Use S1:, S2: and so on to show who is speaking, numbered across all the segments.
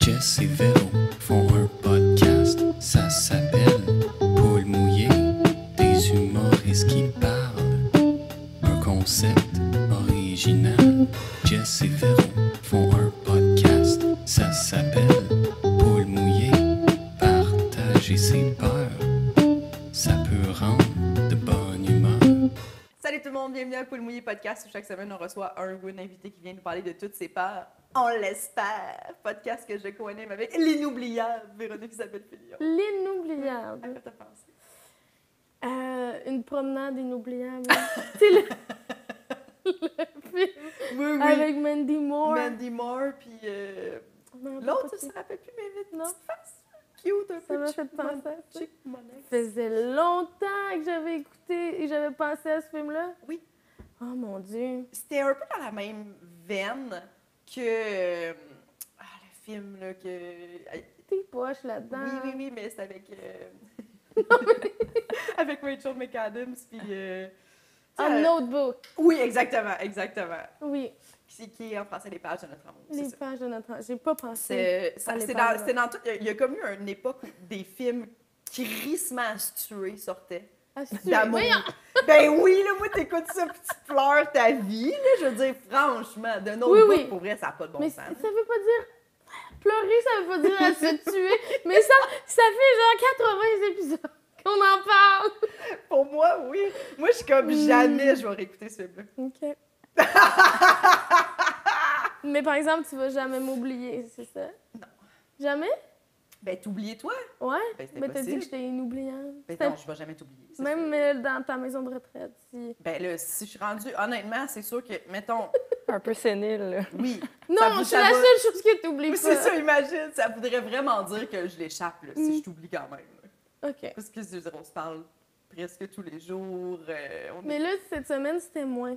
S1: Jess et Véro font un podcast, ça s'appelle Paul mouillé, des humoristes qui parlent. Un concept original. Jess et Véro font un podcast, ça s'appelle Paul mouillé, partager ses peurs. Ça peut rendre de bonne humeur.
S2: Salut tout le monde, bienvenue à Poule Mouillé Podcast où chaque semaine on reçoit un ou une invitée qui vient nous parler de toutes ses peurs. On l'espère! Podcast que je co-anime avec l'inoubliable Véronique Isabelle Fillion. À
S3: L'inoubliable.
S2: quoi t'as pensé?
S3: Euh, une promenade inoubliable. c'est le... le film
S2: Oui, oui.
S3: avec Mandy Moore.
S2: Mandy Moore, puis euh,
S3: Je me rappelle
S2: l'autre,
S3: pas
S2: ça
S3: qui.
S2: me rappelle plus, mais vite,
S3: Non.
S2: petite face cute un peu.
S3: m'a
S2: cheap
S3: fait penser
S2: mon-
S3: à ça.
S2: cheap money.
S3: Ça faisait longtemps que j'avais écouté et j'avais pensé à ce film-là.
S2: Oui.
S3: Oh mon Dieu.
S2: C'était un peu dans la même veine que euh, ah, le film là, que euh,
S3: T'es poche
S2: Oui,
S3: là-dedans.
S2: oui, oui, mais c'est avec. euh, avec Rachel McAdams, puis. euh, tu sais,
S3: Un
S2: euh,
S3: notebook.
S2: Oui, exactement, exactement.
S3: Oui.
S2: Qui, qui est en français les pages de notre amour. c'est
S3: Les
S2: ça.
S3: pages de notre. J'ai pas pensé.
S2: C'est euh, ça,
S3: les
S2: c'est
S3: pages
S2: dans,
S3: de
S2: c'est dans tout. Il y a- il y a comme eu une époque où des films crissement à se tuer sortaient.
S3: Ah, si tu-
S2: D'amour.
S3: Voyons.
S2: Ben oui, là, moi, t'écoutes ça, puis tu pleures ta vie, là. Je veux dire, franchement, d'un autre
S3: Oui,
S2: bout,
S3: oui.
S2: pour vrai, ça n'a pas de bon
S3: Mais
S2: sens.
S3: ça veut pas dire. Pleurer, ça veut pas dire à se tuer. Mais ça, ça fait genre 80 épisodes qu'on en parle.
S2: Pour moi, oui. Moi, je suis comme
S3: Hmm.
S2: jamais je vais réécouter ce film-là.
S3: OK. Mais par exemple, tu vas jamais m'oublier, c'est ça?
S2: Non.
S3: Jamais?
S2: Ben, t'oublies-toi.
S3: Ouais?
S2: Ben, c'est
S3: Mais t'as dit
S2: impossible.
S3: que j'étais inoubliable.
S2: Ben
S3: C'était-
S2: non, je vais jamais t'oublier. c'est sûr.
S3: Même euh, dans ta maison de retraite, si.
S2: Ben là, si je suis rendue, honnêtement, c'est sûr que, mettons,
S4: Un peu sénile, là.
S2: oui.
S3: Non,
S2: vous-
S3: c'est la
S2: va-
S3: seule chose que t'oublies
S2: Oui,
S3: pas.
S2: c'est ça, imagine. Ça voudrait vraiment dire que je l'échappe, là, si
S3: Mm.
S2: je t'oublie quand même. là.
S3: OK.
S2: Parce que, je veux dire, on se parle presque tous les jours. euh, on est-
S3: Mais là, cette semaine, c'était moins.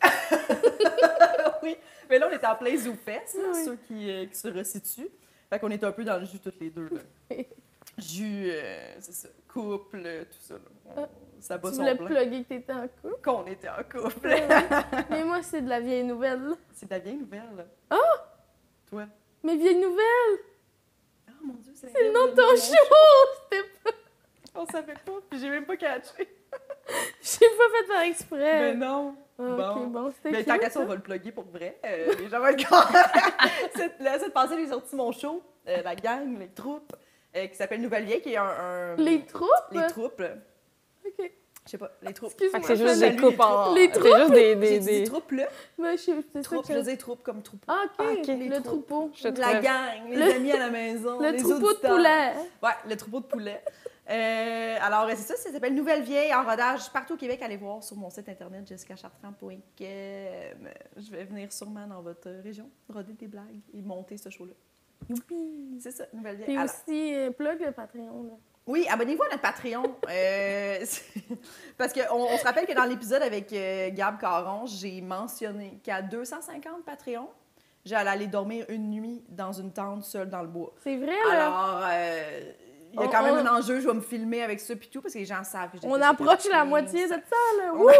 S2: Ah oui. Mais là, on est en plein Zoo Fest, là,
S3: Oui.
S2: ceux qui, euh, qui se resituent. Fait qu'on est un peu dans le jus toutes les deux, là.
S3: Oui.
S2: jus, euh, c'est ça, couple, euh, tout ça, là. On-
S3: Ah,
S2: ça bat
S3: Tu
S2: son
S3: voulais
S2: plein.
S3: plugger que t'étais en couple.
S2: Qu'on était en couple.
S3: Ouais, ouais. Mais moi, c'est de la vieille nouvelle. là.
S2: c'est de la vieille nouvelle, Ah! Toi.
S3: Mais vieille nouvelle!
S2: Ah, mon Dieu, c'est la
S3: C'est le
S2: vieille
S3: nom de
S2: nouvelle
S3: ton
S2: monde.
S3: show! C'était pas... Euh,
S2: On savait pas, puis j'ai même pas catché.
S3: J'ai pas fait par exprès.
S2: Mais non.
S3: Ah,
S2: Ben, bon.
S3: OK, bon, c'était
S2: Mais
S3: cute, hein.
S2: tant qu'à ça,
S3: ça.
S2: on va le plugger pour vrai. Euh, les gens vont être contents. cette, là, cette pensée, les sorties mon show, euh, la gang, les troupes, euh, qui s'appelle Nouvelle Vieille, qui est un. un-
S3: Les troupes?
S2: Les troupes. là.
S3: OK.
S2: Je sais pas, les troupes.
S3: Excuse-moi.
S4: Fait que c'est juste
S2: Salut,
S4: des coupes en.
S3: les
S4: C'est
S3: troupes.
S4: juste des. des,
S2: J'ai dit
S4: des...
S2: troupes là.
S3: Mais je sais, c'est ça
S2: Troupes,
S3: que
S2: je
S3: je-
S2: veux dire troupes comme troupes.
S3: Ah, OK.
S2: Ah, ok, les
S3: Le
S2: troupes.
S3: troupeau.
S4: Je te
S2: La
S4: trouve.
S2: gang, les
S3: Le-
S2: amis à la maison.
S3: Le
S2: les
S3: troupeau de
S2: auditeurs.
S3: poulet.
S2: Ouais, le troupeau de poulets. Euh, alors, euh, c'est ça, ça s'appelle Nouvelle Vieille en rodage partout au Québec. Allez voir sur mon site internet jessicachartrand.com. Je vais venir sûrement dans votre région, roder des blagues et monter ce show-là. C'est ça, Nouvelle Vieille.
S3: Puis
S2: Alors,
S3: aussi, euh, plug le Patreon. Là.
S2: oui, abonnez-vous à notre Patreon. Euh, c'est- parce qu'on on on se rappelle que dans l'épisode avec euh, Gab Caron, j'ai mentionné qu'à 250 Patreons, j'allais aller dormir une nuit dans une tente seule dans le bois.
S3: C'est vrai, là.
S2: Alors, euh, il y a quand
S3: On-
S2: même
S3: on-
S2: un enjeu, je vais me filmer avec ça puis tout, parce que les gens savent que j'ai
S3: on
S2: fait ça quand
S3: approche
S2: j'étais
S3: la
S2: jeune.
S3: moitié de ça, là.
S2: On-
S3: Ouh!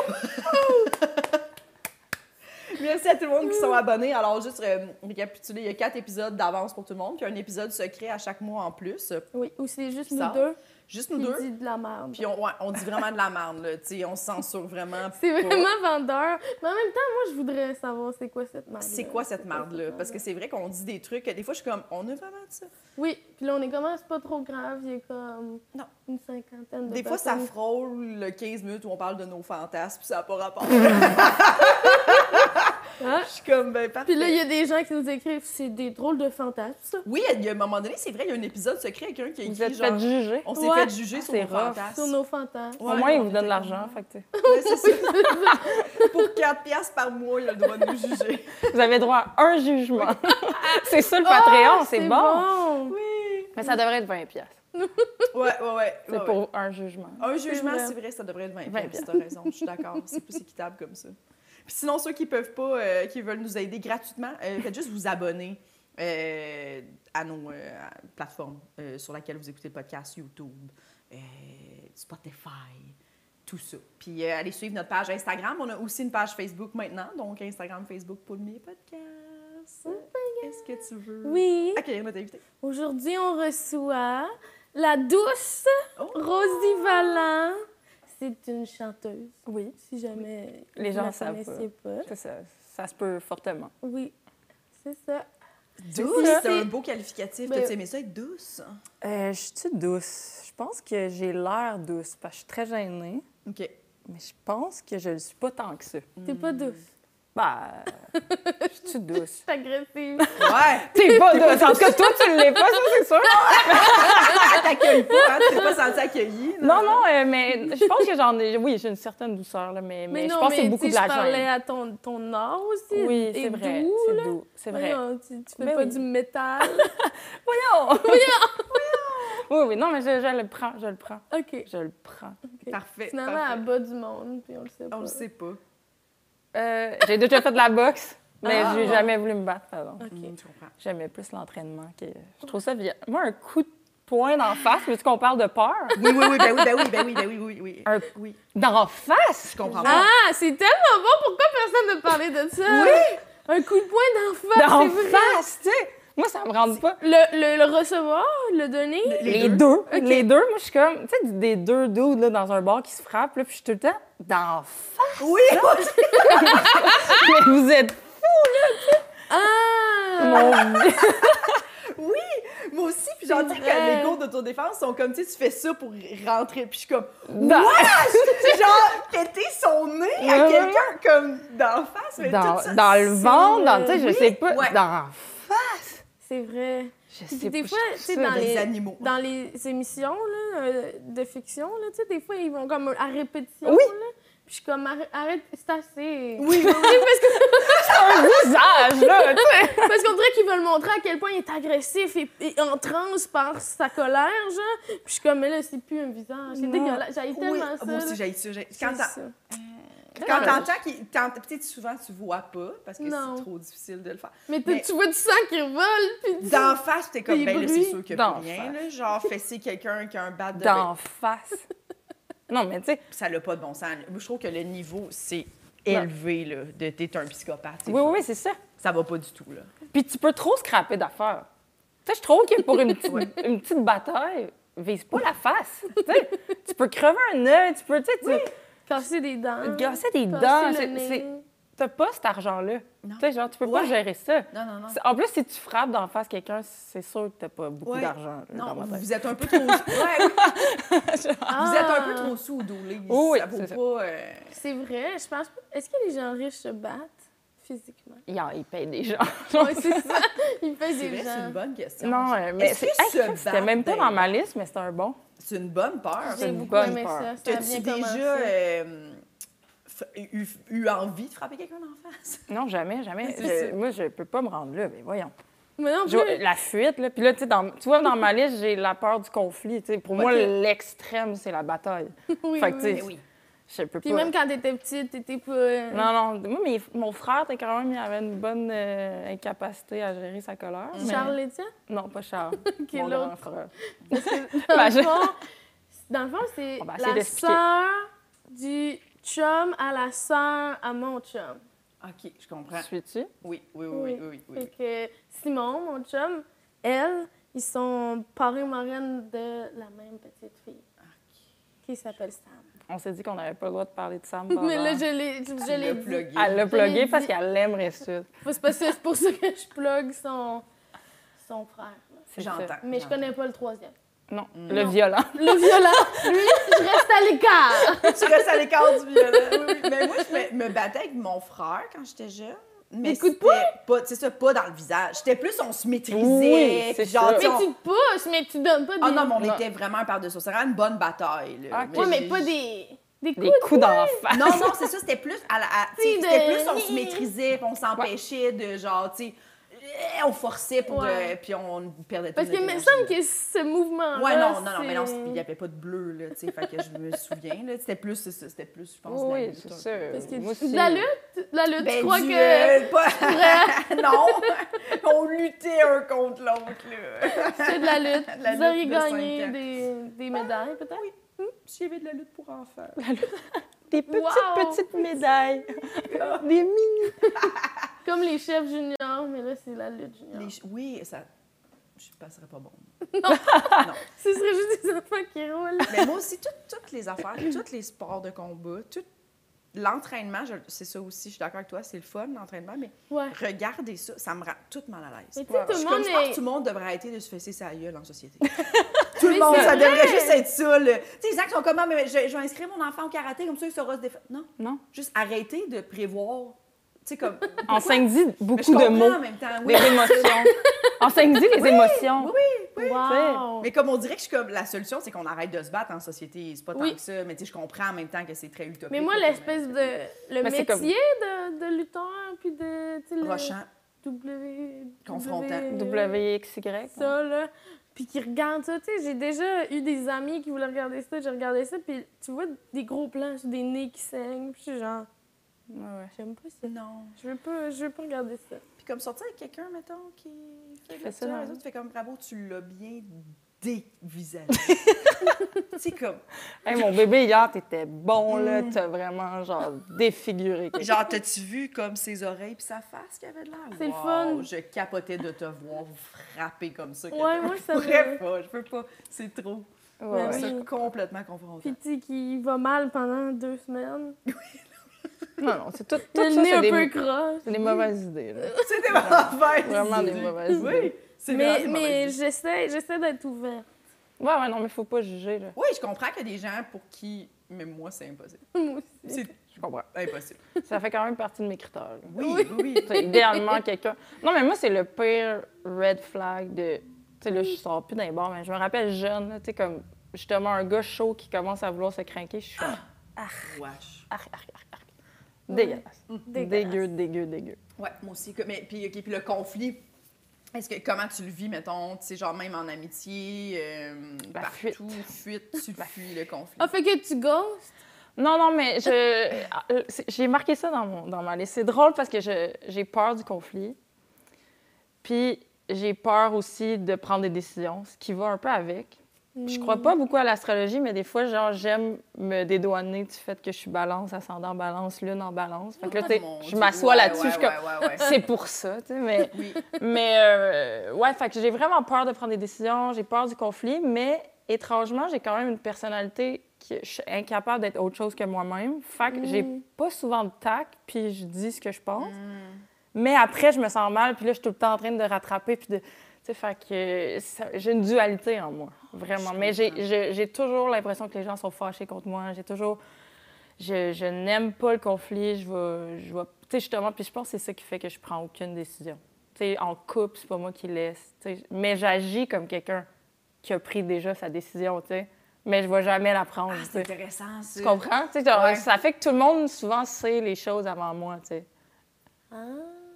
S2: Merci à tout le monde qui sont abonnés. Alors, juste euh, récapituler, il y a quatre épisodes d'avance pour tout le monde, puis un épisode secret à chaque mois en plus.
S3: Oui, ou c'est juste
S2: Bizarre.
S3: nous deux
S2: Juste
S3: qui
S2: nous deux,
S3: dit de la merde.
S2: puis on, ouais, on dit vraiment de la merde, là, tu sais, on se censure vraiment.
S3: C'est
S2: pas.
S3: vraiment vendeur. Mais en même temps, moi, je voudrais savoir c'est quoi cette merde.
S2: C'est quoi cette merde-là? Parce que c'est vrai qu'on dit des trucs, des fois, je suis comme, on a vraiment de ça?
S3: Oui, puis là, on est comme, ah, c'est pas trop grave. Il y a comme
S2: Non.
S3: une cinquantaine de
S2: Des fois, ça
S3: personnes.
S2: frôle le 15 minutes où on parle de nos fantasmes, puis ça n'a pas rapport.
S3: Hein?
S2: je suis comme, ben, parfait.
S3: Puis là, il y a des gens qui nous écrivent, c'est des drôles de fantasmes, ça.
S2: Oui, il y a un moment donné, c'est vrai, il y a un épisode secret, quelqu'un qui a
S4: Vous
S2: écrit
S4: êtes
S2: genre.
S4: fait juger.
S2: On s'est
S3: Ouais.
S2: fait juger
S4: Ah,
S2: sur
S4: c'est
S2: nos
S4: rough.
S2: fantasmes.
S3: Sur nos fantasmes.
S2: Ouais,
S4: Au moins, ils
S2: on
S4: vous donnent
S2: était
S4: de l'argent.
S2: comme-
S4: Fait que, tu
S2: Ouais, c'est ça. Pour 4 piastres par mois, il a le droit de nous juger.
S4: sais. vous avez droit à un jugement. c'est ça le
S2: Oh,
S4: Patreon, c'est bon.
S3: bon.
S2: Oui.
S4: Mais ça devrait être 20 piastres.
S2: Ouais, ouais, ouais.
S4: C'est
S2: ouais, Oh, ouais.
S4: pour un jugement.
S2: Un Ah jugement,
S3: vrai.
S2: c'est vrai, ça devrait être 20
S4: 20
S2: piastres. T'as raison, je suis d'accord. C'est plus équitable comme ça. Puis sinon, ceux qui peuvent pas, euh, qui veulent nous aider gratuitement, euh, faites juste vous abonner euh, à nos euh, à- plateformes euh, sur laquelle vous écoutez le podcast, YouTube, euh, Spotify, tout ça. Puis euh, allez suivre notre page Oh Instagram. On a aussi une page Facebook maintenant, donc Instagram, Facebook, pour mes podcasts. Est-ce que tu veux?
S3: Oui.
S2: Ok, on t'a invité.
S3: Aujourd'hui, on reçoit la douce
S2: Oh.
S3: Rosie Vallant. C'est une chanteuse,
S5: Oui.
S3: si jamais
S5: Les
S3: vous
S5: gens
S3: la
S5: savent pas.
S3: connaissiez pas.
S5: Ça, ça, ça se peut fortement.
S3: Oui, c'est ça.
S2: Douce,
S3: ça.
S2: c'est un beau qualificatif.
S3: Ben-
S2: T'as-tu aimé ça être douce?
S5: Euh, je suis douce. Je pense que j'ai l'air douce parce que je suis très gênée,
S2: Ok.
S5: mais je pense que je le suis pas tant que ça.
S3: T'es pas
S5: Hmm.
S3: douce.
S5: Ben, je suis douce.
S3: T'es agressive.
S2: Ouais!
S5: T'es pas douce. En tout cas, toi, tu l'es pas, ça, c'est sûr.
S2: Elle t'accueille pas, hein? Tu t'es pas senti accueillie.
S5: Non, non, euh, mais je pense que j'en ai. Oui, j'ai une certaine douceur, là, mais, mais,
S3: non,
S5: je pense que c'est beaucoup
S3: tu
S5: de
S3: sais,
S5: la
S3: je parlais
S5: gêne.
S3: à ton, ton art aussi.
S5: Oui,
S3: et
S5: c'est vrai.
S3: doux,
S5: C'est
S3: là.
S5: doux. C'est vrai.
S3: Voyons, tu, tu fais
S5: Ben
S3: pas
S5: oui.
S3: du métal.
S5: Voyons! Oui, oui, non, mais je, je le prends, je le prends,
S3: OK.
S5: je le prends.
S2: Parfait.
S3: Finalement,
S2: parfait.
S3: à bas du monde, puis on le sait pas.
S2: On le sait pas.
S5: Euh, j'ai déjà fait de la boxe, mais
S3: Ah,
S5: j'ai
S3: ouais.
S5: jamais voulu me battre, pardon.
S3: OK.
S2: Hum, je comprends.
S5: J'aimais plus l'entraînement. que- Je trouve ça violent. Moi, un coup de poing d'en face, mais tu qu'on parle de peur?
S2: Oui, oui, oui, ben oui, ben oui, ben oui, ben oui, oui, oui.
S5: Un-
S2: Oui,
S5: D'en face?
S2: je comprends pas.
S3: Ah, c'est tellement bon! Pourquoi personne ne parlait de ça? Oui! Un coup de poing d'en
S5: D'en
S3: face, c'est vrai!
S5: face, tu sais! Moi, ça me rentre pas.
S3: Le, le, le recevoir, le donner?
S5: Les, deux. Les deux, moi, je suis comme, tu sais, des deux dudes là, dans un bar qui se frappent, là, puis je suis tout le temps d'en face.
S2: Oui!
S5: Mais vous êtes
S3: Ah!
S5: mon Dieu.
S2: Moi aussi, puis genre, tu sais, quand
S3: vrai.
S2: les cours d'autodéfense sont comme, tu sais, tu fais ça pour rentrer, puis je suis comme,
S5: Dans-
S2: genre, péter son nez à
S5: Ouais, ouais,
S2: quelqu'un comme d'en face, mais
S5: dans,
S2: tout ça.
S5: dans le
S2: c'est-
S5: ventre, dans, tu sais, je
S2: Oui,
S5: sais pas,
S2: ouais.
S5: dans,
S3: C'est vrai.
S5: je
S3: Puis
S5: sais
S3: des
S5: pas,
S3: fois,
S5: je trouve
S3: tu sais,
S5: ça
S3: dans
S5: de-
S2: Des
S3: les-
S2: animaux.
S3: Dans les émissions là, euh, de fiction, là, tu sais, des fois, ils vont comme à répétition.
S5: Oui.
S3: Là, puis je suis comme, arrête, arrête, c'est assez.
S2: Oui, oui, oui.
S3: Parce que-
S5: visage, là, tu sais.
S3: parce qu'on dirait qu'ils veulent montrer à quel point il est agressif et, et en transe par sa colère, genre. Puis je suis comme, mais là, c'est plus un visage. C'est
S5: Non.
S3: dégueulasse. J'aille tellement
S2: Oui,
S3: ça.
S2: Ah, Moi
S3: là.
S2: aussi, j'ai ça. j'ai- Quand
S3: C'est
S2: t'as-
S3: ça.
S2: quand t'entends qu'il. quand- Tu sais, souvent, tu vois pas parce que
S3: Non.
S2: c'est trop difficile de le faire.
S3: Mais, t'as-
S2: Mais-
S3: tu vois du sang qui vole, puis tu-
S2: D'en face, t'es comme,
S3: Les
S2: ben là, c'est
S3: bruits
S2: sûr qu'il y a
S5: d'en
S2: plus rien,
S5: face.
S2: là. Genre, fesser quelqu'un qui a un bat de.
S5: D'en face. Non, mais tu sais,
S2: Ça n'a pas de bon sens. là. Moi, je trouve que le niveau, c'est élevé, là, de t'es un psychopathe. c'est
S5: oui,
S2: ça.
S5: oui, c'est ça.
S2: Ça va pas du tout, là.
S5: Puis tu peux trop scraper d'affaires. Tu sais, je trouve que pour une petite,
S2: Ouais.
S5: une petite bataille, vise pas la face. Tu sais, tu peux crever un œil, tu peux, tu sais, tu-
S3: casser des dents.
S5: hein, Casser des
S3: casser
S5: dents,
S3: le
S5: c'est-
S3: nez.
S5: c'est- t'as pas cet argent-là.
S2: Non.
S5: Tu sais, genre, tu peux pas
S2: Ouais. Ah.
S5: gérer ça.
S2: Non, non, non.
S5: C'est- En plus, si tu frappes d'en face quelqu'un, c'est sûr que t'as pas beaucoup
S2: Ouais.
S5: d'argent. là,
S2: Non,
S5: dans ma tête.
S2: vous êtes un peu trop. Ouais, oui. Vous êtes un peu
S3: Ah.
S2: trop sous-doulé.
S5: Oh oui,
S2: ça vaut
S5: c'est ça.
S2: pas. euh,
S3: C'est vrai, je pense. pas- Est-ce que les gens riches se battent physiquement?
S5: Il, en- il paye des gens.
S3: Oui, c'est ça. Ils payent
S2: C'est
S3: des
S2: vrai, c'est
S3: gens.
S2: une bonne question.
S5: Non, euh, mais
S2: Est-ce
S5: c'est
S2: que
S5: hey,
S2: se
S5: Chris, c'était même pas
S2: battre,
S5: dans ma liste, mais c'était un bon.
S2: C'est une bonne peur.
S5: C'est
S3: J'ai
S5: une
S3: beaucoup
S5: bonne
S3: aimé
S5: peur.
S3: ça. Ça a
S2: T'as-tu
S3: bien commencé.
S2: déjà euh, f- eu, eu envie de frapper quelqu'un d'en face?
S5: Non, jamais, jamais.
S2: C'est
S5: Je-
S2: ça.
S5: moi, je peux pas me rendre là, mais voyons.
S3: Mais non,
S5: Je-
S3: plus,
S5: la fuite, là. Puis là, tu sais, dans- tu vois, dans ma liste, j'ai la peur du conflit. tu sais. Pour moi,
S2: Ok.
S5: l'extrême, c'est la bataille.
S3: oui,
S5: fait que,
S3: oui.
S5: tu sais, Je peux
S3: Puis
S5: pas.
S3: même quand t'étais petite, t'étais pas. euh,
S5: Non, non. Moi, mes- mon frère, t'es quand même, il avait une bonne euh, incapacité à gérer sa colère. mais-
S3: Charles Etienne?
S5: Non, pas Charles.
S3: Qui est
S5: mon grand
S3: l'autre?
S5: frère.
S3: Dans,
S5: Ben,
S3: le
S5: je-
S3: fond, dans le fond, c'est
S5: On
S2: Ah, ben,
S5: va essayer
S3: la
S5: d'expliquer.
S3: sœur du chum à la sœur à mon chum.
S2: OK, je comprends.
S5: Suis-tu?
S2: Oui, oui, oui, oui, oui. oui,
S3: Fait que Simon, mon chum, elle, ils sont parents et marraines de la même petite fille qui s'appelle Sam.
S5: On s'est dit qu'on n'avait pas le droit de parler de Sam.
S3: Mais là,
S5: pendant-
S3: je l'ai je- je l'ai
S2: le
S3: dit.
S2: plugué.
S5: Elle l'a
S3: je l'ai
S5: plugué
S3: dit.
S5: parce qu'elle aimerait ça.
S3: C'est pas ça, c'est pour ça que je plug son, son frère. là.
S5: C'est ça.
S2: J'entends.
S3: Mais je connais pas le troisième.
S5: Non,
S2: Mm.
S5: le
S3: Non.
S5: violent.
S3: Le violent, lui, je reste à l'écart.
S2: Tu restes à l'écart du violent. Oui, oui. Mais moi, je me, me battais avec mon frère quand j'étais jeune. Mais
S3: Des coups de
S2: c'était pas, c'est ça, pas dans le visage. C'était plus on se maîtrisait.
S5: Oui, c'est
S2: puis genre,
S5: ça.
S2: tu
S3: Mais
S2: sais,
S3: tu
S2: on-
S3: te pousses, mais tu donnes pas des.
S2: Ah non, mais on
S5: Non.
S2: était vraiment par-dessus. C'était vraiment une bonne bataille. là.
S5: Ok.
S3: Ouais, mais
S2: j'ai-
S3: pas des. Des coups.
S5: Des coups d'en face.
S2: Non, non, c'est ça, c'était plus à la. à- tu sais,
S3: Oui, de-
S2: C'était plus on se maîtrisait, puis on s'empêchait de genre, tu sais, euh, on forçait pour.
S3: Ouais.
S2: de- puis on perdait tout
S3: Parce que
S2: notre
S3: il me
S2: énergie,
S3: semble
S2: là.
S3: que ce mouvement.
S2: Ouais, non, non, non, mais non, c'est- il n'y avait pas de bleu, là, tu sais, fait que je me souviens, là, c'était plus, c'est ça, c'était plus, je pense, de la
S5: Oui,
S2: lutte,
S5: c'est
S2: un
S5: ça.
S2: peu.
S3: Parce que
S5: Moi
S3: tu-
S5: aussi.
S3: de la lutte, de la lutte, tu
S2: Ben,
S3: crois
S2: du,
S3: que
S2: euh, pas- non, on luttait un contre l'autre, là.
S3: c'est de la lutte.
S2: De la
S3: Vous auriez
S2: lutte de cinq
S3: gagné
S2: ans.
S3: des, des médailles, peut-être?
S2: S'il y avait de la lutte pour enfants.
S5: Des petites,
S3: Wow!
S2: Ah.
S5: petites médailles. Des mini.
S3: Comme les chefs juniors, mais là, c'est la lutte junior.
S2: Les ch- Oui, ça. Je passerais pas bon.
S3: Ce serait juste des enfants qui roulent.
S2: Mais moi aussi, tout- toutes les affaires, tous les sports de combat, tout l'entraînement, je- c'est ça aussi, je suis d'accord avec toi, c'est le fun, l'entraînement, mais
S3: Ouais.
S2: regardez ça, ça me rend toute mal à l'aise.
S3: Mais tu sais,
S2: Je
S3: tout
S2: suis
S3: le
S2: comme,
S3: monde
S2: je pense
S3: est-
S2: que tout le monde devrait arrêter de se fesser sa gueule en société. tout
S3: Mais
S2: le monde,
S3: c'est
S2: ça
S3: vrai!
S2: devrait juste être ça. le- Tu sais, les gens qui sont comme, Ah, mais je, je vais inscrire mon enfant au karaté, comme ça, il saura se défendre. Non,
S5: Non.
S2: juste arrêter de prévoir. Tu sais, comme.
S5: En dit
S2: Mais je
S5: beaucoup de
S2: comprends
S5: mots,
S2: en même temps, oui.
S5: des émotions. En dit les émotions.
S2: oui,
S3: Wow.
S2: Mais comme on dirait que je suis comme la solution, c'est qu'on arrête de se battre en société. C'est pas tant
S3: Oui.
S2: que ça, mais tu sais, je comprends en même temps que c'est très utopique.
S3: Mais moi,
S2: là,
S3: l'espèce de. Le
S5: Mais
S3: métier
S5: c'est comme-
S3: de, de lutteur, puis de. tu sais, le
S2: Rochant.
S3: W.
S2: Confrontant.
S5: WXY.
S3: Ça, là. Puis qui regardent ça. Tu sais, j'ai déjà eu des amis qui voulaient regarder ça, j'ai regardé ça, puis tu vois des gros plans sur des nez qui saignent, puis je suis genre,
S5: Ouais, ouais.
S3: j'aime pas ça.
S2: Non.
S3: Je veux pas, je veux pas regarder ça.
S2: Puis comme sortir avec quelqu'un, mettons, qui fait, de
S5: fait
S2: la
S5: ça
S2: ça,
S5: dans
S2: les
S5: la-
S2: autres, tu fais comme bravo, tu l'as bien dévisagé. c'est comme.
S5: Hey, mon bébé, hier, t'étais bon, là.
S2: Mm.
S5: T'as vraiment, genre, défiguré. quelque
S2: Genre, t'as-tu vu comme ses oreilles puis sa face qui avait de l'air?
S3: C'est le
S2: Wow,
S3: fun.
S2: Je capotais de te voir frapper comme ça.
S3: Ouais, moi, ça
S2: je pourrais
S3: me.
S2: pas, je peux pas. C'est trop.
S5: chose.
S3: Ouais,
S5: Ouais,
S2: Je
S5: ouais.
S3: oui.
S2: suis complètement confrontée.
S3: Puis tu sais, qui va mal pendant deux semaines.
S5: Non, non, c'est tout, tout
S3: Le
S5: ça,
S3: nez
S5: c'est
S3: un
S5: des,
S3: peu croche.
S5: c'est des mauvaises idées, là.
S2: C'est des mauvaises
S5: Vraiment des
S2: idées.
S5: mauvaises
S2: Oui, c'est vraiment
S3: Mais,
S2: des
S3: mais
S2: mauvaises idées.
S3: j'essaie, j'essaie d'être ouverte.
S5: Ouais, ouais, non, mais faut pas juger, là.
S2: Oui, je comprends qu'il y a des gens pour qui... Mais moi, c'est impossible.
S3: Moi aussi.
S2: C'est
S5: Je comprends.
S2: impossible.
S5: Ça fait quand même partie de mes critères. là.
S2: Oui, oui, oui.
S5: T'sais, idéalement, quelqu'un. Non, mais moi, c'est le pire red flag de. Tu sais, là, je sors plus d'un bar, mais je me rappelle jeune, là, tu sais, comme justement un gars chaud qui commence à vouloir se craquer. Je suis comme.
S2: Wesh.
S5: Arc, arc, arc, arc. Dégueulasse.
S3: Dégueulasse.
S5: Dégueu, dégueu, dégueu.
S2: Ouais, moi aussi. que- Mais, puis, ok, puis le conflit, est-ce que comment tu le vis, mettons, tu sais, genre même en amitié, euh,
S5: La
S2: partout, fuite, tu le fuis le conflit.
S3: Ah, fait que tu ghostes?
S5: Non, non, mais je. ah, euh, c'est- J'ai marqué ça dans, mon, dans ma liste. C'est drôle parce que je- j'ai peur du conflit. Puis j'ai peur aussi de prendre des décisions, ce qui va un peu avec. Puis Je crois pas beaucoup à l'astrologie, mais des fois, genre, j'aime me dédouaner du fait que je suis balance, ascendant balance, lune en balance. Fait que là, tu sais,
S2: Oh Ah, Mon
S5: je
S2: Dieu,
S5: m'assois
S2: ouais,
S5: là-dessus,
S2: ouais,
S5: je suis comme,
S2: ouais, ouais, ouais.
S5: c'est pour ça, tu sais, mais...
S2: Oui,
S5: mais, euh, ouais, fait que j'ai vraiment peur de prendre des décisions, j'ai peur du conflit, mais étrangement, j'ai quand même une personnalité qui... Je suis incapable d'être autre chose que moi-même. Fait que j'ai
S3: Mm.
S5: pas souvent de tac, puis je dis ce que je pense. Mais après, je me sens mal, puis là, je suis tout le temps en train de rattraper, puis de... Tu sais, fait que ça- j'ai une dualité en moi, vraiment.
S2: Je
S5: Mais j'ai-
S2: comprends.
S5: j'ai j'ai toujours l'impression que les gens sont fâchés contre moi. J'ai toujours... Je, je n'aime pas le conflit, je vais... Je vais tu sais, justement, puis je pense que c'est ça qui fait que je prends aucune décision. Tu sais, en couple, c'est pas moi qui laisse. tu sais. Mais j'agis comme quelqu'un qui a pris déjà sa décision, tu sais. Mais je vais jamais la prendre,
S2: ah,
S5: tu
S2: c'est
S5: sais.
S2: intéressant, ça.
S5: Tu comprends? Tu sais, genre,
S2: Ouais.
S5: Ça fait que tout le monde, souvent, sait les choses avant moi, tu sais.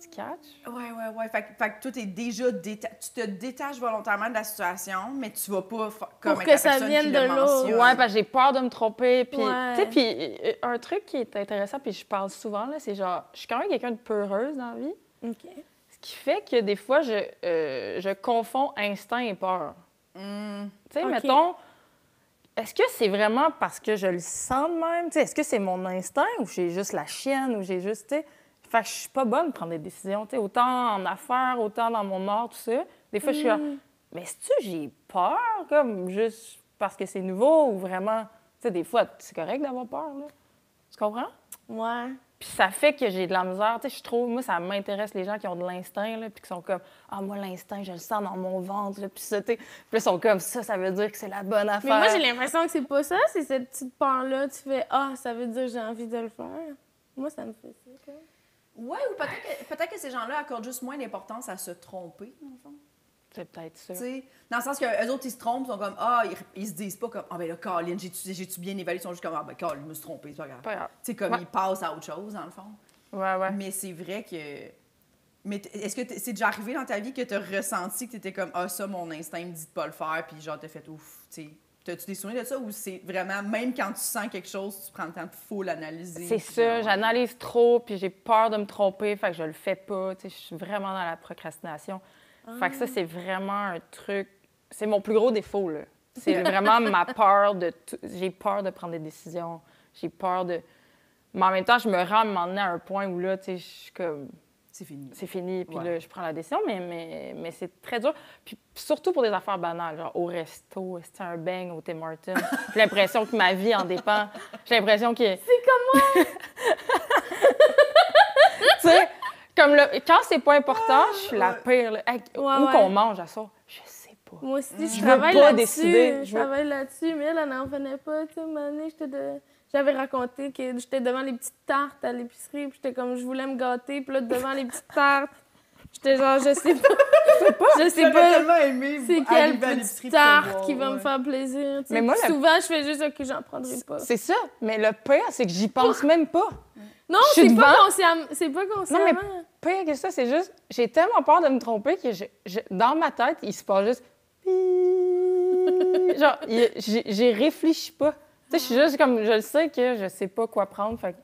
S5: Tu catches?
S2: Ouais, ouais, ouais. Fait, que- fait que toi, t'es déjà déta... tu te détaches volontairement de la situation, mais tu vas pas fa- comme
S3: Pour
S2: avec
S3: que
S2: la
S3: ça
S2: personne
S3: vienne
S2: qui
S3: de
S2: le
S3: l'autre.
S2: mentionne.
S5: Ouais, parce que j'ai peur de me tromper. Puis,
S3: Ouais.
S5: tu sais, puis euh, un truc qui est intéressant, puis je parle souvent, là, c'est genre, je suis quand même quelqu'un de peureuse dans la vie.
S3: OK.
S5: Ce qui fait que des fois, je, euh, je confonds instinct et peur.
S2: Hmm.
S5: Tu sais,
S3: Ok.
S5: mettons, est-ce que c'est vraiment parce que je le sens de même? Tu sais, est-ce que c'est mon instinct ou j'ai juste la chienne ou j'ai juste, tu sais... Fait que je suis pas bonne de prendre des décisions, tu sais, autant en affaires, autant dans mon art, tout ça. Des fois, je suis là, mais est-ce que j'ai peur, comme, juste parce que c'est nouveau ou vraiment... Tu sais, des fois, c'est correct d'avoir peur, là. Tu comprends?
S3: Ouais.
S5: Puis ça fait que j'ai de la misère. Tu sais, je trouve, moi, ça m'intéresse les gens qui ont de l'instinct, là, puis qui sont comme, ah, moi, l'instinct, je le sens dans mon ventre, là, puis ça, tu sais. Puis là, ils sont comme, ça, ça veut dire que c'est la bonne affaire.
S3: Mais moi, j'ai l'impression que c'est pas ça. C'est cette petite part-là. Tu fais Ah, ça veut dire que j'ai envie de le faire. Moi, ça me fait ça. quand même.
S2: Ouais, ou peut-être que, peut-être que ces gens-là accordent juste moins d'importance à se tromper, dans le fond.
S5: C'est peut-être ça.
S2: Tu sais, dans le sens que eux autres, ils se trompent, ils sont comme, ah, ils, ils se disent pas comme, ah, ben là, Colin, j'ai-tu j'ai-tu bien évalué? Ils sont juste comme, ah, ben, Colin, je me suis trompé, c'est pas grave. Tu
S5: Pas grave.
S2: sais, comme,
S5: Ouais.
S2: ils passent à autre chose, dans le fond.
S5: Ouais, ouais.
S2: Mais c'est vrai que. Mais t- est-ce que t- c'est déjà arrivé dans ta vie que t'as ressenti que t'étais comme, ah, ça, mon instinct me dit de pas le faire, puis genre, t'as fait, ouf, tu sais. T'as-tu des souvenirs de ça ou c'est vraiment, même quand tu sens quelque chose, tu prends le temps de full analyser?
S5: C'est
S2: puis genre,
S5: ça, j'analyse trop, puis j'ai peur de me tromper, fait que je le fais pas. Tu sais, je suis vraiment dans la procrastination. Fait que ça, c'est vraiment un truc. C'est mon plus gros défaut, là. C'est vraiment ma peur de. tout- J'ai peur de prendre des décisions. J'ai peur de. Mais en même temps, je me rends à un moment donné à un point où là, tu sais, je suis comme.
S2: C'est fini.
S4: c'est fini, puis
S2: Ouais.
S4: là, je prends la décision, mais, mais, mais c'est très dur. Puis surtout pour des affaires banales, genre au resto, c'était un bang au Tim Hortons. J'ai l'impression que ma vie en dépend. J'ai l'impression que. C'est comment? tu sais, comme le... quand c'est pas important, je suis la pire. là. Hey, où
S3: ouais.
S4: qu'on mange à ça? Je sais pas.
S3: Moi aussi, je,
S4: Je veux
S3: travaille
S4: pas
S3: là-dessus.
S4: décider,
S3: Je
S4: je veux-
S3: travaille là-dessus, mais elle, elle n'en venait pas. Tu sais, une année, j'étais de- J'avais raconté que j'étais devant les petites tartes à l'épicerie, puis j'étais comme, je voulais me gâter, puis là, devant les petites tartes, j'étais genre, je sais pas. je sais
S2: J'aurais
S3: pas.
S2: tellement aimé
S3: C'est
S2: arriver
S3: quelle
S2: à l'épicerie
S3: petite
S2: puis savoir,
S3: tarte qui va me
S2: ouais.
S3: faire plaisir. tu sais.
S4: Mais moi,
S3: Puis
S4: la-
S3: Souvent, je fais juste, OK, j'en prendrai pas.
S4: C'est ça, mais le pire, c'est que j'y pense même pas.
S3: Non,
S4: je suis
S3: c'est pas
S4: devant.
S3: consciemment. C'est pas consciemment.
S4: Pire que ça, c'est juste, j'ai tellement peur de me tromper que je- je- dans ma tête, il se passe juste. Genre, il- j'y j'y réfléchis pas. Tu sais, je suis juste comme, je le sais que je sais pas quoi prendre, fait que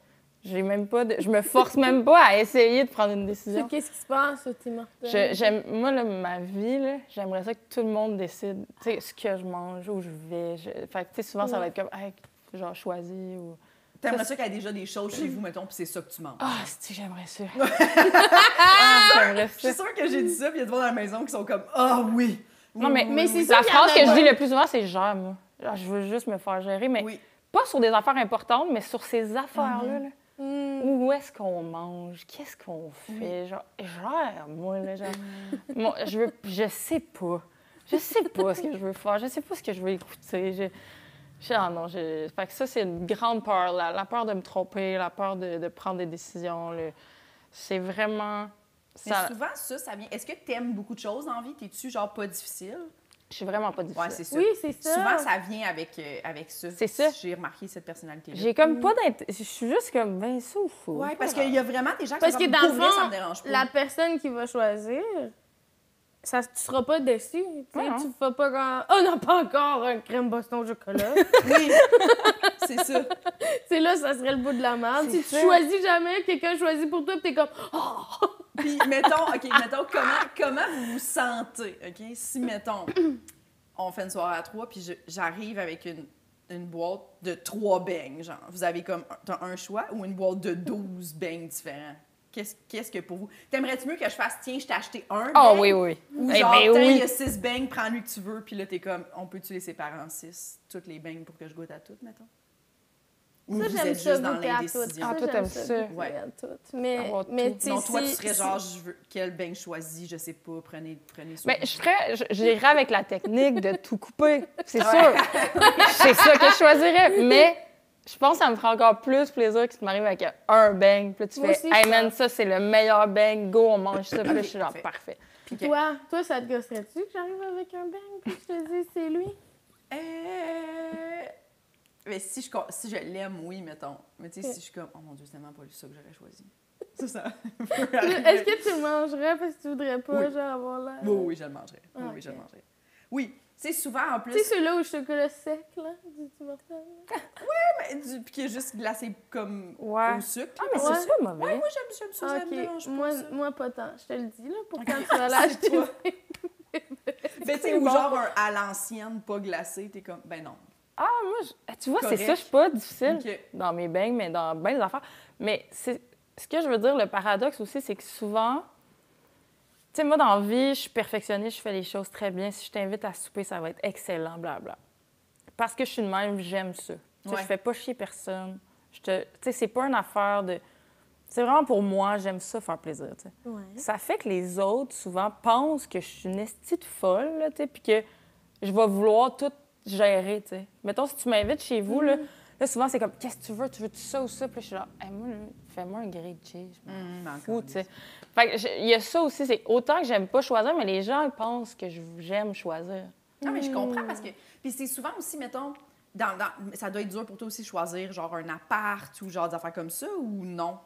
S4: j'ai même pas, de- je me force même pas à essayer de prendre une
S3: Tu sais,
S4: décision.
S3: Qu'est-ce qui se passe, t'es mortel?
S4: Je- j'aime- moi, là, ma vie, là, j'aimerais ça que tout le monde décide, tu sais, ce que je mange, où je vais. je- Fait que, tu sais, souvent, ça va
S3: Ouais.
S4: être comme, Hey, genre, choisis ou.
S2: T'aimerais ça qu'il y ait déjà des choses chez vous, mettons, puis c'est ça que tu manges.
S4: Ah, si, j'aimerais ça. Ah, j'aimerais
S2: Je
S4: ça.
S2: suis sûre que j'ai dit ça, puis il y a des gens dans la maison qui sont comme Ah oui! Oui,
S4: Non, mais,
S2: oui,
S3: mais
S2: oui,
S3: c'est
S4: la
S3: ça,
S4: phrase
S3: il y
S4: que
S3: en a
S4: je dis
S3: pas.
S4: le plus souvent, c'est genre, moi. Genre, je veux juste me faire gérer, mais
S2: Oui. Mhm.
S4: pas sur des affaires importantes, mais sur ces affaires-là. là.
S3: Hmm.
S4: Où est-ce qu'on mange? Qu'est-ce qu'on fait? Genre, genre, moi, là, genre,
S2: Mhm.
S4: moi, je, veux, je sais pas. Je sais pas ce que je veux faire. Je sais pas ce que je veux écouter. Je, je- ah non, je- fait que ça, c'est une grande peur. La, la peur de me tromper, la peur de, de prendre des décisions. le- C'est vraiment...
S2: Mais
S4: Ça,
S2: souvent, ça, ça vient. Est-ce que t'aimes beaucoup de choses en vie? T'es-tu genre pas difficile?
S4: je suis vraiment pas difficile.
S2: Ouais, c'est ça.
S3: Oui, c'est ça.
S2: Souvent, ça vient avec, euh, avec ça.
S4: C'est ça.
S2: J'ai remarqué cette personnalité-là.
S4: J'ai comme pas d'int... Je suis juste comme, ben ça ou fou.
S2: Oui, parce qu'il y a vraiment des gens qui
S3: Parce
S2: sont
S3: que
S2: comme,
S3: dans le
S2: Pour vrai,
S3: fond,
S2: ça me dérange pas.
S3: La personne qui va choisir, ça, tu seras pas déçu. Tu
S4: Ouais,
S3: ne
S4: hein.
S3: tu vas pas comme « Oh, non, pas encore un crème boston au chocolat!
S2: Oui, c'est ça. »
S3: Tu sais, là, ça serait le bout de la merde.
S4: C'est
S3: Si tu
S4: ça.
S3: choisis jamais, quelqu'un choisit pour toi, puis t'es comme « Oh!
S2: Puis, mettons, OK, mettons, comment, comment vous vous sentez, OK? Si, mettons, on fait une soirée à trois, puis je- j'arrive avec une, une boîte de trois beignes, genre. Vous avez comme un- t'as un choix ou une boîte de 12 beignes différents. Qu'est-ce qu'est-ce que pour vous... T'aimerais-tu mieux que je fasse, tiens, je t'ai acheté un
S4: Ah
S2: beigne,
S4: oui, oui.
S2: Ou
S4: Eh
S2: genre,
S4: ben
S2: tiens,
S4: oui.
S2: il y a six beignes, prends lui que tu veux. Puis là, t'es comme, on peut-tu les séparer en six, toutes les beignes, pour que je goûte à toutes, mettons? » Ou
S3: Ça,
S2: vous
S3: j'aime
S2: êtes
S3: ça,
S2: juste dans
S3: goûter à tout.
S2: l'indécision?
S4: Ah, toi,
S3: j'aime
S4: t'aimes ça.
S3: goûter
S2: Ouais.
S3: à tout. Mais,
S4: Avoir
S3: mais
S4: tout.
S3: tu sais,
S2: Non, toi, tu
S3: si-
S2: serais genre, je veux quel bain je choisis, je sais pas, prenez, prenez soin.
S4: Mais je serais, je- j'irais avec la technique de tout couper, c'est sûr. c'est ça que je choisirais. Mais je pense que ça me ferait encore plus plaisir que tu m'arrives avec un bang. Puis là, tu
S3: Moi
S4: fais,
S3: aussi,
S4: hey
S3: je
S4: man, ça c'est le meilleur bang, go, on mange ça. Puis là,
S2: Ok,
S4: je suis genre,
S2: parfait.
S4: parfait.
S2: Puis
S3: Toi, toi, ça te gosserait-tu que j'arrive avec un bang, puis je te dis « C'est lui?
S2: Eh! Mais si je, con- si je l'aime, oui, mettons. Mais tu sais,
S3: Ok. »
S2: si je suis comme, oh mon Dieu, c'est tellement pas ça que j'aurais choisi. » Ça, »
S3: Est-ce que tu le mangerais parce que tu voudrais pas,
S2: Oui.
S3: genre, avoir l'air...
S2: Oui, oui, je le mangerais. Oui,
S3: Ah,
S2: oui, je
S3: ok.
S2: le mangerais. Oui, tu sais, souvent, en plus...
S3: Tu sais, celui-là au chocolat sec, là, du Tim Hortons?
S2: mais du- Puis qui est juste glacé comme
S4: Ouais.
S2: au sucre.
S4: Ah, mais
S3: Ouais.
S4: c'est pas mauvais.
S2: Ouais, moi, j'aime j'aime ça, ça me
S3: Ah, Ok,
S2: dérange pas,
S3: moi,
S2: ça.
S3: moi pas tant. Je te le dis, là, pour quand tu vas l'acheter.
S2: toi. Mais tu sais,
S4: c'est
S2: ou
S4: bon.
S2: genre un à l'ancienne, pas glacé, t'es comme, ben non.
S4: Ah, moi, je- tu vois, c'est
S2: Correct.
S4: ça, je suis pas difficile.
S2: Ok.
S4: dans mes bangs, mais dans bien des affaires. Mais c'est ce que je veux dire, le paradoxe aussi, c'est que souvent, tu sais, moi, dans la vie, je suis perfectionniste, je fais les choses très bien. Si je t'invite à souper, ça va être excellent, blabla. Parce que je suis de même, j'aime ça. Tu sais,
S2: Ouais.
S4: Je fais pas chier personne. Je te- Tu sais, c'est pas une affaire de... C'est vraiment pour moi, j'aime ça faire plaisir, tu sais.
S3: Ouais.
S4: Ça fait que les autres, souvent, pensent que je suis une estie de folle, là, tu sais, puis que je vais vouloir tout gérer, tu sais. Mettons, si tu m'invites chez vous, là, là, souvent, c'est comme « Qu'est-ce que tu veux? Tu veux -tu ça ou ça? » Puis là, je suis là Hey, moi, là, fais-moi un grilled cheese. Je m'en
S2: Hum, mais
S4: fous,
S2: encore,
S4: tu sais. Fait que je- il y a ça aussi. c'est Autant que j'aime pas choisir, mais les gens ils pensent que je- j'aime choisir.
S2: Non,
S3: Hmm.
S2: mais je comprends parce que. Puis c'est souvent aussi, mettons, dans, dans- ça doit être dur pour toi aussi de choisir genre un appart ou genre des affaires comme ça ou non?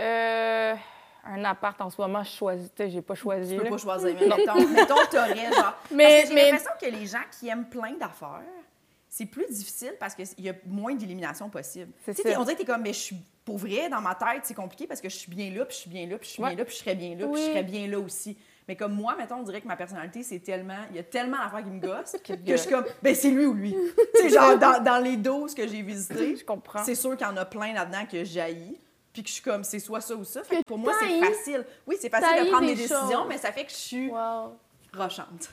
S4: Euh, un appart, en ce moment, je choisis. Tu sais, j'ai pas choisi.
S2: Tu peux
S4: là.
S2: pas choisir, mais mettons, mettons t'aurais genre.
S3: Mais-
S2: Mais, j'ai
S3: mais-
S2: l'impression que les gens qui aiment plein d'affaires, c'est plus difficile parce qu'il y a moins d'élimination possible.
S4: C'est
S2: Tu sais,
S4: ça.
S2: On dirait que t'es comme, mais je suis. Pour vrai, dans ma tête, c'est compliqué parce que je suis bien là, puis je suis bien là, puis je suis
S4: Ouais.
S2: bien là, puis je serais bien là, puis
S3: Oui.
S2: je serais bien là aussi. Mais comme moi, mettons, on dirait que ma personnalité, c'est tellement. Il y a tellement d'affaires qui me gossent que je suis comme, ben c'est lui ou lui. tu sais, genre, dans, dans les 12 que j'ai visitées,
S4: Je comprends.
S2: C'est sûr qu'il y en a plein là-dedans que jaillit. puis que je suis comme, c'est soit ça ou ça. Fait que pour moi, c'est
S3: t'haïs-
S2: facile. Oui, c'est facile de
S3: t'haïs
S2: prendre des
S3: des
S2: décisions,
S3: choses.
S2: mais ça fait que je suis
S3: Wow.
S2: rochante.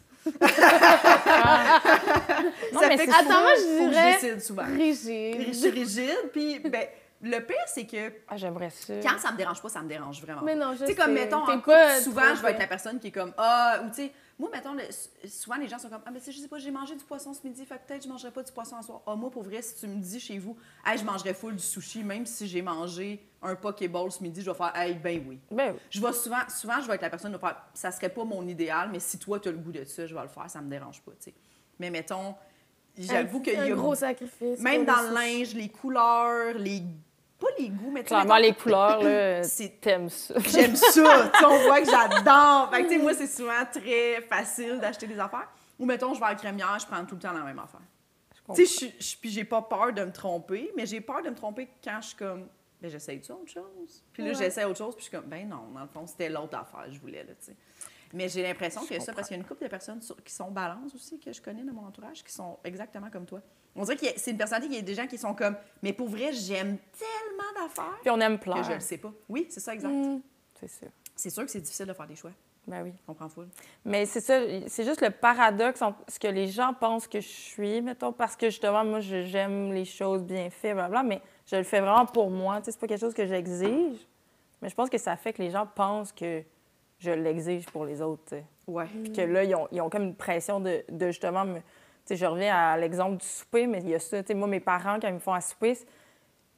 S4: Non,
S2: ça
S4: mais
S2: fait
S4: c'est
S2: que
S3: Ah. Attends,
S2: souvent,
S3: moi, je
S2: faut que
S3: dirais
S2: je décide souvent. Je
S3: Rigide.
S2: suis rigide, puis ben, le pire, c'est que
S4: Ah, j'aimerais ça.
S2: quand ça me dérange pas, ça me dérange vraiment.
S3: Mais non, je
S2: Tu sais, comme, mettons, en
S3: T'es
S2: couple,
S3: pas
S2: souvent,
S3: trop-
S2: je vais être la personne qui est comme, ah, ou tu sais, moi, mettons, le- s- souvent, les gens sont comme, ah, mais tu sais, je sais pas, j'ai mangé du poisson ce midi, fait que peut-être je mangerai pas du poisson ce soir. Ah, moi, pour vrai, si tu me dis chez vous, hey, je mangerais full du sushi, même si j'ai mangé un Pokéball ce midi, je vais faire, hey, ben oui.
S4: Ben oui.
S2: Je vais souvent, souvent, je vais être la personne qui va faire, ça serait pas mon idéal, mais si toi, tu as le goût de ça, je vais le faire, ça me dérange pas, tu sais. Mais mettons, j'avoue
S3: Un-
S2: qu'il y
S3: Un
S2: a.
S3: gros sacrifice.
S2: Même
S3: pour
S2: dans
S3: le
S2: le
S3: sushi.
S2: linge, les couleurs, les. Pas les goûts, mais tu sais,
S4: Clairement,
S2: mettons-
S4: les couleurs,
S3: euh,
S4: là,
S2: C'est-
S4: t'aimes ça.
S2: J'aime ça. tu sais, on voit que j'adore. Fait que, tu sais, moi, c'est souvent très facile d'acheter des affaires. Ou mettons, je vais à la crémière, je prends tout le temps la même affaire.
S4: comprends.
S2: Tu sais, je suis- je- puis j'ai pas peur de me tromper, mais j'ai peur de me tromper quand je suis comme, ben j'essaie de autre chose. Puis là,
S3: Ouais.
S2: j'essaie autre chose, puis je suis comme, ben non, dans le fond, c'était l'autre affaire que je voulais, là, tu sais. Mais j'ai l'impression que ça, parce qu'il y a une couple de personnes sur- qui sont balance aussi, que je connais dans mon entourage, qui sont exactement comme toi. On dirait que c'est une personnalité qu'il y a des gens qui sont comme, mais pour vrai, j'aime tellement d'affaires
S4: Puis on aime
S2: que
S4: pleurer.
S2: je le sais pas. Oui, c'est ça, exact.
S4: C'est sûr.
S2: C'est sûr que c'est difficile de faire des choix.
S4: Ben oui.
S2: Je comprends full.
S4: Mais c'est ça, c'est juste le paradoxe entre ce que les gens pensent que je suis, mettons, parce que justement, moi, je- j'aime les choses bien faites, blablabla, mais je le fais vraiment pour moi. Tu sais, c'est pas quelque chose que j'exige, mais je pense que ça fait que les gens pensent que je l'exige pour les autres, tu sais.
S2: Ouais.
S4: Puis que là, ils ont, ils ont comme une pression de, de justement. me- Tu sais, je reviens à l'exemple du souper, mais il y a ça. Tu sais, moi, mes parents, quand ils me font un souper, c-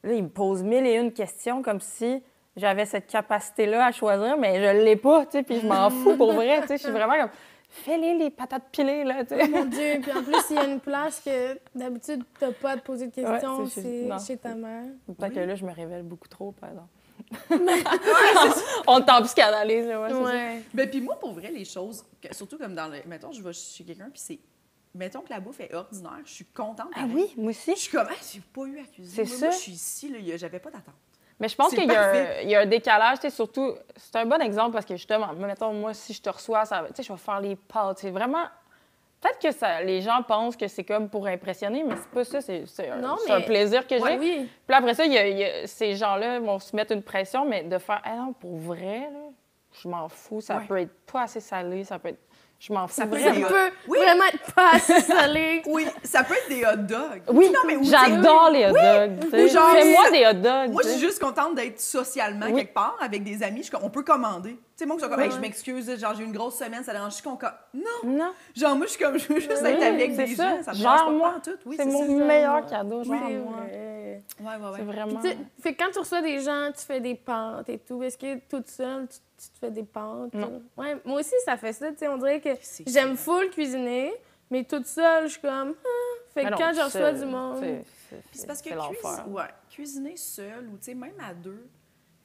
S4: là, ils me posent mille et une questions comme si j'avais cette capacité-là à choisir, mais je l'ai pas, tu sais, puis je m'en fous pour vrai. Tu sais, je suis vraiment comme. Fais-les les patates pilées, là, tu sais.
S3: Oh Mon Dieu, puis en plus, il y a une place que d'habitude, t'as pas à te poser de questions,
S4: Ouais, c'est chez-
S3: c'est
S4: non.
S3: chez ta mère.
S4: Peut-être que là, je me révèle beaucoup trop, par exemple. On t'en psychanalyse, là, ouais, c'est ça.
S3: Ouais.
S2: Ben, puis moi, pour vrai, les choses, que- surtout comme dans le. Mettons, je vais chez quelqu'un, puis c'est. Mettons que la bouffe est ordinaire, je suis contente.
S4: Ah
S2: pareil.
S4: oui, moi aussi.
S2: Je suis comme, hey, j'ai pas eu à cuisiner.
S4: C'est
S2: Moi,
S4: ça.
S2: moi, je suis ici, là, y a- j'avais pas d'attente.
S4: Mais je pense
S2: C'est
S4: qu'il y, a
S2: parfait.
S4: un- il y a un décalage, tu sais, surtout, c'est un bon exemple parce que justement, mettons, moi, si je te reçois, ça, va- tu sais, je vais faire les pâtes. C'est vraiment. Peut-être que ça, les gens pensent que c'est comme pour impressionner, mais c'est pas ça, c'est c'est un,
S3: Non,
S4: c'est un
S3: mais-
S4: plaisir que j'ai.
S3: Ouais, oui.
S4: Puis après ça, il y a- il y a- ces gens-là vont se mettre une pression, mais de faire, ah non, pour vrai, là, je m'en fous, ça
S2: Ouais.
S4: peut être pas assez salé, ça peut être. Je m'en fous.
S2: Ça peut
S3: Ça
S4: vraiment.
S2: être-
S3: peut
S2: Oui.
S3: vraiment être pas assez salé.
S2: Oui, ça peut être des hot dogs.
S4: Oui,
S2: Non, mais où-
S4: j'adore les hot dogs. tu sais.
S2: Ou genre-
S4: Fais-moi des hot dogs.
S2: Moi,
S4: tu
S2: je
S4: sais.
S2: suis juste contente d'être socialement
S4: Oui.
S2: quelque part avec des amis. Je suis comme, on peut commander. Tu sais, moi, que je suis comme,
S3: Ouais,
S2: Hey, je
S3: ouais.
S2: m'excuse, genre, j'ai eu une grosse semaine, ça dérange. Je suis con- con- Non!
S4: Non,
S2: Genre, moi, je suis comme, je veux juste être
S4: Oui,
S2: avec
S4: c'est
S2: des
S4: ça.
S2: gens. Ça me
S4: Genre,
S2: dérange pas
S4: moi,
S2: pantoute. Oui,
S4: c'est
S2: c'est
S4: mon
S2: ça.
S4: meilleur cadeau, genre,
S3: C'est
S4: moi.
S3: vrai.
S2: Ouais, ouais, ouais.
S4: C'est vraiment.
S3: Tu sais, Fait que quand tu reçois des gens, tu fais des pentes et tout. Est-ce que toute seule, tu, tu te fais des pentes?
S4: Non.
S3: Ouais, moi aussi, ça fait ça. tu sais, on dirait que
S2: C'est-
S3: j'aime full cuisiner, mais toute seule, je suis comme. Ah. Fait que
S4: Mais non,
S3: quand je reçois
S4: seul,
S3: du monde.
S4: c'est- c'est-
S2: Puis c'est parce que
S4: c'est l'enfer.
S2: cuis- ouais, cuisiner seul ou tu sais, même à deux,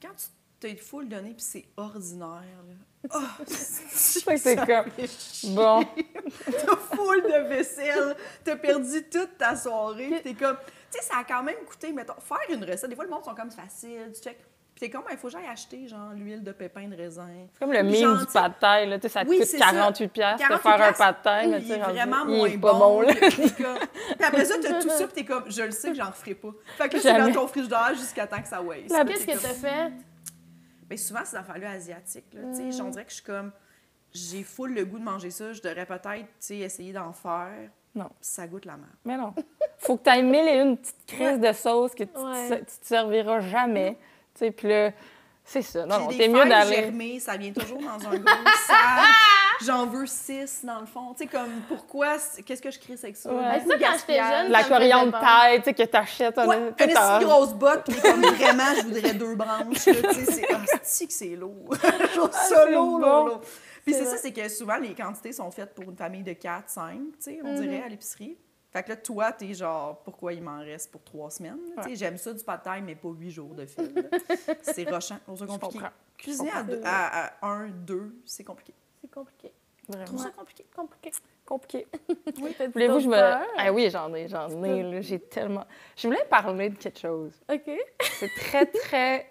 S2: quand tu t'es full donné puis c'est ordinaire, là. Ah,
S4: Fait que c'est
S2: ça
S4: comme-
S2: fait chier.
S4: Bon,
S2: T'as full de vaisselle, t'as perdu toute ta soirée, puis t'es comme. Tu sais, ça a quand même coûté, mettons, faire une recette. Des fois, le monde sont comme c'est facile, tu check. Puis t'es comme, il faut que j'aille acheter, genre, l'huile de pépin de raisin.
S4: c'est comme le
S2: Puis genre,
S4: mime du
S2: tu sais,
S4: pad thai, là, tu sais, ça te
S2: Oui,
S4: coûte
S2: c'est ça.
S4: 48 piastres de
S2: 48
S4: Ah, faire un pad thai, mais tu
S2: Il
S4: sais,
S2: est
S4: rendu-
S2: vraiment
S4: il
S2: moins
S4: est
S2: bon.
S4: pas bon, là.
S2: que- puis comme- puis après ça, t'as tout ça, puis t'es comme, je le sais que j'en referai pas. Fait que là, c'est dans
S4: Jamais.
S2: ton frigidaire jusqu'à temps que ça waste.
S4: La-
S3: Ah, Qu'est-ce que t'as fait?
S2: Mais Ben, souvent, ces affaires-là asiatiques, là, tu
S4: Mm.
S2: sais, on dirait que je suis comme, j'ai full le goût de manger ça, je devrais peut-être, tu sais, essayer d'en faire.
S4: Non.
S2: Puis Ça goûte la merde.
S4: Mais non. Faut que tu aies mille et une petites crises de sauce que tu, te-
S3: Ouais.
S4: tu te serviras jamais. Tu sais, puis là, c'est ça. Non, non,
S2: J'ai
S4: t'es
S2: des
S4: mieux
S2: feuilles
S4: d'aller.
S2: germées, ça vient toujours dans un gros sac. J'en veux six, dans le fond. Tu sais, comme, pourquoi, c'est- qu'est-ce que je crie avec ça?
S4: Ouais.
S2: Beaucoup
S3: Ben,
S4: Mais
S3: ça, quand
S2: de
S3: j'étais
S2: gaspillage.
S3: jeune,
S4: De La
S3: Ça me faisait
S4: coriandre
S3: peur.
S4: taille, tu sais, que t'achètes.
S2: Ouais,
S4: achètes
S2: une si grosse botte, mais comme vraiment, je voudrais deux branches. là, Tu sais, c'est hostie que c'est lourd. Je trouve ça
S4: c'est
S2: lourd,
S4: bon.
S2: lourd, lourd. Puis
S3: Ah, C'est
S2: c'est
S3: vrai.
S2: ça, c'est que souvent, les quantités sont faites pour une famille de 4, 5, tu sais, on
S3: Mm-hmm.
S2: dirait, à l'épicerie. Fait que là, toi, t'es genre, pourquoi il m'en reste pour trois semaines? là? Tu sais, j'aime ça du pad thai, mais pas huit jours de fil. là. c'est rochant, on se compliqué.
S4: comprends.
S2: Cuisiner à,
S3: comprends.
S2: deux- à, à un, deux, c'est compliqué.
S3: C'est compliqué.
S4: Vraiment.
S3: C'est compliqué. Compliqué.
S4: Compliqué.
S3: Oui. T'as-tu
S4: Voulez-vous que je me.
S3: peur?
S4: Ah oui, j'en ai, j'en ai, là. J'ai tellement. Je voulais parler de quelque chose.
S3: OK.
S4: C'est très, très.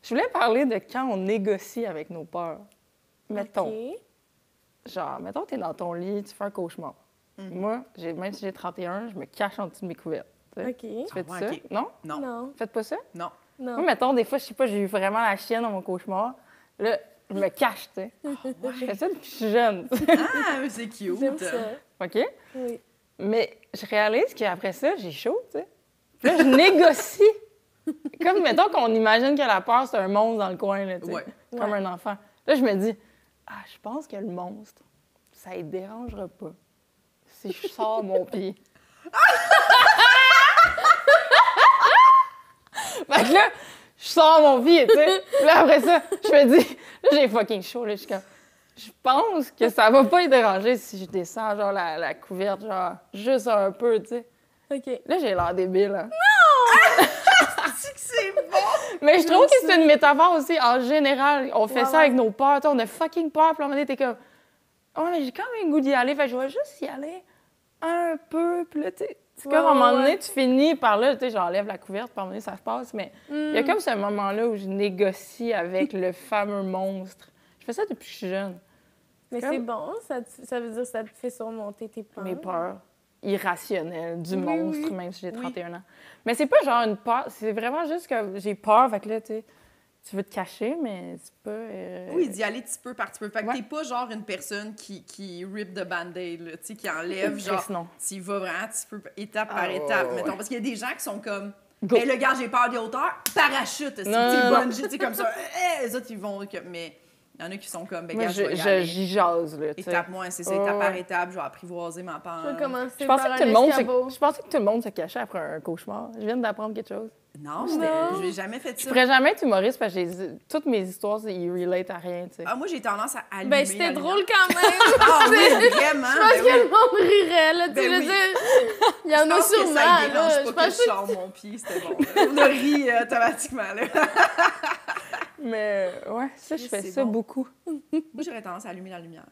S4: Je voulais parler de quand on négocie avec nos peurs. Mettons.
S3: OK.
S4: Genre, mettons, t'es dans ton lit, tu fais un cauchemar.
S2: Mhm.
S4: Moi, j'ai, même si j'ai 31, je me cache en dessous de mes couvertes. tu sais.
S3: OK.
S4: Tu fais
S2: Ah ouais,
S4: ça?
S2: ok.
S4: Non?
S2: Non,
S3: Non.
S4: Faites pas ça?
S2: non.
S3: Non.
S4: Moi, mettons, des fois, je sais pas, j'ai eu vraiment la chienne dans mon cauchemar. Là, je me cache, tu sais. Je fais ça depuis que je suis jeune.
S2: Ah, mais c'est
S3: J'aime
S2: cute.
S3: ça.
S4: OK?
S3: Oui.
S4: Mais je réalise qu'après ça, j'ai chaud, tu sais. Puis Là, je négocie. Comme, mettons qu'on imagine que la peur, c'est un monstre dans le coin, là, tu sais.
S2: Ouais.
S4: Comme
S3: Ouais.
S4: un enfant. Là, je me dis, ah, je pense que le monstre, ça ne dérangera pas si je sors mon pied. fait que là, je sors mon pied, tu sais. Puis là, après ça, je me dis, là, j'ai fucking chaud, là. Je suis comme, je pense que ça va pas les déranger si je descends, genre, la, la couverte, genre, juste un peu, tu sais.
S3: OK.
S4: Là, j'ai l'air débile, hein.
S2: Ah, C'est que c'est bon.
S4: Mais je trouve que
S3: Merci.
S4: c'est une métaphore aussi. En général, on fait
S3: Ouais,
S4: ça
S3: ouais.
S4: avec nos peurs. tu sais, On a fucking peur. Puis à un moment donné, t'es comme. Oh, mais j'ai quand même le goût d'y aller. Fait que je vais juste y aller un peu. Puis là, tu sais. C'est
S3: Ouais,
S4: comme à un moment
S3: ouais,
S4: donné,
S3: ouais.
S4: tu finis par là. Tu sais, j'enlève la couverte. Puis à un moment donné, ça se passe. Mais il y
S3: Mm.
S4: a comme ce moment-là où je négocie avec le fameux monstre. Je fais ça depuis que je suis jeune.
S3: Mais
S4: Comme-
S3: c'est bon, ça, te- ça veut dire que ça te fait surmonter tes peurs.
S4: Mes peurs irrationnelles du
S3: Ah. Oui,
S4: monstre,
S3: oui.
S4: même si j'ai
S2: Oui.
S4: 31 ans. Mais c'est pas genre une peur. C'est vraiment juste que j'ai peur. Fait que là, tu sais, Tu veux te cacher, mais c'est pas. euh,
S2: Oui, d'y aller petit peu par petit peu. Fait que
S4: Ouais.
S2: t'es pas genre une personne qui, qui rip de band-aid, là, tu sais, qui enlève,
S4: Chris,
S2: genre,
S4: non.
S2: tu y vas vraiment petit peu étape
S4: Ah,
S2: par
S4: ouais,
S2: étape,
S4: ouais,
S2: mettons.
S4: ouais.
S2: Parce qu'il y a des gens qui sont comme,
S4: Go.
S2: mais le gars, j'ai peur des hauteurs, parachute, c'est
S4: Non, non, non.
S2: bungee, tu sais, comme ça. Eh, les autres, ils vont, comme- mais il y en a qui sont comme, ben,
S4: Moi,
S2: gars, je,
S4: je-
S2: vais y
S4: je-
S2: aller.
S4: j'y jase, là, tu sais.
S2: Étape moins, c'est ça,
S4: Ouais,
S2: étape par
S4: ouais.
S2: étape, je vais apprivoiser ma peur.
S3: Je vais commencer
S4: Je
S3: par
S4: pensais, que
S3: un
S4: tout le monde
S3: escabeau.
S4: se... je pensais que tout le monde se cachait après un cauchemar. Je viens d'apprendre quelque chose.
S2: Non,
S3: Non.
S2: je n'ai jamais fait
S4: Je
S2: ça.
S4: pourrais jamais être humoriste parce que j'ai- toutes mes histoires, c'est- ils relate à rien, tu sais.
S2: Ah, moi, j'ai tendance à allumer.
S3: Ben, c'était
S2: la
S3: drôle
S2: lumière.
S3: quand même.
S2: Ah oui, vraiment.
S3: Je pense
S2: ben
S3: que
S2: oui.
S3: le monde rirait, là. Tu
S2: Ben
S3: sais, je
S2: oui.
S3: veux dire, il y en
S2: Je
S3: a
S2: pense que ça,
S3: sûrement,
S2: il dérange
S3: là.
S2: pas
S3: Je
S2: que
S3: pense
S2: je sors mon pied, c'était bon. là. On a ri euh, automatiquement, là.
S4: Mais euh, ouais, ça, je
S2: Chris,
S4: fais
S2: c'est
S4: ça
S2: bon.
S4: beaucoup.
S2: Moi, j'aurais tendance à allumer la lumière.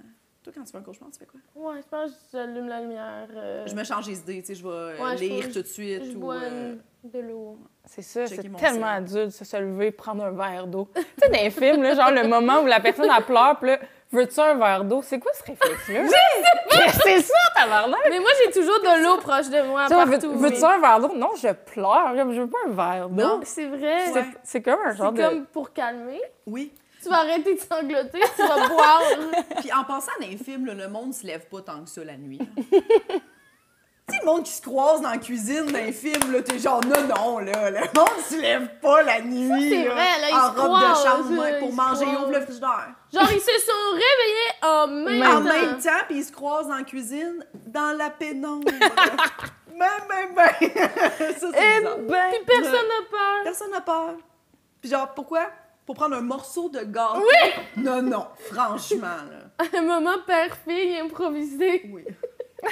S2: Toi, quand tu fais un cauchemar, tu fais quoi?
S3: que... Ouais, je pense que j'allume la lumière. euh,
S2: Je me change les idées, tu sais, je vais euh,
S3: Ouais, je
S2: lire
S3: trouve-
S2: tout de suite
S3: je
S2: ou...
S3: bois
S2: euh,
S3: une- de l'eau.
S4: C'est ça,
S2: Checker
S4: c'est
S2: mon
S4: tellement
S2: sel.
S4: adulte, ça, se lever, prendre un verre d'eau. tu sais, dans les films, là, genre le moment où la personne, elle pleure, puis là, veux-tu un verre d'eau? C'est quoi ce réflexe-là? Mais c'est ça, tabarnak!
S3: Mais moi, j'ai toujours de l'eau proche de moi,
S4: Tu vois, veux-
S3: partout.
S4: Veux-tu un verre d'eau? Non, je pleure, comme, je veux pas un verre
S3: mais-
S4: d'eau.
S3: Non, c'est
S2: Ouais.
S3: vrai.
S4: C'est- C'est comme un
S3: C'est
S4: genre de...
S3: comme pour calmer.
S2: Oui.
S3: Tu vas arrêter de sangloter, tu vas boire.
S2: Puis en passant dans les films, là, le monde se lève pas tant que ça la nuit. là. tu sais, le monde qui se croise dans la cuisine dans les films, là, t'es genre, non, non, là, le monde se lève pas la nuit,
S3: c'est
S2: là,
S3: vrai, là, ils
S2: en
S3: se
S2: robe de
S3: croisent,
S2: chambre
S3: là,
S2: ouais, pour
S3: ils se
S2: manger,
S3: croisent.
S2: ouvre le frigidaire.
S3: Genre, ils se sont réveillés en même
S2: En
S3: temps.
S2: même temps, puis ils se croisent dans la cuisine, dans la pénombre. ben, ben, ben! ça, c'est
S4: Eh
S2: bizarre.
S4: ben,
S3: Puis personne n'a peur.
S2: Personne n'a peur. Puis genre, pourquoi? Pour prendre un morceau de gâteau. Oui! Non, non, franchement, là.
S3: Un moment père-fille improvisé
S2: Oui.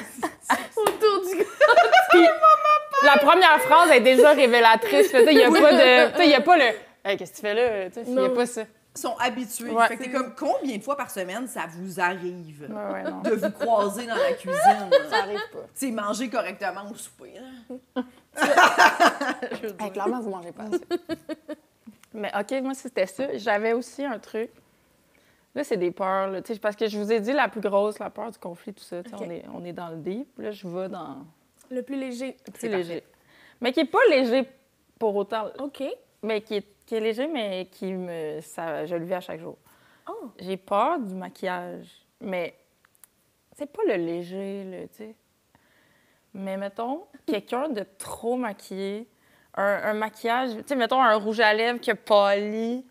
S3: autour du
S4: La première phrase est déjà révélatrice. Il n'y a pas de. tu sais, y a pas le. Hey, qu'est-ce que tu fais là? Il n'y a
S3: Non.
S4: pas ça.
S2: Ils sont habitués.
S4: Ouais.
S2: Fait que t'es comme, combien de fois par semaine ça vous arrive
S4: Ouais, ouais, non.
S2: de vous croiser dans la cuisine?
S4: Ça arrive pas.
S2: Tu sais, manger correctement au souper, là. Je veux dire.
S4: Hey, clairement, vous mangez pas assez. Mais OK, moi, c'était ça. J'avais aussi un truc. Là, c'est des peurs. Là, tu sais, parce que je vous ai dit la plus grosse, la peur du conflit, tout ça. tu sais,
S3: OK.
S4: On, est, on est dans le deep. Là, je vais dans.
S3: Le plus léger.
S4: Plus léger. Mais qui n'est pas léger pour autant.
S3: OK.
S4: Mais qui est, qui est léger, mais qui me. Ça, je le vis à chaque jour.
S3: Oh.
S4: J'ai peur du maquillage, mais c'est pas le léger, là, tu sais. Mais mettons, quelqu'un de trop maquillé, un, un maquillage, tu sais, mettons un rouge à lèvres qui a pâli.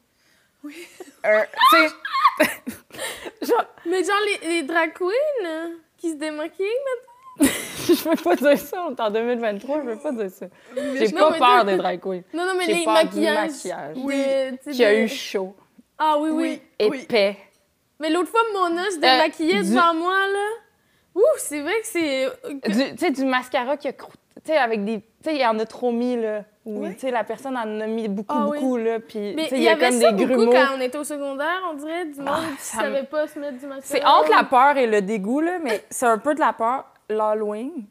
S4: Oui. tu sais, genre,
S3: Mais genre, les, les drag queens euh, qui se démaquillent,
S4: je veux pas dire ça, on est en 2023, je veux pas dire ça. J'ai
S3: Non,
S4: pas
S3: mais
S4: peur
S3: t'as-
S4: des drag queens.
S3: Non, non, mais
S4: J'ai
S3: les
S4: peur du
S3: maquillages.
S4: maquillage.
S3: de-
S2: Oui.
S3: tu sais,
S4: Qui a
S3: de-
S4: eu chaud,
S3: Ah oui, oui.
S2: Oui, oui.
S4: épais.
S3: Mais l'autre fois, mon os se démaquillait
S4: Euh, du-
S3: devant moi, là. Ouh, c'est vrai que c'est.
S4: Du- Tu sais, du mascara qui a croûté, tu sais, avec des... Tu sais, il en a trop mis, là. Oui.
S2: Ouais.
S4: Tu sais, la personne en a mis beaucoup,
S3: Ah oui.
S4: beaucoup, là, puis tu
S3: Mais
S4: sais,
S3: il
S4: il
S3: y
S4: a
S3: avait
S4: comme
S3: ça
S4: des
S3: beaucoup
S4: grumeaux. Ah,
S3: quand on était au secondaire, on dirait, du monde qui
S4: ça me-
S3: savait pas se mettre du mascara.
S4: C'est entre
S3: Oh.
S4: la peur et le dégoût, là, mais c'est un peu de la peur. L'Halloween.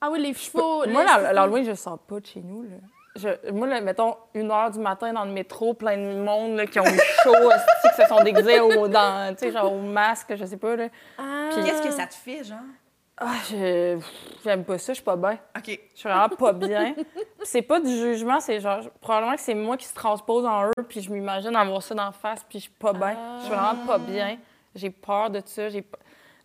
S3: Ah oui, les chevaux.
S4: Moi,
S3: les-
S4: la- l'Halloween, je le sens pas de chez nous, là. Je- moi, là, mettons, une heure du matin dans le métro, plein de monde là, qui ont eu chaud, hostie, qui se sont déguisés au, dans, tu sais, genre, au masque, je sais pas. Là.
S3: Ah.
S4: euh,
S2: Puis qu'est-ce que ça te fait, genre?
S4: Ah, je- j'aime pas ça, je suis pas bien.
S2: OK.
S4: Je suis vraiment pas bien. Puis c'est pas du jugement, c'est genre, je- probablement que c'est moi qui se transpose en eux, puis je m'imagine avoir ça d'en face, puis je suis pas bien. Je suis vraiment pas bien. J'ai peur de ça. J'ai p-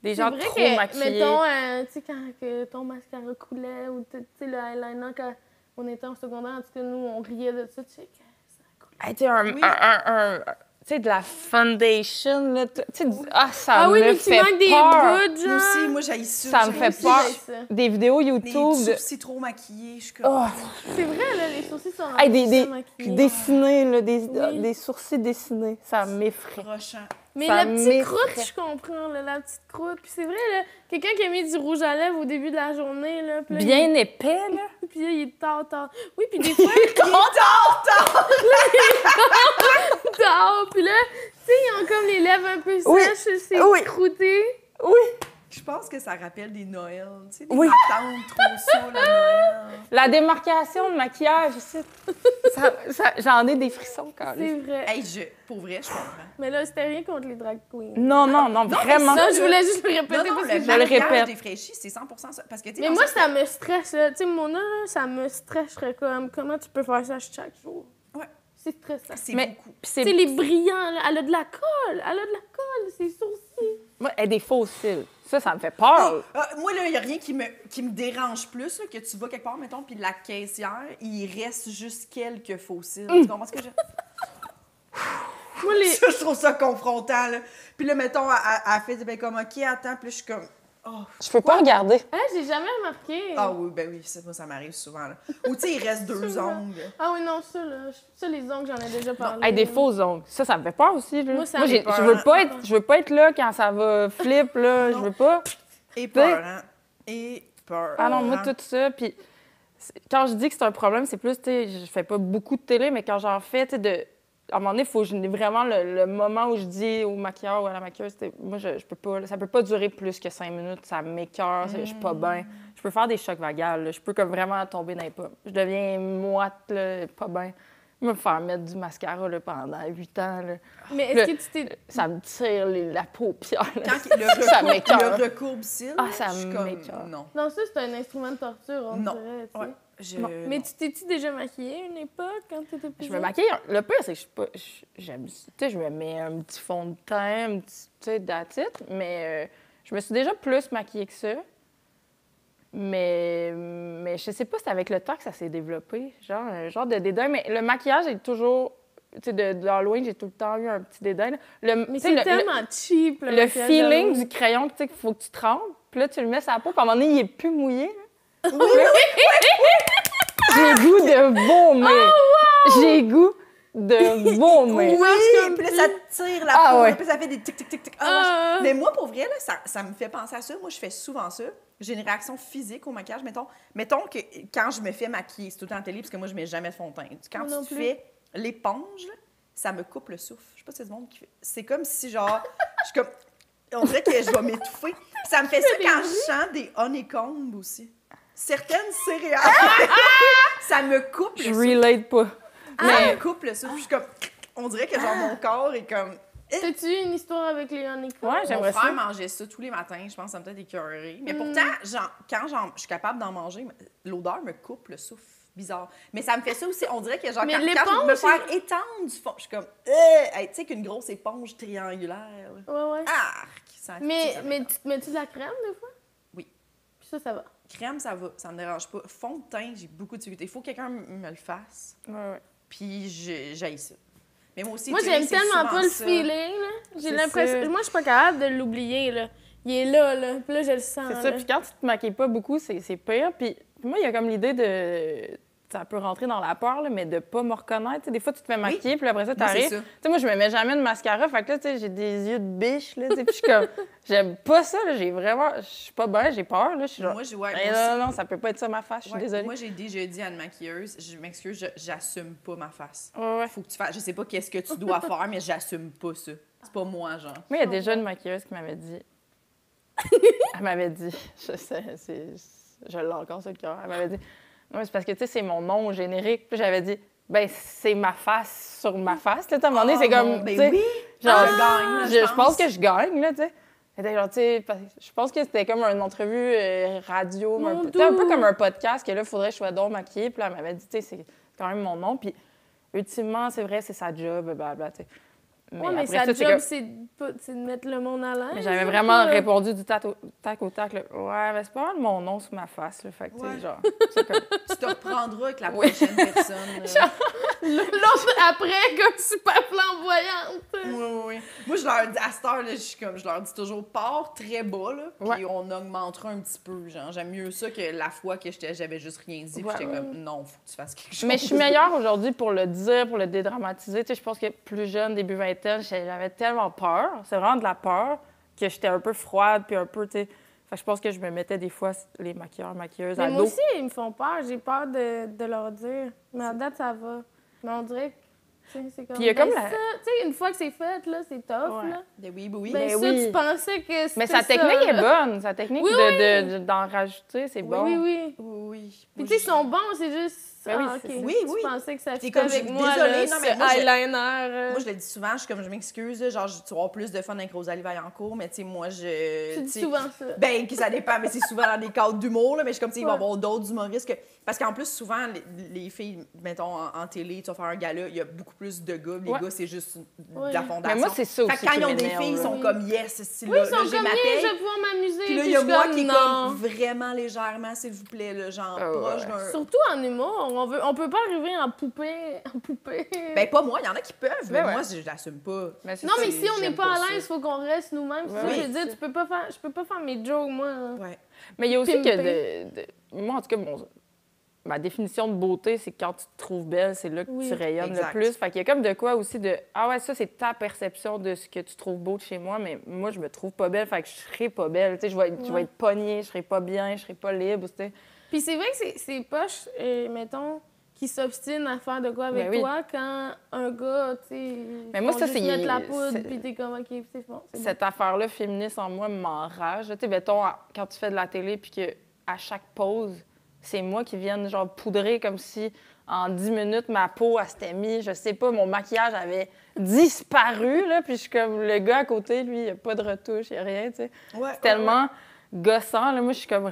S4: des
S3: C'est
S4: gens
S3: vrai
S4: trop
S3: que,
S4: maquillés.
S3: Mettons, euh, tu sais, quand que ton mascara coulait ou tu sais, le eyeliner, quand on était en secondaire, en tout cas, nous, on riait de ça, tu sais, que ça coulait.
S4: Hey, tu sais, un,
S2: Oui.
S4: un- un- un- tu sais, de la foundation, là, tu tu sais, du- ah, ça
S3: Ah oui,
S4: me
S3: mais tu
S4: fait
S3: manques des
S4: peur.
S3: bouts,
S2: Moi
S3: genre.
S2: aussi, moi, j'ai ça.
S4: Ça me
S2: j'haïs
S4: fait
S3: aussi,
S4: peur.
S3: j'haïs ça.
S4: Des vidéos
S2: Les
S4: YouTube, de-
S2: sourcils trop maquillés, je suis comme...
S4: oh,
S3: C'est vrai, là, les sourcils sont
S4: hey, des, des-
S3: maquillés.
S4: dessinés, là, des,
S3: Oui.
S4: des sourcils dessinés, ça m'effraie.
S2: Rochant.
S3: Mais
S4: ça
S3: la
S4: m'effraie.
S3: petite croûte, je comprends, là, la petite croûte. Puis c'est vrai, là, quelqu'un qui a mis du rouge à lèvres au début de la journée, là, puis là,
S4: Bien épais, là.
S3: il- puis là, il est tard, tard. Oui, puis des fois, tard, puis là, tu sais, ils ont comme les lèvres un peu
S4: Oui.
S3: sèches, c'est
S4: Oui.
S3: croûté.
S2: Je pense que ça rappelle des Noëls, tu sais, des
S4: Oui.
S2: patentes trop saules à Noël.
S4: La démarcation de maquillage ici. Ça- ça- J'en ai des frissons quand
S3: C'est
S4: même.
S3: vrai.
S2: Hey, je... Pour vrai, je comprends.
S3: Mais là, c'était rien contre les drag queens.
S4: Non, non, non, vraiment.
S3: Ça, je voulais juste le répéter
S2: Non, non,
S3: parce que
S2: le
S3: je-
S4: mal-
S2: mariage
S4: répète.
S2: défraîchi, c'est 100% ça. Parce que, tu sais,
S3: Mais
S2: dans
S3: moi,
S2: ce-
S3: ça me stresse, là. Tu sais, mon là, ça me stresserait comme. Comment tu peux faire ça chaque jour?
S2: Ouais.
S3: C'est stressant. Tu
S2: c'est
S4: Mais-
S2: beaucoup.
S4: Puis
S3: sais,
S4: c'est
S3: les brillants, là, elle a de la colle. Elle a de la colle, ses sourcils.
S4: moi, elle a des faux cils. Ça, ça me fait peur.
S2: Ah, moi, là, il n'y a rien qui me, qui me dérange plus là, que tu vas quelque part, mettons, puis la caissière, il reste juste quelques fossiles. Tu comprends ce que je...
S3: Moi, les.
S2: Ça, je trouve ça confrontant, là. Puis là, mettons, elle, elle- elle fait ben, comme, OK, attends, puis là, je suis comme... Oh.
S4: Je peux pas regarder.
S3: Ah, j'ai jamais remarqué.
S2: Ah oui, ben oui, ça, moi, ça m'arrive souvent. Là. Ou tu sais, il reste deux
S3: Souvent.
S2: ongles.
S3: Ah oui, non, ça, là. Ça, les ongles, j'en ai déjà parlé.
S4: Hey, des faux ongles. Ça, ça me fait peur aussi. Là.
S3: Moi, ça me
S4: j'ai-
S3: fait peur.
S4: je veux pas être, je veux pas être là quand ça va flip là. Je
S2: Non.
S4: veux pas.
S2: Et peur, hein? Et peur.
S4: Ah non, moi
S2: hein?
S4: tout ça. Puis c'est- quand je dis que c'est un problème, c'est plus, tu sais, je fais pas beaucoup de télé, mais quand j'en fais, tu sais, de à un moment donné, faut que j'ai vraiment le, le moment où je dis au maquilleur ou à la maquilleuse, tu sais, moi, je, je peux pas, ça peut pas durer plus que cinq minutes, ça m'écœure, c'est- je suis pas bien. Je peux faire des chocs vagales, là. je peux comme vraiment tomber dans les pommes. Je deviens moite, là, pas bien. Me faire mettre du mascara là, pendant huit ans, là,
S3: Mais
S4: Le-
S3: est-ce que tu t'es.
S4: ça me tire les- la paupière. là.
S2: Quand il- le recourbe,
S4: m'écoeure.
S2: le recourbe cils,
S4: Ah, ça
S2: je suis comme,
S4: m'écoeure.
S2: Non.
S3: Non, ça, c'est un instrument de torture, on
S2: Non.
S3: dirait. tu sais.
S2: Ouais, je-
S4: Euh, Non,
S2: non.
S3: Mais tu t'es-tu déjà maquillée à une époque quand t'étais plus
S4: Je me
S3: jeune?
S4: maquille. un- Le pire, c'est que je suis pas. je- J'aime. Tu sais, je me mets un petit fond de teint, un petit. Tu sais, that's it. Mais euh, je me suis déjà plus maquillée que ça. Mais, mais je sais pas, c'est avec le temps que ça s'est développé. Genre, un genre de dédain. Mais le maquillage est toujours. Tu sais, de, de l'Halloween, j'ai tout le temps eu un petit dédain. là. Le,
S3: Mais
S4: tu sais,
S3: c'est
S4: le- le-
S3: tellement cheap, le
S4: le,
S3: maquillage
S4: feeling
S3: d'Halloween.
S4: du crayon, tu sais, qu'il faut que tu trempes. Puis là, tu le mets sur la peau. Puis à un moment donné, il est plus mouillé. là. J'ai goût de vomir.
S2: Oh,
S4: J'ai goût de
S2: Oui,
S4: vomir.
S2: puis là, ça tire la
S4: Ah
S2: peau,
S4: ouais.
S2: puis ça fait des tic tic tic tic. Ah, moi, je-
S3: Ah,
S2: Mais moi, pour vrai, là, ça, ça me fait penser à ça. Moi, je fais souvent ça. J'ai une réaction physique au maquillage. Mettons, mettons que quand je me fais maquiller, c'est tout le temps en télé, parce que moi, je mets jamais de fond de teint. Quand
S3: Moi non
S2: tu te
S3: plus.
S2: fais l'éponge, là, ça me coupe le souffle. Je sais pas si c'est du monde qui fait. C'est comme si, genre, je suis comme. On dirait que je vais m'étouffer. Puis Ça me fait ça quand je chante des honeycombs aussi. Certaines céréales. ça me coupe le
S4: Je
S2: souffle.
S4: relate pas.
S3: Ah!
S2: Ça me coupe le souffle. Je suis comme. On dirait que, genre, mon corps est comme.
S3: T'as-tu eu une histoire avec les honeycombs?
S4: Ouais,
S2: Mon
S4: j'aimerais
S2: frère
S4: ça.
S2: mangeait ça tous les matins. Je pense que ça me peut-être écœuré.
S3: Mm.
S2: Mais pourtant, j'en- quand j'en- je suis capable d'en manger, l'odeur me coupe le souffle. Bizarre. Mais ça me fait ça aussi. On dirait que genre,
S3: Mais
S2: quand,
S3: l'éponge,
S2: quand je me
S3: c'est-
S2: faire étendre du fond, je suis comme, euh, hey, tu sais, qu'une grosse éponge triangulaire. là.
S3: Ouais,
S4: Ah,
S3: ouais.
S2: Arc! Ça,
S3: mais,
S2: ça me-
S3: mais tu te mets-tu de la crème des fois?
S2: Oui.
S3: Puis ça, ça va.
S2: Crème, ça va. Ça me dérange pas. Fond de teint, j'ai beaucoup de difficultés. Il faut que quelqu'un m- me le fasse.
S4: Ouais, ouais.
S2: Puis je- j'haïs ça. Mais moi aussi,
S3: Moi,
S2: Thierry,
S3: j'aime
S2: c'est
S3: tellement
S2: souvent
S3: pas le
S2: ça.
S3: feeling, là. J'ai
S4: C'est ça.
S3: l'impression. Moi, je suis pas capable de l'oublier, là. Il est là, là. Puis là, je le sens.
S4: C'est
S3: là.
S4: ça. Puis quand tu te maquilles pas beaucoup, c'est c'est pire. Puis puis moi, il y a comme l'idée de. Ça peut rentrer dans la peur, là, mais de pas me reconnaître. Tu sais, des fois, tu te fais maquiller, puis après
S2: Moi,
S4: ça,
S2: Ben, c'est
S4: t'arrives.
S2: ça.
S4: Tu sais, moi, je me mets jamais de mascara. Fait que là, tu sais, j'ai des yeux de biche, là. tu sais, Puis je suis comme, j'aime pas ça, là. J'ai vraiment, je suis pas bien, j'ai peur, là. Je suis genre,
S2: Moi, je ouais,
S4: Eh,
S2: moi aussi.
S4: non, non, non, ça peut pas être ça ma face, je suis
S2: Ouais,
S4: désolée.
S2: Moi, j'ai déjà dit à une maquilleuse, je m'excuse, je- j'assume pas ma face.
S4: Ouais, ouais.
S2: Faut que tu fasses, je sais pas qu'est-ce que tu dois faire, mais j'assume pas ça. C'est pas moi, genre.
S4: Moi, il y a déjà une maquilleuse qui m'avait dit. elle m'avait dit, je sais, c'est, je l'ai encore sur le cœur. Elle m'avait dit, non, mais c'est parce que, tu sais, c'est mon nom au générique. Puis j'avais dit, ben, c'est ma face sur ma face. Là, tu sais, à un moment donné, c'est
S2: Ah,
S4: comme.
S2: bon, ben
S4: tu sais,
S2: oui,
S4: genre,
S2: je gagne, là,
S4: je, je pense que je gagne, là, tu sais. Elle était genre, tu sais, parce que je pense que c'était comme une entrevue euh, radio, mais un
S3: Mon
S4: peu, tu sais, un peu
S3: doux.
S4: comme un podcast, que là, il faudrait que je sois donc maquillée. Puis là, elle m'avait dit, tu sais, c'est quand même mon nom. Puis, ultimement, c'est vrai, c'est sa job, blablabla, tu sais. Mais
S3: Ouais, mais
S4: après
S3: sa
S4: ça, c'est
S3: job,
S4: que-
S3: c'est de pas- c'est de mettre le monde à l'aise.
S4: mais j'avais
S3: là,
S4: vraiment
S3: pas- euh,
S4: répondu du tac au tac, au tac là. Ouais, mais c'est pas mal mon nom sur ma face, là. Fait que, tu sais,
S2: Ouais.
S4: genre, c'est comme-
S2: Tu te reprendras avec la
S4: Oui.
S2: prochaine personne. euh.
S3: L'autre après, comme super flamboyante.
S2: Oui, oui, oui. Moi, je leur dis, à cette heure, là, je, suis comme, je leur dis toujours, pars très bas, là, puis
S4: Ouais.
S2: on augmentera un petit peu. Genre, j'aime mieux ça que la fois que j'étais- j'avais juste rien dit, puis
S4: Ouais,
S2: j'étais
S4: ouais.
S2: comme, non, faut que tu fasses quelque chose.
S4: Mais je suis meilleure aujourd'hui pour le dire, pour le dédramatiser. Tu sais, je pense que plus jeune, début vingtaine, j'étais- j'avais tellement peur. C'est vraiment de la peur que j'étais un peu froide, puis un peu, tu sais. Fait que je pense que je me mettais des fois les maquilleurs, maquilleuses
S3: Mais
S4: à
S3: moi
S4: dos.
S3: aussi, ils me font peur. J'ai peur de, de leur dire. Mais à date, ça va. Mais on dirait que. tu sais, C'est comme,
S4: Puis il y a comme
S3: ben
S4: la-
S3: ça, tu sais, une fois que c'est fait, là, c'est tough,
S4: Ouais.
S3: là.
S2: Ben oui, ben oui.
S3: Ben,
S4: Mais
S3: ça,
S4: oui.
S3: tu pensais que c'était
S4: Mais sa technique
S3: ça,
S4: est
S3: là.
S4: bonne. Sa technique
S3: Oui,
S4: de- de- de- d'en rajouter, c'est bon.
S3: Oui, oui, oui.
S2: oui, oui.
S3: Puis
S2: Moi,
S3: tu sais,
S2: je-
S3: ils sont bons, c'est juste...
S4: Ben oui,
S3: ah, ok.
S4: c'est ça.
S2: Oui, oui.
S3: Tu pensais que ça
S2: T'es
S3: fitait
S2: comme,
S3: avec
S2: j'ai-
S3: moi,
S2: désolée,
S3: là,
S2: non, mais
S3: ce
S2: moi, je-
S3: eyeliner. euh.
S2: Moi, je le dis souvent, je suis comme, je m'excuse, là, genre, tu vas avoir plus de fun avec Rosalie Vaillancourt, mais tu sais, moi, je.
S3: Tu
S2: tu
S3: dis
S2: sais,
S3: souvent ça.
S2: Ben, que ça dépend, mais c'est souvent dans des cadres d'humour, là, mais je suis comme, tu sais, il va y
S3: Ouais.
S2: avoir d'autres humoristes que... Parce qu'en plus, souvent, les, les filles, mettons, en, en télé, tu vas faire un gala, il y a beaucoup plus de gars, les
S4: Ouais.
S2: gars, c'est juste une- de
S3: Ouais.
S2: la fondation.
S4: Mais moi, c'est ça
S2: Fait
S4: aussi
S2: que quand
S4: qui
S2: ils ont des
S4: m'énerve,
S2: filles, ils
S4: là.
S2: sont comme, yes, c'est
S3: Oui,
S2: là,
S3: ils sont
S2: là,
S3: comme,
S2: j'ai ma
S3: bien, je
S2: paye.
S3: vais pouvoir m'amuser.
S2: Puis là, il
S3: Puis
S2: y a
S3: je
S2: moi
S3: suis
S2: qui est
S3: comme,
S2: comme
S3: non.
S2: vraiment légèrement, s'il vous plaît, le genre
S4: Ah ouais.
S2: proche d'un.
S3: Surtout en humour, on, veut, on peut pas arriver en poupée. En poupée.
S2: Ben, pas moi, il y en a qui peuvent, mais,
S4: Ben ouais.
S2: moi, je l'assume pas.
S4: Mais c'est
S3: non,
S4: ça,
S3: mais si on
S2: j'aime
S3: n'est pas,
S2: pas
S3: à
S2: ça.
S3: l'aise, faut qu'on reste nous-mêmes. C'est
S4: Ouais,
S3: ça que
S2: oui.
S3: je veux dire, tu peux pas faire, je peux pas faire mes jokes, moi. hein.
S2: Ouais.
S4: Mais il y a aussi
S3: Pimper.
S4: que. de- de- moi, en tout cas, mon- ma définition de beauté, c'est quand tu te trouves belle, c'est là que
S3: Oui.
S4: tu rayonnes
S2: Exact.
S4: le plus. Fait qu'il y a comme de quoi aussi de. Ah ouais, ça, c'est ta perception de ce que tu trouves beau de chez moi, mais moi, je me trouve pas belle, fait que je serai pas belle. Tu sais, je vais être, je
S3: Ouais.
S4: vais être pognée, je serai pas bien, je serai pas libre. tu sais.
S3: Puis c'est vrai que c'est- c'est poche, euh, mettons, qui s'obstine à faire de quoi avec
S4: Ben oui.
S3: toi quand un gars, tu sais.
S2: Ben,
S4: Mais moi,
S3: font
S4: ça,
S3: juste
S4: c'est-
S3: mettre la poudre,
S4: c'est-
S3: puis t'es comme, OK, c'est bon. c'est bon.
S4: Cette affaire-là féministe en moi m'enrage. Tu sais, mettons, à- quand tu fais de la télé, puis que à chaque pause, c'est moi qui vienne genre poudrer comme si en 10 minutes ma peau elle s'était mise, je sais pas, mon maquillage avait disparu là, puis je suis comme le gars à côté, lui, il a pas de retouche, il a rien, tu sais.
S2: Ouais,
S4: C'est tellement gossant là, moi je suis comme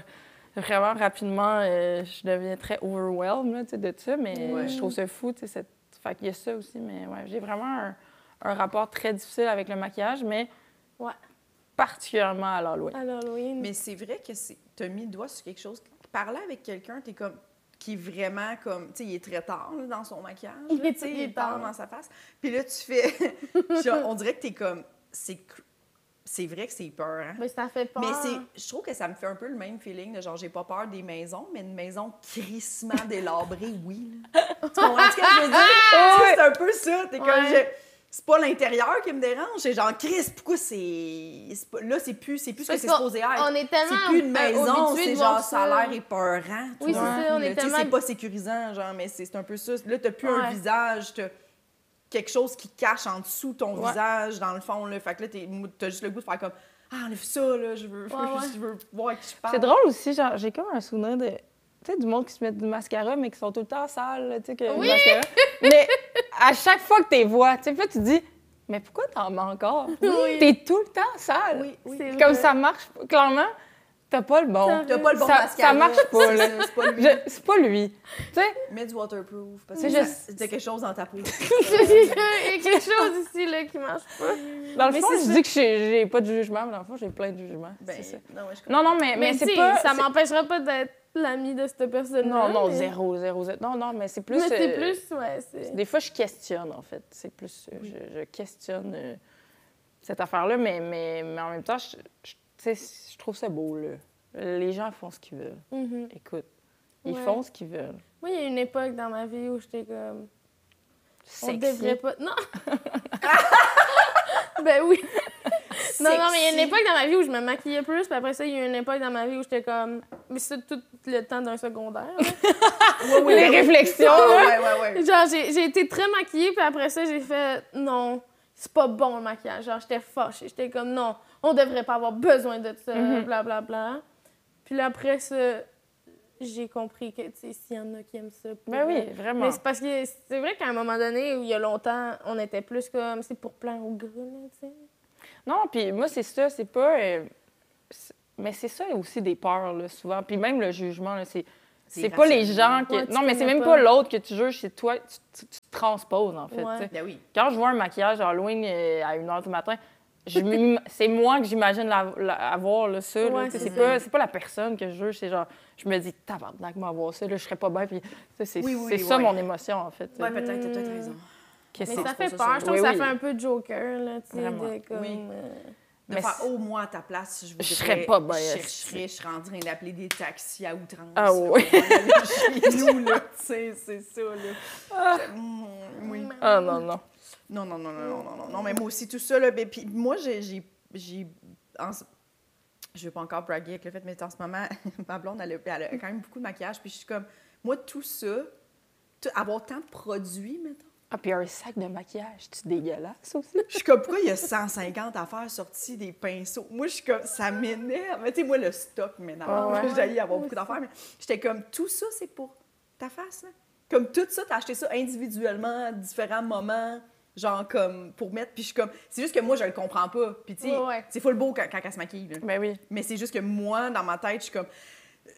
S4: vraiment rapidement euh, je deviens très overwhelmed là, tu sais, de ça, mais
S2: Ouais.
S4: je trouve ça fou, tu sais, cette... fait qu'il y a ça aussi, mais ouais, j'ai vraiment un, un rapport très difficile avec le maquillage, mais
S3: Ouais.
S4: particulièrement à l'Halloween.
S3: À l'Halloween.
S2: Mais c'est vrai que c'est- t'as mis le doigt sur quelque chose. Parler avec quelqu'un, t'es comme qui est vraiment comme, tu sais, il est très tard là, dans son maquillage,
S3: Il
S2: là,
S3: est-
S2: tu sais,
S3: il
S2: il
S3: est
S2: est tard
S3: tard.
S2: dans sa face. Puis là, tu fais, genre, on dirait que t'es comme, c'est, cr- c'est vrai que c'est peur, hein?
S3: Ben, ça fait peur.
S2: Mais c'est, je trouve que ça me fait un peu le même feeling de genre, j'ai pas peur des maisons, mais une maison crissement délabrée, oui. là. Tu comprends ce que je veux dire? Tu sais, c'est un peu ça. T'es comme,
S3: Ouais.
S2: je- c'est pas l'intérieur qui me dérange, c'est genre, Chris, pourquoi c'est. c'est pas- Là, c'est plus, c'est plus ce que
S3: Parce
S2: c'est
S3: qu'on-
S2: supposé être.
S3: on est tellement euh,
S2: C'est plus une
S3: habitué
S2: maison,
S3: de
S2: c'est
S3: voir
S2: genre, ça
S3: ça.
S2: a l'air épeurant. tout
S3: Oui,
S2: d'un
S3: c'est ça,
S2: coup,
S3: on
S2: là. Tu
S3: est
S2: sais,
S3: tellement-
S2: C'est pas sécurisant, genre, mais c'est c'est un peu ça. Là, t'as plus un
S3: Ouais.
S2: visage, t'as quelque chose qui cache en dessous ton
S4: Ouais.
S2: visage, dans le fond. Là. Fait que là, t'es- t'as juste le goût de faire comme Ah, enlève ça, là, je veux,
S3: Ouais, ouais.
S2: je veux voir à qui je parle.
S4: C'est drôle aussi, genre, j'ai comme un souvenir de. Tu sais, du monde qui se met du mascara, mais qui sont tout le temps sales, là, tu sais, que le
S3: Oui!
S4: mascara. Mais à chaque fois que tu les vois, tu sais, puis là, tu dis, mais pourquoi t'en mets encore? T'es tout le temps sale.
S2: Oui, oui.
S3: C'est vrai.
S4: Comme ça marche, pas. clairement, t'as pas le bon.
S3: Ça-
S2: T'as pas le bon
S4: Ça- ça
S2: mascara.
S4: marche pas,
S2: c'est
S4: là.
S2: ça, C'est pas lui.
S4: Je- C'est pas lui. Tu sais,
S2: Mets du waterproof. Parce
S4: C'est
S2: que ça-
S4: juste-
S2: t'as quelque chose dans ta peau.
S3: Il y a quelque chose ici, là, qui marche pas.
S4: dans le
S3: Mais
S4: fond,
S3: c'est
S4: je
S3: ça.
S4: dis que j'ai j'ai pas de jugement, mais dans le fond, j'ai plein de jugements.
S2: Ben,
S4: c'est ça.
S2: non, ouais, je comprends.
S4: Non, non, mais, mais,
S3: Mais, tu
S4: c'est
S3: sais,
S4: pas.
S3: ça
S4: c'est-
S3: m'empêchera pas d'être l'amie de cette personne-là.
S4: Non, non,
S3: mais-
S4: zéro, zéro, zéro. Non, non, mais c'est plus.
S3: mais c'est
S4: euh,
S3: plus, ouais, c'est...
S4: Des fois, je questionne, en fait. C'est plus. euh, Je, je questionne euh, cette affaire-là, mais, mais, mais en même temps, je, je- tu sais, je trouve ça beau, là. Les gens font ce qu'ils veulent.
S3: Mhm.
S4: Écoute, ils
S3: Ouais.
S4: font ce qu'ils veulent.
S3: Moi, il y a une époque dans ma vie où j'étais comme... On
S4: Sexy.
S3: devrait pas. Non! ben oui! Non, non, mais il y a une
S2: Sexy.
S3: époque dans ma vie où je me maquillais plus, puis après ça, il y a une époque dans ma vie où j'étais comme. Mais c'est tout le temps d'un secondaire. là.
S2: Ouais, ouais,
S4: Les
S2: ouais.
S4: réflexions,
S2: Ah,
S4: là.
S2: ouais, ouais, ouais.
S3: Genre, j'ai j'ai été très maquillée, puis après ça, j'ai fait non, c'est pas bon le maquillage. Genre, j'étais fâchée. J'étais comme non, on devrait pas avoir besoin de ça,
S4: Mhm.
S3: blablabla. Puis là, après ça, j'ai compris que, tu sais, s'il y en a qui aiment ça. pour
S4: Ben oui,
S3: vrai,
S4: vraiment.
S3: mais c'est parce que c'est vrai qu'à un moment donné, où il y a longtemps, on était plus comme c'est pour plaire aux gars, là, tu sais.
S4: Non, puis moi, c'est ça, c'est pas. euh, c'est- mais c'est ça aussi des peurs, là, souvent. Puis même le jugement, là, c'est.
S2: C'est
S4: C'est pas les gens
S2: rationnel.
S4: qui.
S3: Ouais, tu
S4: non, mais c'est
S3: connais
S4: même
S3: pas.
S4: pas l'autre que tu juges, c'est toi, tu, tu- tu te transposes, en fait.
S3: Ouais.
S4: tu sais.
S2: Ben oui.
S4: Quand je vois un maquillage Halloween euh, à 1h du matin, je m'im- c'est moi que j'imagine la- la- avoir, là, ça. là,
S3: Ouais,
S4: tu sais,
S3: c'est
S4: c'est
S3: ça.
S4: pas, c'est pas la personne que je juge, c'est genre, je me dis, tabarnak, m'avoir ça, là, je serais pas bien. Puis, tu sais, c'est
S2: Oui, oui,
S4: c'est ça
S2: ouais.
S4: mon émotion, en fait. tu sais,
S2: Ouais, peut-être, t'as peut-être raison.
S4: que
S3: Mais
S4: c'est-
S3: ça fait
S2: ça,
S3: peur.
S2: ça.
S3: Je trouve
S4: Oui,
S3: que ça
S4: oui.
S3: fait un peu Joker, là, tu sais,
S4: Vraiment.
S3: de comme...
S2: Oui.
S3: euh,
S2: De
S4: Mais
S2: faire
S4: c'est-
S2: au moins à ta place, je vous
S4: Je
S2: dirais,
S4: serais pas bien,
S2: Je
S4: est-ce
S2: chercherais, je serais en train d'appeler des taxis à outrance.
S4: Ah oui.
S2: Chez nous, là, tu sais, c'est ça, là. Mm, oui.
S4: Ah non, non.
S2: Non, non, non, non, non, non, non, non,
S4: Mm.
S2: mais moi aussi, tout ça, là, ben, puis moi, j'ai, j'ai, j'ai- en ce- je veux pas encore braguer avec le fait, mais en ce moment, ma blonde, elle a, elle a quand même beaucoup de maquillage, puis je suis comme, moi, tout ça, tout- avoir tant de produits, mettons,
S4: Ah, puis un sac de maquillage, tu dégueulasse aussi.
S2: je suis comme, pourquoi il y a 150 affaires sorties des pinceaux? Moi, je suis comme, ça m'énerve. Mais tu sais, moi, le stock m'énerve.
S4: Ah ouais.
S2: J'allais y avoir beaucoup d'affaires, mais j'étais comme, tout ça, c'est pour ta face, là. Comme tout ça, t'as acheté ça individuellement, à différents moments, genre comme, pour mettre. Puis je suis comme, c'est juste que moi, je le comprends pas. Puis tu sais,
S3: Ouais, ouais.
S2: c'est full beau quand, quand elle se maquille, là.
S4: Ben oui.
S2: Mais c'est juste que moi, dans ma tête, je suis comme,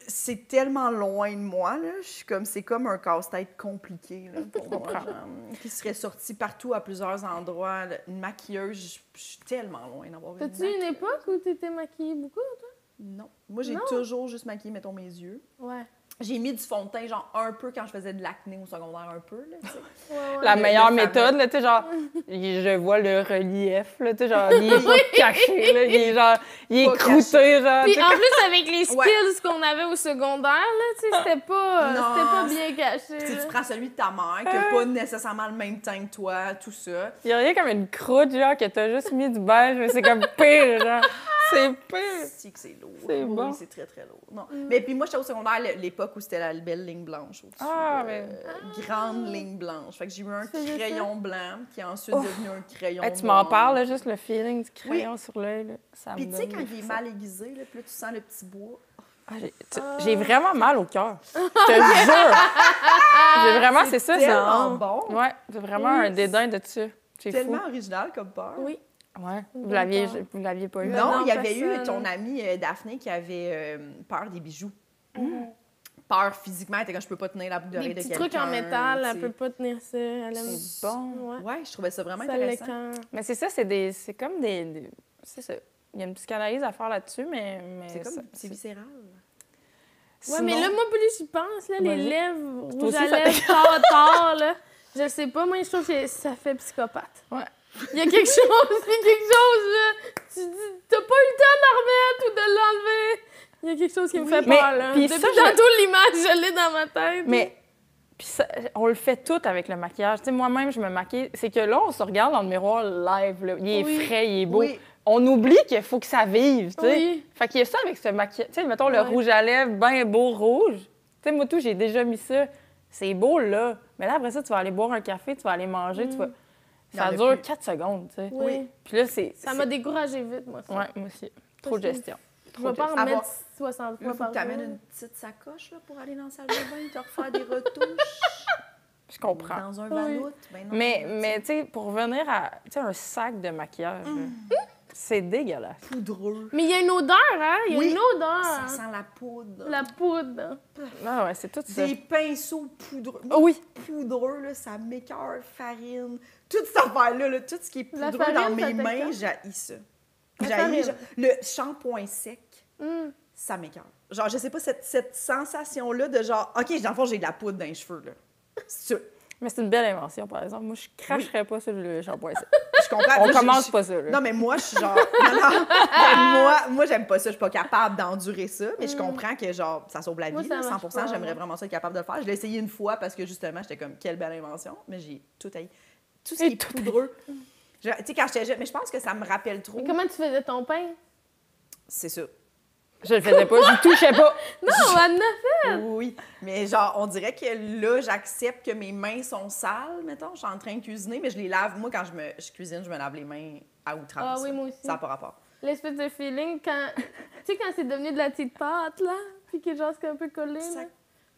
S2: c'est tellement loin de moi, là. Je suis comme, c'est comme un casse-tête compliqué, là, pour moi.
S4: comprends.
S2: genre, qui serait sorti partout à plusieurs endroits. là. Une maquilleuse, je je suis tellement loin d'avoir une
S3: T'as-tu une
S2: maquilleuse.
S3: époque où t'étais maquillée beaucoup?
S2: Non. Moi, j'ai
S3: Non.
S2: toujours juste maquillé, mettons, mes yeux.
S3: Ouais.
S2: J'ai mis du fond de teint, genre, un peu quand je faisais de l'acné au secondaire, un peu, là, tu sais.
S3: ouais, ouais.
S4: La
S2: Le-
S4: meilleure
S2: le fameux.
S4: méthode, là, tu sais, genre, il- je vois le relief, là, tu sais, genre, il est pas caché, là, il est genre, il est
S2: Pas
S4: croûté, genre, tu
S3: Puis
S4: sais,
S3: en plus, avec les skills
S2: Ouais.
S3: qu'on avait au secondaire, là, tu sais, c'était pas, euh,
S2: Non,
S3: c'était pas
S2: c'est-
S3: bien
S2: Tu
S3: caché.
S4: Euh.
S2: sais, tu
S3: là.
S2: prends celui de ta mère, qui a pas nécessairement le même teint que toi, tout ça.
S4: il y a rien comme une croûte, genre, que t'as juste mis du beige, mais c'est comme pire, genre, c'est pire.
S2: Si que c'est lourd.
S4: C'est
S2: Oui,
S4: bon. Mm.
S2: c'est très, très lourd. Non. Mais puis moi, j'étais au secondaire, le- l'époque où c'était la belle ligne blanche au-dessus.
S4: Ah,
S2: euh,
S4: mais- Ah.
S2: Grande ligne blanche. Fait que j'ai eu un
S3: Tu faisais ça?
S2: crayon blanc qui est ensuite devenu un crayon
S4: Oh. Hey, tu
S2: noir.
S4: m'en parles, là, juste le feeling du crayon sur l'œil, là, ça
S2: Puis
S4: me
S2: tu sais,
S4: donne
S2: quand
S4: des
S2: il est
S4: frissons.
S2: mal aiguisé, là, puis là, tu sens le petit bois.
S4: Ah, j'ai- tu- J'ai vraiment mal au cœur, je te le jure. J'ai vraiment, c'est ça, c'est
S2: tellement bon.
S4: Ouais, c'est vraiment
S3: Oui.
S4: un dédain de dessus. C'est fou.
S2: Tellement original comme peur.
S3: Oui.
S4: Ouais. Vous
S3: Bon
S4: l'aviez,
S3: corps.
S4: vous l'aviez pas eu.
S2: Non,
S3: non,
S2: il y avait eu
S3: personne.
S2: ton amie euh, Daphné qui avait euh, peur des bijoux. Peur physiquement, elle était comme je peux pas tenir la boucle
S3: Mm-hmm.
S2: d'oreille
S3: Des
S2: de
S3: petits
S2: quelqu'un.
S3: trucs en métal,
S2: tu
S3: elle
S2: sais.
S3: peut pas tenir ça. Elle aime
S4: C'est bon.
S3: Ouais.
S2: Ouais, je trouvais ça vraiment
S3: Ça
S2: intéressant.
S3: l'écœure.
S4: Mais c'est ça, c'est des, c'est comme des, des- c'est ça. Il y a une psychanalyse à faire là-dessus, mais, mais
S2: C'est
S4: ça-
S2: comme c'est viscéral.
S3: Ouais, mais là, moi, plus j'y pense, là, les
S4: Vas-y.
S3: lèvres rouges
S4: aussi,
S3: à
S4: ça
S3: lèvres, tard, tard, là. Je sais pas, moi, je trouve que ça fait psychopathe.
S4: Ouais.
S3: Il y a quelque chose, il y a quelque chose, là. Tu dis, t'as pas eu le temps de la remettre ou de l'enlever. Il y a quelque chose qui me
S4: Oui.
S3: fait
S4: Mais-
S3: peur, là.
S4: puis
S3: Depuis
S4: ça, je-
S3: tantôt, l'image, je l'ai dans ma tête.
S4: Mais puis ça, on le fait tout avec le maquillage. Tu sais, moi-même, je me maquille. C'est que là, on se regarde dans le miroir live. là. Il est
S3: Oui.
S4: frais, il est beau.
S2: Oui.
S4: On oublie qu'il faut que ça vive. Tu sais.
S3: Oui.
S4: Fait qu'il y a ça avec ce maquillage. Tu sais, mettons le
S3: Ouais.
S4: rouge à lèvres, bien beau rouge. Tu sais, moi, tout, j'ai déjà mis ça. C'est beau, là. Mais là, après ça, tu vas aller boire un café, tu vas aller manger,
S3: Mm.
S4: tu vas.
S2: Il y en
S4: Ça
S2: a
S4: dure
S2: plus.
S4: 4 secondes, tu sais.
S3: Oui.
S4: Puis là, c'est.
S3: Ça
S4: c'est-
S3: m'a découragée vite, moi. ça.
S4: Ouais, moi aussi. Trop
S3: Parce
S4: de
S3: que-
S4: gestion.
S3: Je vais pas en
S2: Avoir-
S3: mettre 60
S2: Il
S3: fois
S2: faut que
S3: par
S2: tu amènes
S3: jour.
S2: une petite sacoche là, pour aller dans la salle de bain et te refaire des retouches
S4: Je comprends.
S2: dans un
S3: Oui.
S2: valoute. Ben non,
S4: Mais,
S2: c'est
S4: mais tu sais, pour revenir à tu sais, un sac de maquillage, là,
S2: Mm.
S4: c'est dégueulasse.
S2: poudreux.
S3: Mais il y a une odeur, hein? Il y a
S2: Oui.
S3: une odeur.
S2: Ça sent la poudre.
S3: La poudre.
S4: Ah ouais, c'est tout ça.
S2: Des pinceaux poudreux.
S4: Ah oui,
S2: Poudreux, là, ça m'écœure. Farine. Toute cette affaire-là, là, tout ce qui est
S3: La
S2: poudreux dans
S3: farine, ça
S2: mes mains,
S3: t'écoeure?
S2: j'haïs ça.
S3: La
S2: J'haïs.
S3: farine.
S2: genre, Le shampoing sec,
S3: Hum.
S2: ça m'écœure. Genre, je sais pas, cette, cette sensation-là de genre, OK, dans le fond, j'ai de la poudre dans les cheveux, là. C'est sûr.
S4: mais c'est une belle invention, par exemple. Moi, je cracherais pas sur le shampoing. sec.
S2: Je comprends.
S4: On
S2: Moi, je-
S4: commence
S2: je-
S4: pas ça, là.
S2: Non, mais moi, je suis genre. Non, non. Ben, moi, moi j'aime pas ça. Je suis pas capable d'endurer ça. Mais je comprends que, genre, ça sauve la vie.
S3: Mm. Moi, ça
S2: là,
S3: marche
S2: 100
S3: pas, hein.
S2: j'aimerais
S3: moi.
S2: vraiment ça être capable de le faire. Je l'ai essayé une fois parce que, justement, j'étais comme, quelle belle invention. Mais j'ai tout haï. Tout ce qui
S4: Et
S2: est
S4: tout
S2: poudreux.
S3: Mm.
S2: Je- Tu sais, quand j'étais jeune, mais je pense que ça me rappelle trop.
S3: Mais Comment tu faisais ton pain?
S2: C'est ça.
S4: Je le faisais pas, je touchais pas.
S3: Non, Anna!
S2: Oui, mais genre, on dirait que là, j'accepte que mes mains sont sales, mettons. Je suis en train de cuisiner, mais je les lave. Moi, quand je, me, je cuisine, je me lave les mains à outrance.
S3: Ah oui,
S2: là.
S3: moi aussi.
S2: Ça n'a pas rapport.
S3: L'espèce de feeling quand. tu sais, quand c'est devenu de la petite pâte, là, puis que genre, c'est un peu collé, là.
S2: Ça-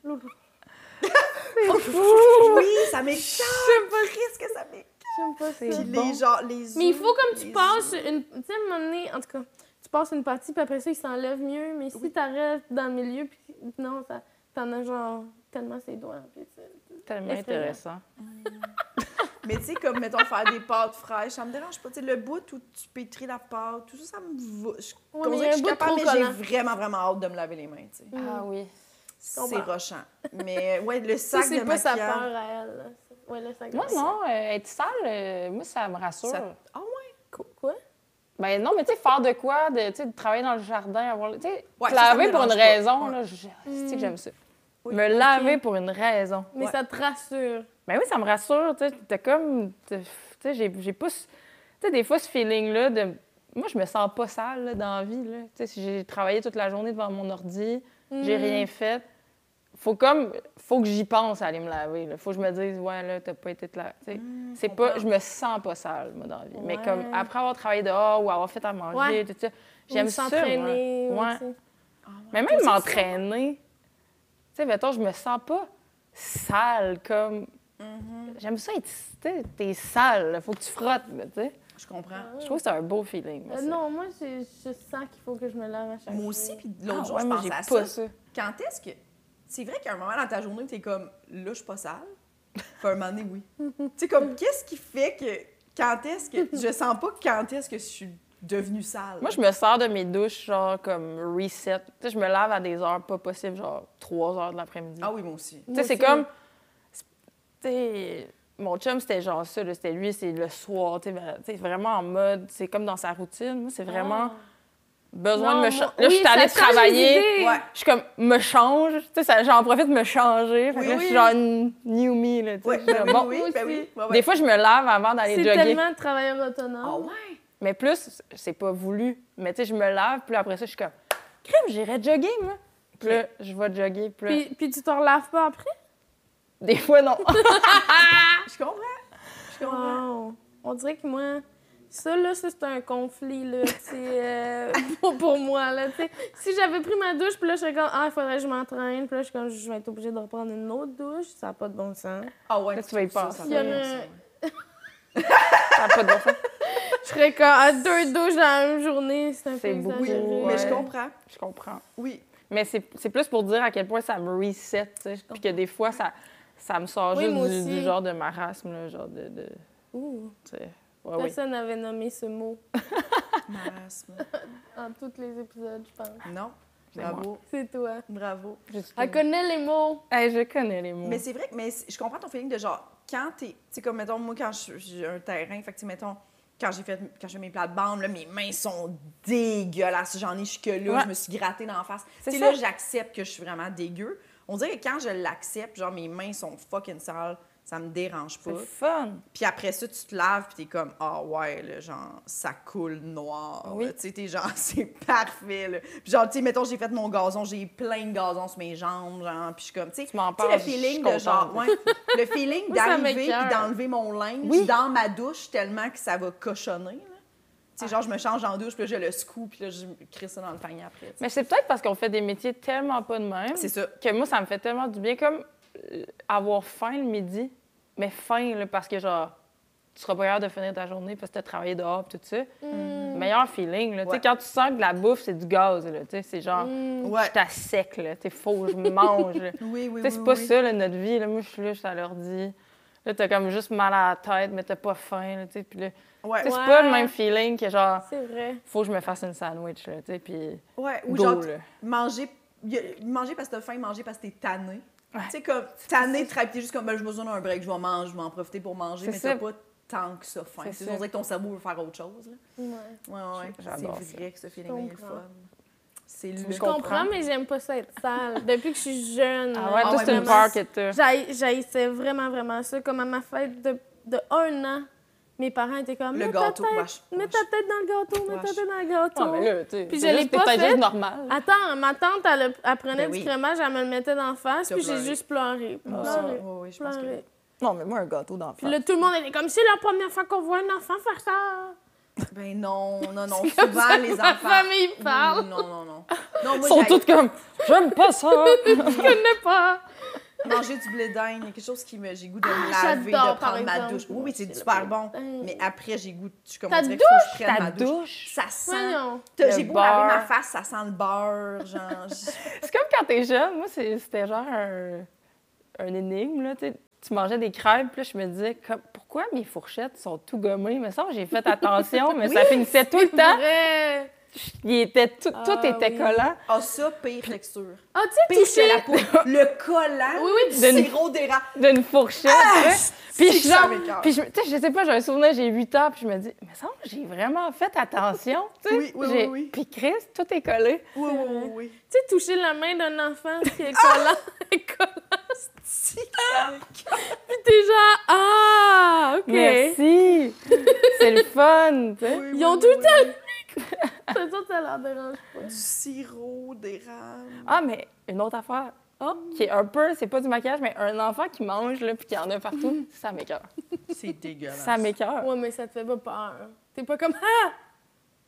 S3: Loulou.
S2: Oui, ça m'écarte. Je risque que ça m'écarte.
S3: J'aime pas ça.
S4: C'est
S2: Puis
S4: bon.
S2: les, genre, les
S3: Mais il
S2: œufs,
S3: faut comme tu
S2: les
S3: passes
S2: œufs.
S3: une. Tu sais, à un moment donné, en tout cas, tu passes une partie, puis après ça, il s'enlève mieux. Mais si
S2: Oui.
S3: t'arrêtes dans le milieu, puis non, ça, t'en as genre tellement ses doigts. Puis, tu sais.
S4: Tellement
S3: Effrayant.
S4: intéressant.
S2: Mais tu sais, comme, mettons, faire des pâtes fraîches, ça me dérange pas. Tu sais, le bout où tu pétris la pâte, tout ça, ça me va. Je,
S3: Ouais,
S2: on
S3: mais
S2: dirait que
S3: il y a un
S2: je suis
S3: bout
S2: capable,
S3: trop
S2: mais j'ai
S3: collant.
S2: vraiment, vraiment hâte de me laver les mains, tu sais.
S4: Ah oui.
S2: C'est
S3: comprends.
S2: rochant. Mais ouais, le
S3: Ça,
S2: sac
S3: c'est
S2: de
S3: pas sa
S2: maquillage...
S3: peur à elle. là. Ouais, le sac
S4: Moi,
S3: à-
S4: non, euh, être sale, euh, moi, ça me rassure.
S2: Ça- Ah ouais?
S3: Qu- Quoi?
S4: Ben non, mais tu sais, faire de quoi, de, tu sais, de travailler dans le jardin, avoir. Tu sais,
S2: Ouais,
S4: te
S2: ça, ça me
S4: laver pour une
S2: dérange pas.
S4: raison,
S2: Ouais. Mm.
S4: là, je je sais que j'aime ça.
S2: Oui,
S4: me laver pour une raison.
S3: Mais
S2: Ouais.
S3: ça te rassure.
S4: Ben oui, ça me rassure, tu sais, t'as comme. t'as- Tu sais, j'ai j'ai pas. ce- Tu sais, des fois, ce feeling-là de. Moi, je me sens pas sale là, dans la vie, là. Tu sais, si j'ai travaillé toute la journée devant mon ordi, j'ai
S3: Mm.
S4: rien fait. Faut comme. Faut que j'y pense à aller me laver, là. Faut que je me dise, ouais, là, t'as pas été te laver. Tu sais, c'est pas. Je me sens pas sale, moi, dans la vie. Mais
S3: Mm, Ouais.
S4: comme après avoir travaillé dehors ou avoir fait à manger,
S3: Ouais.
S4: tout ça,
S3: Ou
S4: j'aime ça. moi.
S3: s'entraîner. ou,
S4: Ouais.
S3: tu sais.
S4: Mais même m'entraîner, tu sais, mettons, je me sens pas sale comme. J'aime ça être. tu sais, T'es sale, là, faut que tu frottes, là, tu sais.
S2: Je comprends.
S4: Je trouve que c'est un beau feeling. moi,
S3: Euh,
S4: ça.
S3: non, moi, je, je sens qu'il faut que je me lave à chaque
S2: Moi
S3: jour.
S2: aussi, puis
S4: Ah,
S2: l'autre jour,
S4: ouais,
S2: je
S4: moi,
S2: pensais
S4: j'ai
S2: à
S4: pas
S2: ça.
S4: ça.
S2: Quand est-ce que. C'est vrai qu'à un moment dans ta journée où t'es comme là, je suis pas sale. Puis à un moment donné, oui. tu sais, comme qu'est-ce qui fait que. Quand est-ce que. Je sens pas quand est-ce que je suis devenue sale.
S4: Moi, je me sors de mes douches, genre, comme reset. Tu sais, je me lave à des heures pas possibles, genre 3 heures de l'après-midi.
S2: Ah oui, moi aussi.
S4: Tu sais, c'est
S3: Moi aussi.
S4: comme. Tu sais, mon chum, c'était genre ça, là, c'était lui, c'est le soir, tu sais, ben, tu sais, vraiment en mode, c'est comme dans sa routine. Moi,
S3: Ah.
S4: c'est vraiment besoin
S3: Non,
S4: de me. cha-
S3: moi-
S4: Là, je
S3: oui,
S4: suis allée
S3: ça change les
S4: travailler.
S3: idées.
S2: Ouais.
S4: Je suis comme, me change. Tu sais, ça- j'en profite de me changer. Fait que
S2: Oui,
S4: là, je suis
S2: oui.
S4: genre une new me, là, tu sais.
S2: Ouais,
S4: Je suis
S2: ben
S4: comme,
S2: oui,
S4: bon.
S2: oui,
S3: moi
S2: ben
S3: aussi.
S2: oui. ouais, ouais.
S4: Des fois, je me lave avant d'aller
S3: C'est
S4: jogger.
S3: tellement de travailleur autonome.
S2: Ah ouais?
S4: Mais plus, c'est pas voulu. Mais tu sais, je me lave, puis là, après ça, je suis comme, crème, j'irai jogger, moi. Puis là, je vais jogger, puis là-
S3: puis, puis tu t'en laves pas après?
S4: Des fois, non.
S2: Je comprends. Je comprends.
S3: Wow. On dirait que moi, ça, là, ça, c'est un conflit, là, tu sais, euh, pour, pour moi, là, tu sais. Si j'avais pris ma douche, puis là, je serais comme, ah, il faudrait que je m'entraîne, puis là, je suis comme, je vais être obligée de reprendre une autre douche, ça n'a pas de bon sens.
S2: Ah ouais,
S4: Là, tu vas y
S2: ça,
S4: penser.
S2: ça
S3: Il y en
S2: fait
S3: a-
S2: ça, ouais.
S4: Ça a pas de bon sens.
S3: Je serais comme, ah, deux douches dans la même journée, c'est un peu
S4: C'est beaucoup,
S2: Oui,
S3: exagéré.
S2: mais je
S4: Ouais.
S2: comprends.
S4: Je comprends.
S2: Oui.
S4: Mais c'est c'est plus pour dire à quel point ça me reset, tu sais, puis que des fois, ça, ça me sort
S3: Oui,
S4: juste
S3: moi
S4: du,
S3: aussi.
S4: du genre de marasme, là, genre de... de
S3: Ouh,
S4: tu sais. Ouais, Ah oui.
S3: personne n'avait nommé ce mot
S2: Marasme.
S3: en tous les épisodes, je pense.
S2: Non.
S4: C'est moi.
S2: Bravo.
S3: C'est toi.
S2: Bravo.
S4: Juste-
S3: Elle connaît les mots.
S4: Hey, je connais les mots.
S2: Mais c'est vrai que mais c'est- je comprends ton feeling de genre, quand t'es. Tu sais, comme mettons, moi, quand je- j'ai un terrain, fait que, tu sais, mettons, quand j'ai fait quand j'ai mes plates-bandes, là, mes mains sont dégueulasses. J'en ai jusque-là,
S4: Ouais.
S2: je me suis grattée dans la face.
S4: C'est
S2: Tu sais,
S4: ça.
S2: là, j'accepte que je suis vraiment dégueu. On dirait que quand je l'accepte, genre, mes mains sont fucking sales, ça me dérange
S4: C'est
S2: pas.
S4: le fun.
S2: Puis après ça, tu te laves, puis t'es comme, ah ouais, là, genre, ça coule noir. là.
S4: Oui.
S2: Tu sais, t'es genre, c'est parfait. là. Puis genre, tu sais, mettons, j'ai fait mon gazon, j'ai plein de gazon sur mes jambes, genre, puis je suis comme, tu sais,
S4: Tu m'en
S2: tu sais,
S4: parles,
S2: le
S4: je suis
S2: feeling de genre, ouais,
S4: contente.
S2: le feeling
S3: Moi, ça
S2: d'arriver
S3: m'écoeure.
S2: puis d'enlever mon linge
S4: Oui.
S2: dans ma douche tellement que ça va cochonner. là.
S4: Ah.
S2: Tu sais, genre, je me change en douche, puis là, je le secoue, puis là, je crée ça dans le panier après. tu sais.
S4: Mais c'est peut-être parce qu'on fait des métiers tellement pas de même.
S2: C'est ça.
S4: Que moi, ça me fait tellement du bien, comme euh, avoir faim le midi. Mais faim, là, parce que genre, tu seras pas capable de finir ta journée parce que t'as travaillé dehors pis tout ça.
S2: Hmm.
S4: Meilleur feeling, là. Tu sais,
S2: Ouais.
S4: quand tu sens que la bouffe, c'est du gaz, là. Tu sais, c'est genre,
S2: Ouais.
S4: je sec, là. T'es faux, Mm. je mange, là. Tu
S2: Oui, oui,
S4: sais,
S2: oui.
S4: c'est pas
S2: oui.
S4: ça, là, notre vie. Là. Moi, je suis là, je suis à l'ordi. Là, t'as comme juste mal à la tête, mais t'as pas faim, là, tu sais. Puis là, tu
S2: Ouais,
S4: sais,
S2: ouais.
S4: c'est pas le même feeling que genre,
S3: C'est vrai.
S4: faut que je me fasse une sandwich, là, tu sais, puis...
S2: Ou
S4: Go,
S2: genre,
S4: là.
S2: manger, y a- manger parce que t'as faim, manger parce que t'es tanné.
S4: Ouais.
S2: Tu sais, comme, tanné, trappé, t'es juste comme, ben, je me donne un break, je vais manger, je vais en profiter pour manger,
S4: C'est
S2: mais
S4: ça.
S2: t'as pas tant que ça faim.
S4: C'est
S2: C'est
S4: ça.
S2: on dirait que ton cerveau veut faire autre chose. là.
S3: Ouais.
S2: Ouais, ouais.
S4: J'adore
S2: C'est vrai que ce feeling-là, il est le
S3: comprends.
S2: fun. C'est
S4: Je
S2: le
S3: Je
S4: comprends.
S3: comprends, mais j'aime pas ça être sale. Depuis que je suis jeune.
S4: Ah
S3: là,
S4: ouais,
S2: Ah
S4: toi,
S2: ouais,
S4: c'est une
S2: vraiment.
S4: peur que t'as.
S3: J'haï- J'haïssais vraiment, vraiment ça. Comme à ma fête de, de un an, mes parents étaient comme.
S2: Le
S3: Mets ta
S2: gâteau,
S3: tête-
S2: wesh,
S3: Mets ta
S2: wesh.
S3: tête dans le gâteau, mets ta
S2: Wesh.
S3: tête dans le gâteau.
S4: Non, Ah, mais là, tu sais,
S3: Puis
S4: c'est
S3: je l'ai
S4: juste-
S3: pas
S4: peut-être
S3: fait.
S4: juste normal.
S3: Attends, ma tante, elle, a- elle prenait
S2: Ben
S3: du
S2: oui.
S3: crémage, elle me le mettait d'en face,
S2: T'as
S3: puis j'ai
S2: pleuré.
S3: juste pleuré.
S4: Ah,
S2: Moi aussi,
S3: pleuré.
S2: Ah, ouais, ouais, je pense que-
S3: pleuré.
S4: Non, mais moi, un gâteau
S3: Puis
S4: d'enfant.
S3: là, tout le monde était comme c'est la première fois qu'on voit un enfant faire ça.
S2: Ben non, non, non. Souvent, les
S3: Ma
S2: enfants.
S3: famille parle,
S2: Non, non, non. Non,
S4: Ils
S2: moi,
S4: sont
S2: j'haïs-
S4: hein. toutes comme, j'aime pas ça.
S3: je connais pas.
S2: Manger du blé d'Inde, il y a quelque chose qui me. J'ai goût de me
S3: Ah,
S2: laver, de
S3: j'adore,
S2: prendre
S3: par
S2: ma
S3: exemple.
S2: douche. Oui, oui, c'est
S3: C'est
S2: super
S3: le-
S2: bon.
S3: Hum.
S2: Mais après, j'ai goût. Je suis comme
S3: Ta
S2: on dirait qu'il faut que je prenne
S4: Ta
S2: ma douche.
S4: douche.
S2: Ça sent.
S3: Voyons.
S2: T'as-
S4: Le
S2: J'ai beau laver ma
S4: beurre.
S2: face, ça sent le beurre. Genre, je-
S4: C'est comme quand t'es jeune. Moi, c'est- c'était genre un, un énigme, là, tu sais. Tu mangeais des crêpes, puis là, je me disais, comme, pourquoi mes fourchettes sont tout gommées? Mais ça, j'ai fait attention, mais ça finissait tout le temps.
S3: Vrai.
S4: Il était tout,
S3: Ah,
S4: tout était
S3: oui.
S4: collant.
S2: Ah, ça, pire texture.
S3: Ah, tu sais,
S2: Pire que la
S3: touché.
S2: peau. Le collant.
S3: Oui, oui,
S2: du
S4: d'une-
S2: sirop d'érable.
S4: d'une fourchette. ouais. puis
S2: c'est
S4: je
S2: que ça
S4: genre-
S2: m'écoeure.
S4: puis je, tu sais, je sais pas, j'ai un souvenir, j'ai 8 ans, puis je me dis, mais ça, j'ai vraiment fait attention. tu sais.
S2: Oui, oui,
S4: J'ai-
S2: oui, oui.
S4: Puis Chris, tout est collé.
S2: Oui, oui, oui, oui.
S3: Tu sais, toucher la main d'un enfant qui est collant.
S2: Ah! Si.
S3: Puis t'es genre, ah, OK.
S4: Merci. C'est le fun, tu sais.
S2: Oui, oui,
S3: Ils ont
S2: oui,
S3: tout
S2: oui.
S3: le temps C'est sûr que ça leur dérange pas.
S2: Du sirop d'érable.
S4: Ah, mais une autre affaire. Ah, qui est un peu, c'est pas du maquillage, mais un enfant qui mange, là, puis qui en a partout, ça m'écoeure.
S2: C'est Mhm. dégueulasse.
S4: Ça m'écoeure.
S3: Ouais, mais ça te fait pas peur. T'es pas comme, ah!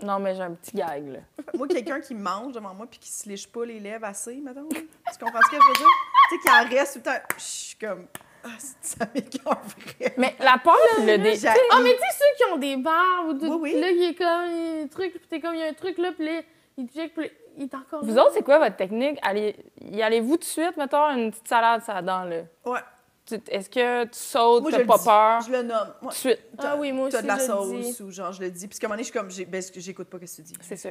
S4: Non, mais j'ai un petit gag, là.
S2: Moi, quelqu'un qui mange devant moi puis qui se lèche pas les lèvres assez, mettons. là. Tu comprends ce que je veux dire? Tu sais, qui en reste tout le temps. Je suis comme. Ah, ça m'écoeure vrai.
S4: Mais la pâte, le dé...
S2: J'ai-
S3: Ah, mais tu sais, ceux qui ont des barbes ou tout.
S2: Oui, oui.
S3: puis Là, il est comme, il y a un truc, puis t'es comme, il y a un truc là, puis là, il te check, puis là, il est encore.
S4: Vous
S3: là.
S4: autres, c'est quoi votre technique? Allez... Y allez-vous tout de suite, mettons, une petite salade, ça dent, là?
S2: Ouais.
S4: Tu- Est-ce que tu sautes,
S2: Moi, je
S4: t'as
S2: le
S4: pas
S2: dis.
S4: peur?
S2: Je le nomme. Ouais.
S4: Tout de suite.
S3: Ah oui, moi aussi.
S2: T'as de la
S3: je le
S2: sauce
S3: dis.
S2: ou genre, je le dis. Puis à un moment donné, je suis comme. j'ai- Ben, c'est que j'écoute pas ce que tu dis.
S4: C'est ça.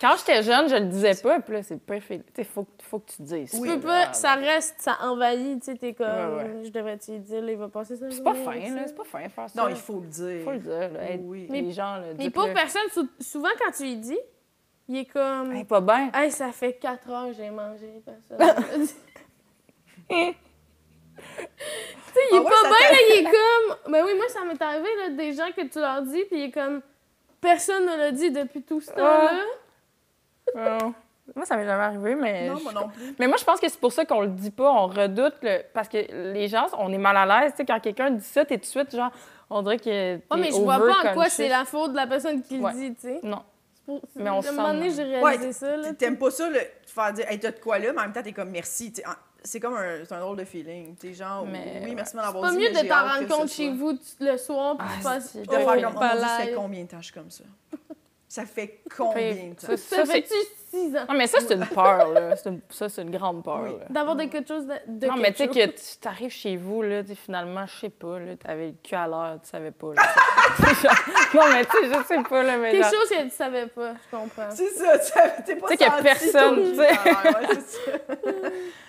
S4: Quand j'étais jeune, je le disais pas, puis là, c'est pas fait. Tu sais, faut, que- faut que tu dises.
S3: Tu
S2: Oui.
S3: peux pas, ça reste, ça envahit, tu sais, t'es comme,
S4: Ouais,
S3: je devrais-tu lui dire, là, il va passer ça.
S4: C'est pas fin, là. C'est pas fin, faire ça.
S2: Non, il faut le dire.
S4: Faut le dire, là. Hey,
S2: Oui.
S4: Les gens, là, euh,
S3: Mais
S4: dites-le.
S3: pour personne, sou- souvent quand tu lui dis, il est comme,
S4: Hey,
S3: hey,
S4: pas bien.
S3: ça fait 4 heures que j'ai mangé, personne.
S4: Ah
S3: Tu sais, il est
S2: Ah ouais,
S3: pas
S2: ça
S3: bien, là, il est comme. Ben oui, moi, ça m'est arrivé, là, des gens que tu leur dis, puis il est comme. Personne ne l'a dit depuis tout
S4: Ah
S3: ce temps-là.
S4: Non. Moi, ça m'est jamais arrivé, mais.
S2: Non,
S4: je-
S2: moi non plus.
S4: Mais moi, je pense que c'est pour ça qu'on le dit pas, on redoute, le- parce que les gens, on est mal à l'aise. Tu sais, quand quelqu'un dit ça, t'es tout de suite, genre, on dirait que.
S3: Ouais, mais je vois pas en quoi c'est la faute de la personne qui le
S4: Ouais.
S3: dit, tu sais.
S4: Non.
S3: C'est pour- c'est-
S4: Mais on
S3: À un
S4: sent
S3: moment donné,
S4: mal.
S3: j'ai réalisé
S2: Ouais,
S3: ça, là.
S2: T- T'aimes pas ça, le, te faire dire, hey, t'as de quoi là, mais en même temps, t'es comme merci. Tu sais, ah, C'est comme un, c'est un drôle de feeling. T'es genre,
S4: Mais
S2: oui, merci de m'avoir
S3: Pas
S2: dit.
S3: mieux
S2: mais
S3: de
S2: j'ai
S3: t'en
S2: hâte
S3: rendre
S2: que ce
S3: compte chez
S2: soit.
S3: vous t- le soir, puis
S4: Ah,
S3: tu passes
S4: c'est-
S2: Puis de
S4: Oh,
S2: faire comme,
S4: oui.
S2: oh mon Dieu, ça
S3: palais.
S2: fait combien de temps que je suis comme ça? Ça fait combien de temps?
S4: Ça,
S3: Ça
S4: ça, c'est-
S3: fait-tu 6 ans
S4: Non, mais ça, c'est une peur, là. C'est une- Ça, c'est une grande peur,
S2: Oui.
S4: là.
S3: d'avoir de quelque chose de. de
S4: non, mais tu sais
S3: quelque
S4: que tu t'arrives chez vous, là, tu sais, finalement, je sais pas, là, t'avais le cul à l'heure, tu savais pas, là. C'est genre- non, mais tu sais, je sais pas, là, mais
S3: Quelque
S4: genre-
S3: chose que tu savais pas, je comprends.
S2: C'est ça, tu- t'es pas
S4: Tu sais qu'il y a
S2: senti
S4: personne,
S2: ton
S4: tu sais.
S2: cul dans l'air, ouais, c'est ça.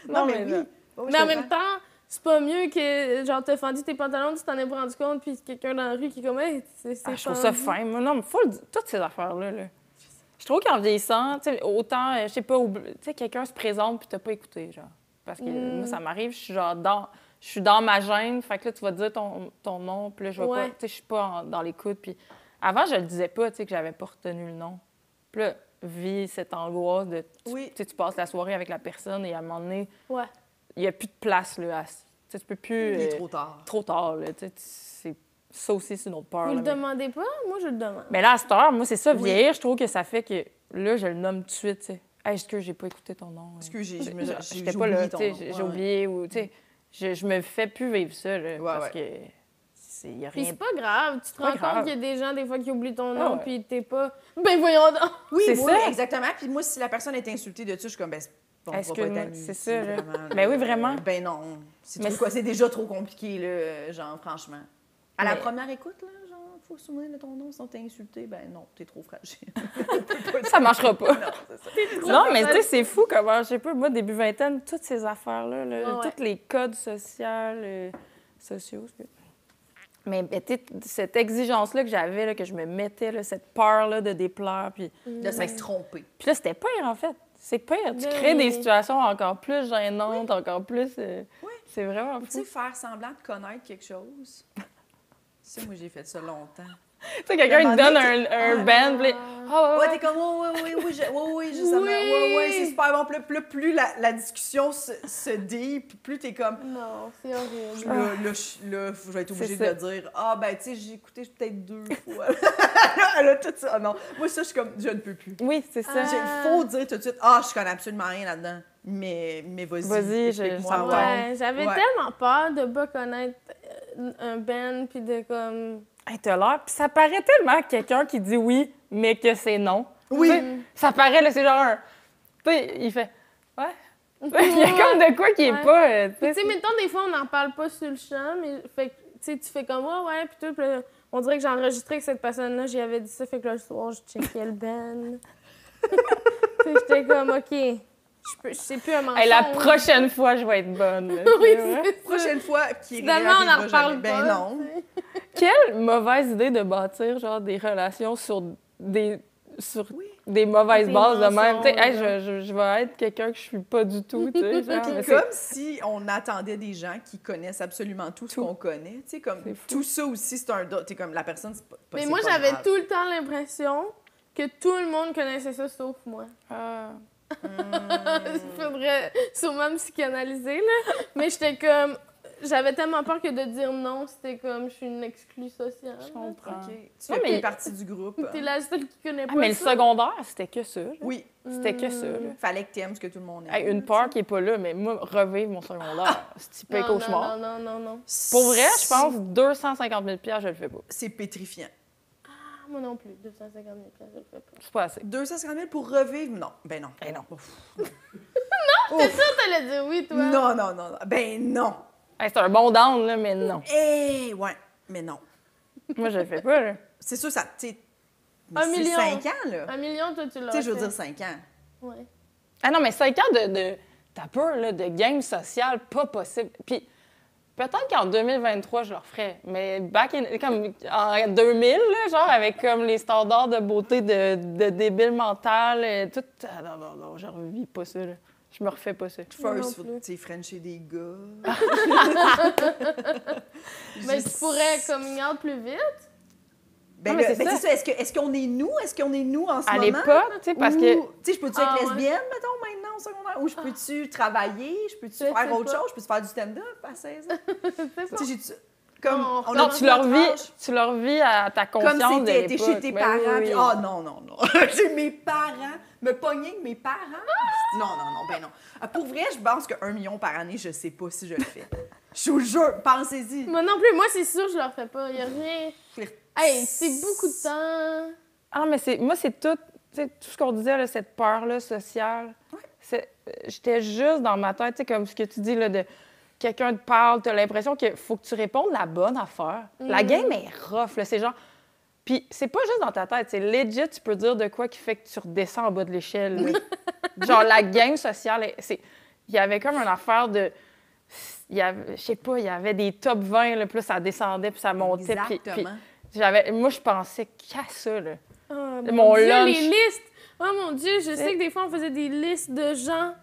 S2: Non,
S4: Non,
S2: mais,
S4: mais là.
S2: oui. Oh, je
S3: Mais en
S2: comprends.
S3: même temps, c'est pas mieux que, genre, t'as fendu tes pantalons, tu t'en es rendu compte, puis quelqu'un dans la rue qui est comme, hey, c'est c'est
S4: Ah, je trouve ça
S3: fendu.
S4: fin, moi. Non, mais faut le dire, toutes ces affaires-là, là. Je trouve qu'en vieillissant, tu sais, autant, euh, je sais pas, oubli- tu sais, quelqu'un se présente puis t'as pas écouté, genre. Parce que
S3: Mm.
S4: moi, ça m'arrive, je suis genre dans... Je suis dans ma gêne, fait que là, tu vas dire ton, ton nom, puis là, je vais
S3: Ouais.
S4: pas... Tu sais, je suis pas en- dans l'écoute, puis... Avant, je le disais pas, tu sais, que j'avais pas retenu le nom. Puis là, vis cette angoisse de... tu-
S2: Oui.
S4: Tu sais, tu passes la soirée avec la personne et à un moment donné,
S3: Ouais.
S4: il y a plus de place, là. à- Tu sais, tu peux plus...
S2: Il est
S4: euh,
S2: trop tard.
S4: trop tard, là. Tu sais, tu- c'est... Ça aussi, c'est une autre peur.
S3: Vous le
S4: là, mais-
S3: demandez pas? Moi, je le demande.
S4: mais là, à cette heure, moi, c'est ça, vieillir, je trouve que ça fait que là, je le nomme tout de suite, tu sais. Hey, est-ce que j'ai pas écouté ton nom? euh.
S2: Parce que j'ai, je me-
S4: Genre,
S2: j'ai-
S4: J'étais
S2: j'ai
S4: pas là,
S2: oublié
S4: tu
S2: ton
S4: sais,
S2: nom.
S4: j'ai
S2: Ouais,
S4: j'ai oublié ou, tu sais, je, je me fais plus vivre ça, là, parce que c'est y a
S3: Puis
S4: rien.
S3: c'est pas grave, tu te rends
S4: pas grave.
S3: compte qu'il y a des gens, des fois, qui oublient ton
S4: Ah
S3: nom,
S4: ouais.
S3: puis t'es pas. Ben voyons donc!
S2: Oui,
S4: C'est
S2: oui,
S4: ça.
S2: exactement. Puis moi, si la personne est insultée de ça, je suis comme, ben, c'est- on
S4: Est-ce
S2: pourra
S4: que
S2: pas
S4: moi-
S2: être amis,
S4: c'est
S2: tu
S4: ça,
S2: sais,
S4: là.
S2: vraiment,
S4: Ben
S2: là.
S4: oui, vraiment.
S2: Ben non. C'est,
S4: Mais
S2: trop- quoi, c'est déjà trop compliqué, là, genre, franchement. À la
S4: Mais-
S2: première écoute, là, genre, faut se souvenir de ton nom, sinon t'es insulté, ben non, t'es trop fragile.
S4: Ça marchera pas. non, mais tu
S3: facile.
S4: sais, c'est fou comment, je sais pas, moi, début vingtaine, toutes ces affaires-là, là,
S3: Ouais, ouais.
S4: tous les codes sociaux, euh, sociaux, excuse. mais ben, tu sais, cette exigence-là que j'avais, là, que je me mettais, là, cette peur-là de déplaire, puis
S2: De se tromper.
S4: Puis là, c'était pire, en fait. C'est pire. Tu
S3: Ben
S4: crées
S3: oui.
S4: des situations encore plus gênantes, encore plus. euh,
S2: Oui.
S4: C'est vraiment
S2: Tu sais,
S4: fou.
S2: faire semblant de connaître quelque chose. Ça, moi, j'ai fait ça longtemps.
S4: Tu sais, quelqu'un
S2: un
S4: te donne
S2: moment
S4: un,
S2: donné,
S4: un band, puis là, Ah, ouais,
S2: Ouais,
S4: ouais.
S2: t'es comme, ouais, ouais, ouais, oui, je- ouais, ouais, je- ça me-
S3: Oui.
S2: ouais, ouais, c'est super bon. Puis là, plus, plus la, la discussion se, se deep, plus t'es comme,
S3: Non, c'est
S2: là,
S3: horrible.
S2: là, je, là, faut- je vais être obligée de
S4: C'est
S2: le dire. Ah, ben, tu sais, j'ai écouté peut-être deux fois. là, là, tout ça. Ah non, moi, ça, je suis comme, je ne peux plus.
S4: Oui, c'est ça.
S2: Il faut dire tout de suite, ah, je connais absolument rien là-dedans. Mais, mais vas-y.
S4: Vas-y, je-
S2: explique-moi.
S4: ça me
S2: Ouais.
S4: tente.
S3: Ouais, j'avais
S2: Ouais.
S3: tellement peur de pas connaître euh, un band puis de comme.
S2: Ah.
S4: Hey, t'as l'air. Puis ça paraît tellement quelqu'un qui dit oui, mais que c'est non.
S2: Oui.
S4: Tu sais, ça paraît, là, c'est genre un. Tu sais, il fait. Ouais. il y a comme de quoi qui est
S3: Ouais.
S4: pas. euh, tu
S3: Puis,
S4: sais,
S3: tu sais, mettons, des fois, on n'en parle pas sur le champ, mais fait, que, tu sais, tu fais comme moi, ouais, puis tout. puis là, on dirait que j'ai enregistré que cette personne-là, j'y avais dit ça, fait que là, le soir, je checkais le band. Puis j'étais comme, OK, je peux- je sais plus un mensonge.
S4: Hey, la prochaine fois, je vais être bonne. là, tu
S3: Oui,
S4: sais, ouais.
S3: c'est ça.
S2: Prochaine fois, qui
S3: Finalement, on en
S2: réarrivera
S3: reparle
S2: jamais.
S3: pas.
S2: Ben non.
S4: Quelle mauvaise idée de bâtir genre des relations sur des sur des mauvaises
S3: Des
S4: bases de même.
S3: mensonges,
S4: Tu sais, Hey,
S3: là.
S4: je, je, je vais être quelqu'un que je suis pas du tout. tu sais, genre, mais
S2: Puis
S4: c'est-
S2: comme si on attendait des gens qui connaissent absolument tout, ce
S4: Tout.
S2: qu'on connaît. Tu sais, comme
S4: C'est fou.
S2: tout ça aussi, c'est un don. Tu sais, comme la personne, c'est pas pas-
S3: Mais
S2: c'est
S3: moi,
S2: pas
S3: j'avais
S2: grave.
S3: tout le temps l'impression que tout le monde connaissait ça, sauf moi.
S4: Ah.
S2: Mm.
S3: Il faudrait sûrement me psychanalyser, là. Mais j'étais comme... J'avais tellement peur que de dire non, c'était comme je suis une exclue sociale.
S4: Je comprends.
S2: OK. Tu fais
S4: Non, mais-
S2: plus partie du groupe.
S3: T'es la seule qui connaît
S4: Ah,
S3: pas
S4: mais le
S3: ça.
S4: secondaire, c'était que ça. là.
S2: Oui.
S4: C'était que ça. là.
S3: Hmm.
S2: Fallait que t'aimes ce que tout le monde aime.
S4: Hey, une peur qui est pas là, mais moi, revivre mon secondaire, c'est un
S3: Non,
S4: cauchemar.
S3: Non, non, non, non.
S4: Pour vrai, je pense 250 000 je le fais pas.
S2: C'est pétrifiant.
S3: Ah, moi non plus, 250 000 je le fais pas.
S4: C'est pas assez.
S2: 250 000 pour revivre? Non. Ben non.
S4: Ben non.
S2: Ouf.
S3: C'est sûr que t'allais dire oui, toi.
S2: Non, non, non, non. Ben non.
S4: Hey, c'est un bon down, là, mais non.
S2: Eh, ouais. Mais non.
S4: Moi, je le fais pas. Là.
S2: C'est sûr, ça. tu sais,
S3: Un
S2: c'est
S3: million.
S2: 5 ans, là.
S3: Un million, toi, tu l'as.
S2: Tu sais, je veux dire 5 ans.
S3: Ouais.
S4: Ah non, mais 5 ans de, de t'as peur là, de game sociale, pas possible. Puis peut-être qu'en 2023, je le referais, mais back in, comme en 2000, là, genre avec comme les standards de beauté de, de débile mental, euh, tout. ah non, non, non, je revis pas ça. Là. Je me refais pas ça.
S2: First,
S3: non
S2: faut-
S3: plus.
S2: tu sais, Frencher des gars.
S3: Mais tu
S2: Juste-
S3: pourrais coming out plus vite.
S2: Ben,
S4: Non, mais
S2: là,
S4: c'est
S2: ben,
S4: ça.
S2: c'est ça. Est-ce que- est-ce qu'on est, nous? Est-ce qu'on est nous en ce
S4: À
S2: moment?
S4: l'époque, tu sais, parce que.
S2: Ou, Tu sais, je peux-tu
S3: Ah,
S2: être
S3: ouais.
S2: lesbienne, mettons, maintenant, au secondaire? Ou je
S4: Ah.
S2: peux-tu travailler? Je peux-tu
S3: Je sais
S2: faire autre
S3: pas.
S2: chose? Je peux-tu faire du stand-up à 16 ans?
S3: C'est ça.
S2: tu sais, j'ai-tu... Comme,
S3: Non,
S2: on a
S4: Non,
S2: tous
S4: tu leur
S2: notre
S4: vis,
S2: âge.
S4: tu leur vis à ta conscience
S2: Comme
S4: de
S2: si t'étais
S4: l'époque.
S2: chez tes
S4: Ben
S2: parents.
S4: oui,
S2: puis,
S4: oui.
S2: Ah non, non, non. J'ai mes parents. Me pogner avec mes parents. Non, non, non, ben non. Ah, Pour vrai, je pense qu'un million par année, je sais pas si je le fais. Je vous jure, pensez-y.
S3: Moi non plus, moi, c'est sûr, je le refais pas. Y a rien. Hey, c'est beaucoup de temps.
S4: Ah, mais c'est, moi, c'est tout, tu sais, tout ce qu'on disait, là, cette peur-là sociale. C'est- euh, J'étais juste dans ma tête, tu sais, comme ce que tu dis, là, de quelqu'un te parle, t'as l'impression qu'il faut que tu répondes la bonne affaire. La game est rough, là, c'est genre... Puis c'est pas juste dans ta tête, c'est legit, tu peux dire de quoi qui fait que tu redescends en bas de l'échelle. là. genre, la game sociale, est- c'est... Il y avait comme une affaire de... Il y avait, je sais pas, il y avait des top 20, là, puis là, ça descendait, puis ça montait. puis- puis
S2: Exactement.
S4: j'avais, moi, je pensais qu'à ça, là.
S3: Oh,
S4: Mon
S3: Dieu,
S4: lunch.
S3: les listes. Oh mon Dieu, je sais que des fois, on faisait des listes de gens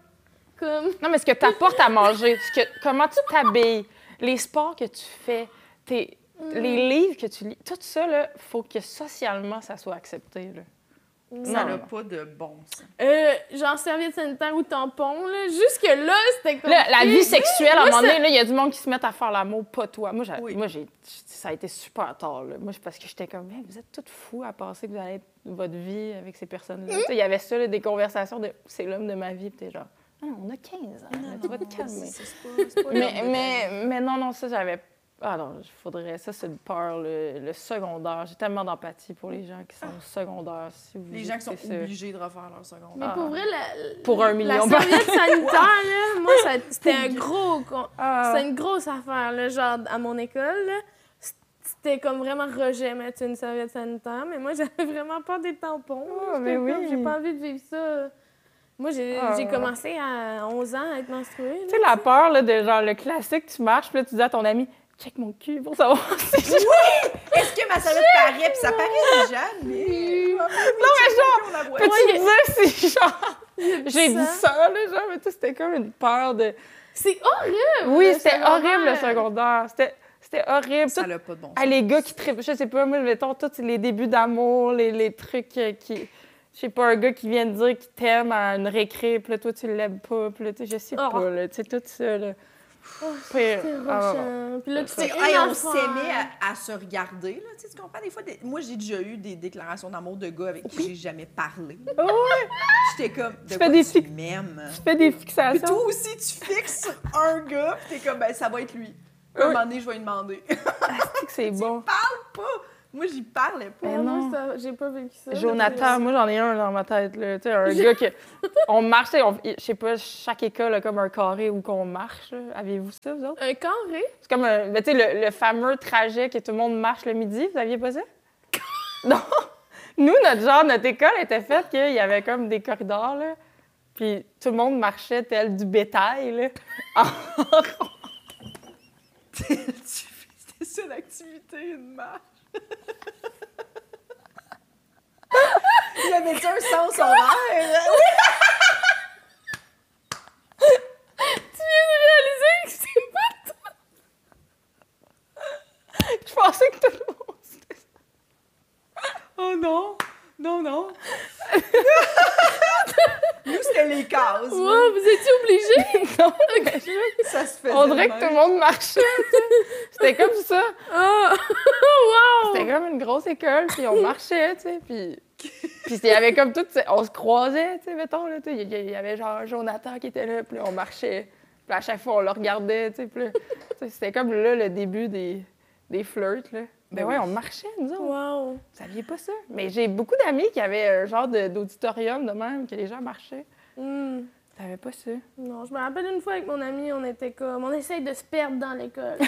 S3: comme.
S4: Non, mais ce que tu apportes à manger, ce que, comment tu t'habilles, les sports que tu fais, tes- les livres que tu lis, tout ça, là, faut que socialement, ça soit accepté, là.
S2: Ça
S4: Non,
S2: n'a
S4: non.
S2: pas de bon sens.
S3: Euh, genre serviette sanitaire ou tampon, là. Jusque-là, c'était comme.
S4: Là, la vie sexuelle, à un
S3: Moi,
S4: moment
S3: ça-
S4: donné, là, il y a du monde qui se met à faire l'amour, pas toi. Moi, j'ai,
S2: Oui.
S4: moi j'ai, ça a été super tard. Là. Moi, c'est parce que j'étais comme, Hey, vous êtes toutes fous à penser que vous allez être votre vie avec ces personnes-là. Tu sais, Il y avait ça, là, des conversations de c'est l'homme de ma vie. Puis t'es genre, non, on a 15 ans, là, tu vas te calmer. Mais, mais, mais non, non, ça, j'avais. Ah non, il faudrait. Ça, c'est une peur, le, le secondaire. J'ai tellement d'empathie pour les gens qui sont au secondaire. Si vous
S2: Les gens qui sont
S4: écoutez ça.
S2: obligés de refaire leur seconde.
S3: Mais
S4: Ah.
S3: pour vrai, la,
S4: Pour un
S3: la
S4: million.
S3: serviette sanitaire, là, moi, ça- c'était un gros... con-
S4: Ah.
S3: C'était une grosse affaire, là, genre, à mon école, là. C'était comme vraiment rejet mettre une serviette sanitaire, mais moi, j'avais vraiment peur des tampons. là.
S4: Ah, mais
S3: J'étais comme,
S4: oui.
S3: J'ai pas envie de vivre ça. Moi, j'ai
S4: Ah.
S3: j'ai commencé à 11 ans à être menstruée.
S4: Tu
S3: là.
S4: sais, la peur là, de genre le classique, tu marches, puis là, tu dis à ton ami, check mon cul pour savoir si je.
S2: Est-ce que ma salade paraît? Puis ça paraît déjà, mais... Ah, Non, mais
S4: Peux-tu
S2: genre...
S4: me dire si, genre, j'ai dit
S3: ça.
S4: ça, là, genre, mais tu sais, c'était comme une peur de.
S3: C'est oh! horrible!
S4: Oui,
S3: le
S4: c'était
S3: secondaire.
S4: horrible le secondaire. C'était c'était horrible.
S2: Ça
S4: Tout-
S2: n'a pas de bon
S4: Ah, les gars qui trippent, je sais pas, moi, mettons, tous les débuts d'amour, les, les trucs euh, qui. Je sais pas, un gars qui vient de dire qu'il t'aime à une récré, puis là, toi, tu l'aimes pas, puis là, tu sais, je sais
S3: Oh.
S4: pas, là, tu sais, tout ça, là. Pire.
S3: C'est
S4: Ah, non, non.
S3: rochant. Puis là, tu
S2: Tu sais,
S3: fais
S2: hey,
S3: une
S2: on
S3: affaire.
S2: s'aimait à, à se regarder. Là. Tu sais, tu comprends? Des fois, des- moi, j'ai déjà eu des déclarations d'amour de gars avec qui j'ai jamais parlé. J'étais comme, de
S4: Ah fais
S2: quoi
S4: des
S2: tu
S4: fic-
S2: m'aimes?
S4: Tu fais des
S2: Puis toi
S4: fixations.
S2: aussi, tu fixes un gars, puis t'es comme, ben, ça va être lui. Puis à un
S4: Oui.
S2: moment donné, je vais lui demander.
S4: Tu sais que c'est bon.
S2: Pas- moi, j'y parlais pas.
S4: Ben
S3: Ah, moi,
S4: non.
S3: ça- j'ai pas vécu ça.
S4: Jonathan, moi j'en ai un dans ma tête. Là. Tu sais, un gars que. On marche, tu sais, on- je sais pas, chaque école a comme un carré où qu'on marche. là. Avez-vous ça, vous autres?
S3: Un euh, carré?
S4: C'est comme un- ben, tu sais, le, le fameux trajet que tout le monde marche le midi, vous aviez pas ça? non! Nous, notre genre, notre école était faite qu'il y avait comme des corridors, là. Puis tout le monde marchait tel du bétail, là.
S2: C'était ça l'activité, une marche. Il avait un sens horaire.
S4: réaliser que c'est pas toi. Je pensais que tout le monde c'était ça. Oh non, non, non.
S2: Nous, c'était les cases.
S3: Wow, vous étiez obligés?
S4: non mais
S2: Ça se faisait.
S4: on dirait
S2: de
S4: que tout
S2: même.
S4: le monde marchait. tu sais. C'était comme ça.
S3: Ah!
S4: C'était comme une grosse école, puis on marchait, tu sais, puis... Puis il y avait comme tout, tu sais, on se croisait, tu sais, mettons, là, tu sais, il y- il y avait genre Jonathan qui était là, puis là, on marchait. Puis à chaque fois, on le regardait, tu sais, puis là, tu sais, c'était comme là le début des, des flirts, là. Ben ouais, on marchait, nous autres.
S3: Wow!
S4: Vous saviez pas ça? Mais j'ai beaucoup d'amis qui avaient un genre de- d'auditorium de même, que les gens marchaient.
S3: Hmm.
S4: Vous savez pas ça?
S3: Non, je me rappelle une fois avec mon ami, on était comme, on essaye de se perdre dans l'école.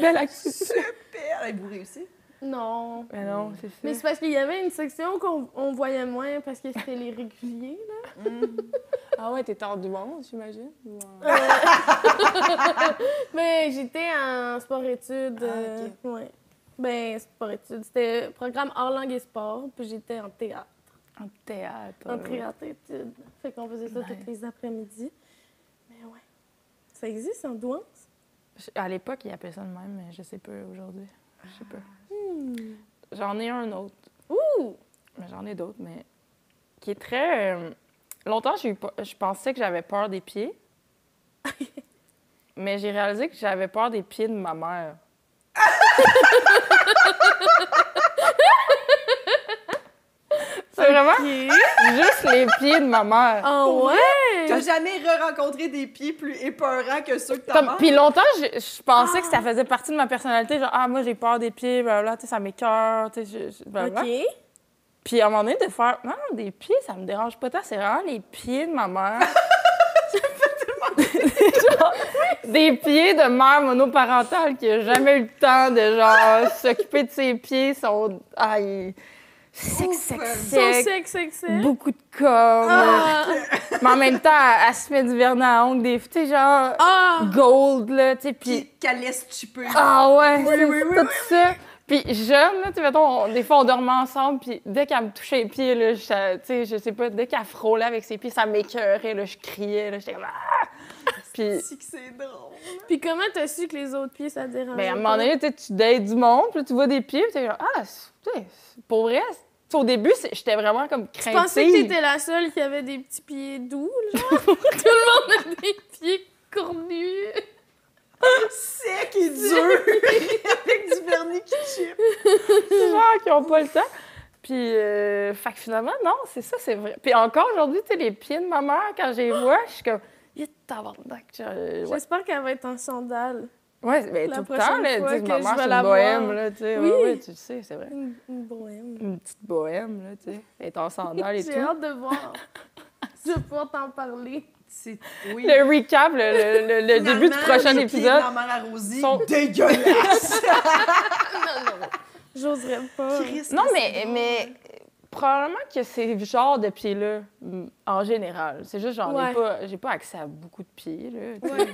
S4: Belle activité!
S2: Super. Avez-vous réussi?
S3: non.
S4: Mais Ben non, c'est ça.
S3: Mais c'est parce qu'il y avait une section qu'on on voyait moins parce que c'était les réguliers. là.
S4: Ah ouais, t'étais hors du monde, j'imagine? Ou en-
S3: Mais j'étais en sport-études. euh, ouais. Ben, sport-études. C'était programme hors langue et sport, puis j'étais en théâtre,
S4: En théâtre.
S3: en théâtre-études. Fait qu'on faisait ça
S4: Nice.
S3: tous les après-midi. Mais ouais. Ça existe en douance?
S4: À l'époque, il appelait ça de même, mais je sais pas aujourd'hui. Je sais pas. J'en ai un autre.
S3: Ouh!
S4: Mais J'en ai d'autres, mais qui est très. euh, Longtemps, j'ai eu pe- je pensais que j'avais peur des pieds. mais j'ai réalisé que j'avais peur des pieds de ma mère. C'est vraiment juste les pieds de ma mère.
S3: Oh ouais!
S2: T'as jamais re-rencontré des pieds plus épeurants que ceux que t'as
S4: Comme- Puis longtemps, je, je pensais que ça faisait partie de ma personnalité. Genre, ah, moi, j'ai peur des pieds, blablabla, tu sais, ça m'écœure, tu sais, je- je- blablabla.
S3: OK.
S4: Puis à un moment donné, de faire, non, non, des pieds, ça me dérange pas tant, c'est vraiment les pieds de ma mère. Genre, des pieds de mère monoparentale qui a jamais eu le temps de, genre, s'occuper de ses pieds, sont. Aïe. Sec, sec,
S3: So
S4: sec.
S3: sec, sec, sec.
S4: Beaucoup de com.
S3: euh, Ah!
S4: Mais en même temps, elle, elle se met du vernis à ongles, des. Tu sais, genre.
S3: Ah!
S4: Gold, là, tu sais, puis.
S2: Puis qu'elle laisse chipper.
S4: Ah ouais,
S2: Oui,
S4: c'est
S2: oui, oui,
S4: tout
S2: oui,
S4: ça. Puis jeune, là, tu sais, mettons, on- des fois, on dormait ensemble, puis dès qu'elle me touchait les pieds, là, je, euh, tu sais, je sais pas, dès qu'elle frôlait avec ses pieds, ça m'écœurait, là, je criais, là, j'étais comme... Ah! Puis,
S2: Si que c'est drôle.
S3: Puis comment t'as su que les autres pieds, ça te dérangeait?
S4: ben, à un moment donné, tu sais, tu dates du monde, puis là, tu vois des pieds, puis t'es genre, ah, c'est- tu sais, c'est- pour vrai, c'est- tu sais, au début, c'est- j'étais vraiment comme
S3: Je
S4: craintive.
S3: pensais que t'étais la seule qui avait des petits pieds doux, genre. Tout le monde a des pieds cornus.
S2: Sec et dur. Avec du vernis qui chip.
S4: genre qui ont pas le temps. Puis, euh, fait que finalement, non, c'est ça, c'est vrai. Puis encore aujourd'hui, tu sais, les pieds de ma mère, quand je les vois, je suis comme, il tabarnak. je- Ouais,
S3: J'espère qu'elle va être en sandales.
S4: ouais mais
S3: La
S4: tout le temps,
S3: prochaine
S4: là, tu
S3: fois
S4: sais,
S3: que
S4: ma
S3: je
S4: mère,
S3: vais
S4: c'est
S3: la
S4: une bohème,
S3: voir.
S4: là, tu sais.
S3: Oui.
S4: Ouais, ouais, tu le sais, c'est vrai.
S3: Une, une bohème.
S4: Une petite bohème, là, tu sais. Elle est en sandales et
S3: J'ai
S4: tout.
S3: hâte de voir. Je vais pouvoir t'en parler.
S2: C'est. Oui.
S4: Le recap, le, le- le- le début du
S2: Finalement,
S4: prochain
S2: les pieds
S4: épisode.
S2: de ma mère à Rosie
S4: sont-
S2: dégueulasses.
S3: J'oserais pas.
S2: Christ,
S4: Non,
S2: que c'est
S4: mais,
S2: drôle.
S4: mais euh, probablement que ces genres de pieds-là, mm, en général, c'est juste, j'en
S3: Ouais.
S4: ai pas, j'ai pas accès à beaucoup de pieds, là. tu sais.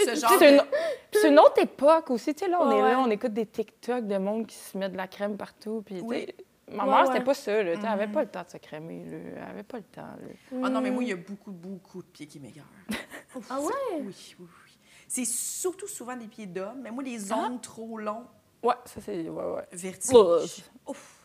S2: Ce
S4: Puis
S2: genre.
S4: C'est une...
S2: de-
S4: puis c'est une autre époque aussi, tu sais, là, on
S3: Ouais,
S4: est
S3: ouais.
S4: là, on écoute des TikTok de monde qui se met de la crème partout, puis tu sais,
S2: Oui.
S4: Ma
S3: Ouais,
S4: mère,
S3: ouais. Mhm.
S4: c'était pas ça, là, tu sais, elle avait pas le temps de se crémer, là, elle avait pas le temps, là.
S2: Ah non, mais moi, il y a beaucoup, beaucoup de pieds qui m'égarent.
S3: Ah ouais?
S2: Oui, oui, oui. C'est surtout souvent des pieds
S4: Ah.
S2: d'hommes, mais moi, les ongles trop longs,
S4: Ouais, ça c'est... Ouais, ouais.
S2: vertigineux.
S4: Ouf. Hmm.
S2: Ouf.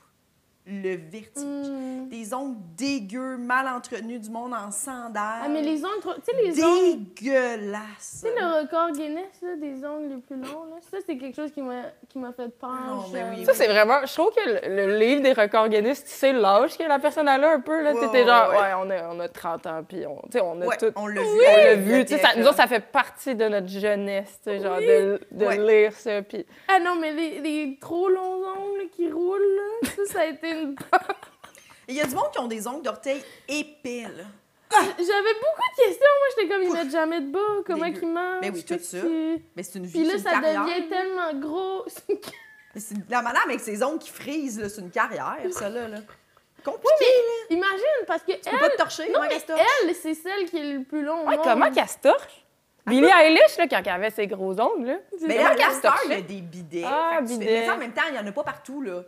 S2: le vertige.
S3: Hmm.
S2: Des ongles dégueux, mal entretenus, du monde en sandales.
S3: Ah, mais les ongles, trop- tu sais, les ongles.
S2: Dégueulasse.
S3: Tu sais, le record Guinness là, des ongles les plus longs, là, ça, c'est quelque chose qui m'a qui m'a fait peur.
S2: Ah Non, mais
S3: genre.
S2: oui,
S4: Ça, c'est vraiment. Je trouve que le, le livre des records Guinness, tu sais l'âge que la personne elle a un peu. Là,
S2: Ouais,
S4: t'étais
S2: ouais,
S4: genre,
S2: ouais.
S4: ouais, on, a, on a 30 ans, puis on, tu sais, on a
S2: Ouais,
S4: tout.
S2: on l'a vu.
S4: on
S2: on
S4: l'a
S2: l'a
S4: vu. tu sais,
S2: déjà.
S4: ça- nous autres, ça fait partie de notre jeunesse, tu sais, genre, de, de
S2: Ouais.
S4: lire ça. Puis
S3: Ah non, mais les, les trop longs ongles qui roulent, là, ça, ça a été une...
S2: Il y a du monde qui ont des ongles d'orteil épais, là.
S3: J'avais beaucoup de questions, moi, j'étais comme, ils mettent jamais de bas, comment
S2: Dégueu.
S3: qu'ils mangent?
S2: Ben oui, tout
S3: qu'est-ce
S2: ça.
S3: qu'ils-
S2: Mais c'est une vie,
S3: Puis là,
S2: c'est une
S3: ça
S2: carrière.
S3: devient tellement gros. C'est
S2: Mais c'est- La madame avec ses ongles qui frisent, là, c'est une carrière, ça, là. là. Compliqué,
S3: Imagine, parce que
S2: tu peux pas te torcher,
S3: Non,
S2: ouais,
S3: mais
S2: reste torche.
S3: elle, c'est celle qui est le plus long. au
S4: ouais,
S3: monde.
S4: comment qu'elle se torche? Billie Eilish, là, quand elle avait ses gros ongles, là. tu sais,
S2: Ah, Mais
S4: comment
S2: là,
S4: qu'elle
S2: la
S4: se
S2: star,
S4: torchait?
S2: il y a des bidets.
S4: Ah,
S2: Fait que tu fais-
S4: bidet.
S2: Mais en même temps, il n'y en a pas partout, là.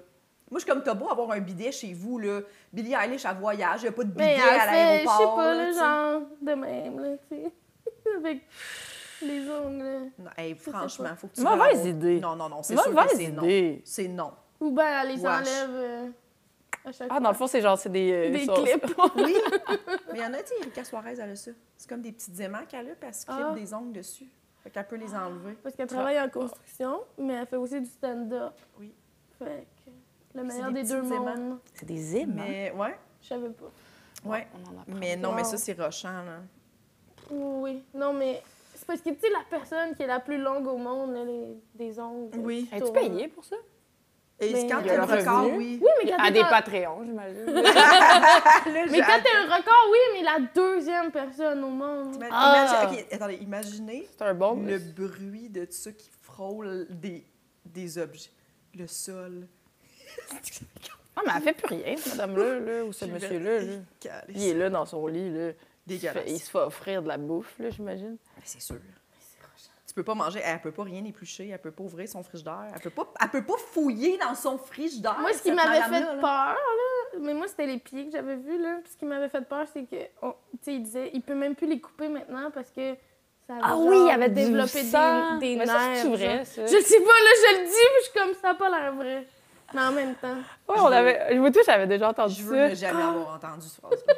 S2: Moi, je suis comme, t'as beau avoir un bidet chez vous, là. Billie Eilish, elle voyage, il n'y a pas de bidet
S3: Mais elle
S2: à
S3: fait, je
S2: l'aéroport.
S3: sais pas,
S2: là,
S3: le
S2: tu sais.
S3: genre de même, là, tu sais. Avec les ongles.
S2: Non, hey,
S3: sais pas.
S2: franchement, faut que tu...
S4: Mauvaise
S2: remontes.
S4: idée.
S2: Non, non, non, c'est sûr que
S4: Mauvaise
S2: c'est non.
S4: idée.
S2: C'est non.
S3: Ou ben, elle les
S2: Wesh.
S3: enlève euh, à chaque
S4: Ah, dans le
S3: fois.
S4: fond, c'est genre, c'est des. euh,
S3: Des
S4: ça-
S3: clips.
S2: Oui, mais il y en a, tu sais, Erika Suarez, elle a ça. C'est comme des petits aimants qu'elle a, puis elle se clip
S3: Ah.
S2: des ongles dessus. Fait qu'elle peut les
S4: Ah.
S2: enlever.
S3: Parce qu'elle travaille en construction, mais elle fait aussi du stand-up.
S2: Oui.
S3: Fait que le
S2: C'est
S3: meilleur
S2: des
S3: des, deux
S2: petits aimants.
S3: mondes.
S4: C'est des hymnes. hein?
S2: Mais, ouais,
S3: Je savais pas.
S2: ouais.
S4: On en apprend.
S2: Mais non, mais
S3: Wow.
S2: ça, c'est rochant, là.
S3: Oui, non, mais c'est parce que, tu sais, la personne qui est la plus longue au monde, là, les- des ongles.
S2: Oui.
S3: qui
S4: Es-tu
S3: tournent.
S2: euh,
S4: payé pour ça?
S2: Et
S3: Mais
S2: quand
S3: il y
S2: t'as
S4: a
S2: le
S4: le
S2: record,
S4: revenu.
S2: oui.
S3: Oui, mais quand
S4: À
S3: t'es
S4: des
S3: dans-
S4: Patreons, j'imagine.
S3: Mais quand t'es un record, oui, mais la deuxième personne au monde.
S2: Ima-
S4: Ah!
S2: imagine- ok, attendez, imaginez
S4: C'est un bon.
S2: le
S4: mais-
S2: bruit de ça qui frôle des, des objets. Le sol.
S4: Ah, mais elle fait plus rien, cette madame-là, là, ou ce
S2: Puis le-
S4: monsieur-là. là.
S2: Calais.
S4: Il est là dans son lit, là. Il se
S2: Dégueulasse.
S4: fait- il se fait offrir de la bouffe, là, j'imagine.
S2: Mais C'est sûr. Tu peux pas manger, elle peut pas rien éplucher, elle peut pas ouvrir son frigidaire, elle peut pas, elle peut pas fouiller dans son frigidaire.
S3: Moi, ce qui
S2: cette
S3: m'avait fait
S2: madame-là,
S3: peur,
S2: là.
S3: là, mais moi, c'était les pieds que j'avais vus, là. Puis ce qui m'avait fait peur, c'est que, on- tu sais, il disait, il peut même plus les couper maintenant parce que ça avait
S4: Ah
S3: genre développé des, des nerfs.
S4: mais ça, c'est vrai,
S3: genre.
S4: ça.
S3: Je sais pas, là, je le dis, puis je suis comme ça, a pas l'air vrai. Mais en même temps.
S4: Ouais,
S2: Je
S4: on
S2: veux-
S4: avait... Je vous touche, j'avais déjà entendu
S2: Je
S4: ça.
S2: veux ne jamais avoir entendu ce phrase-là.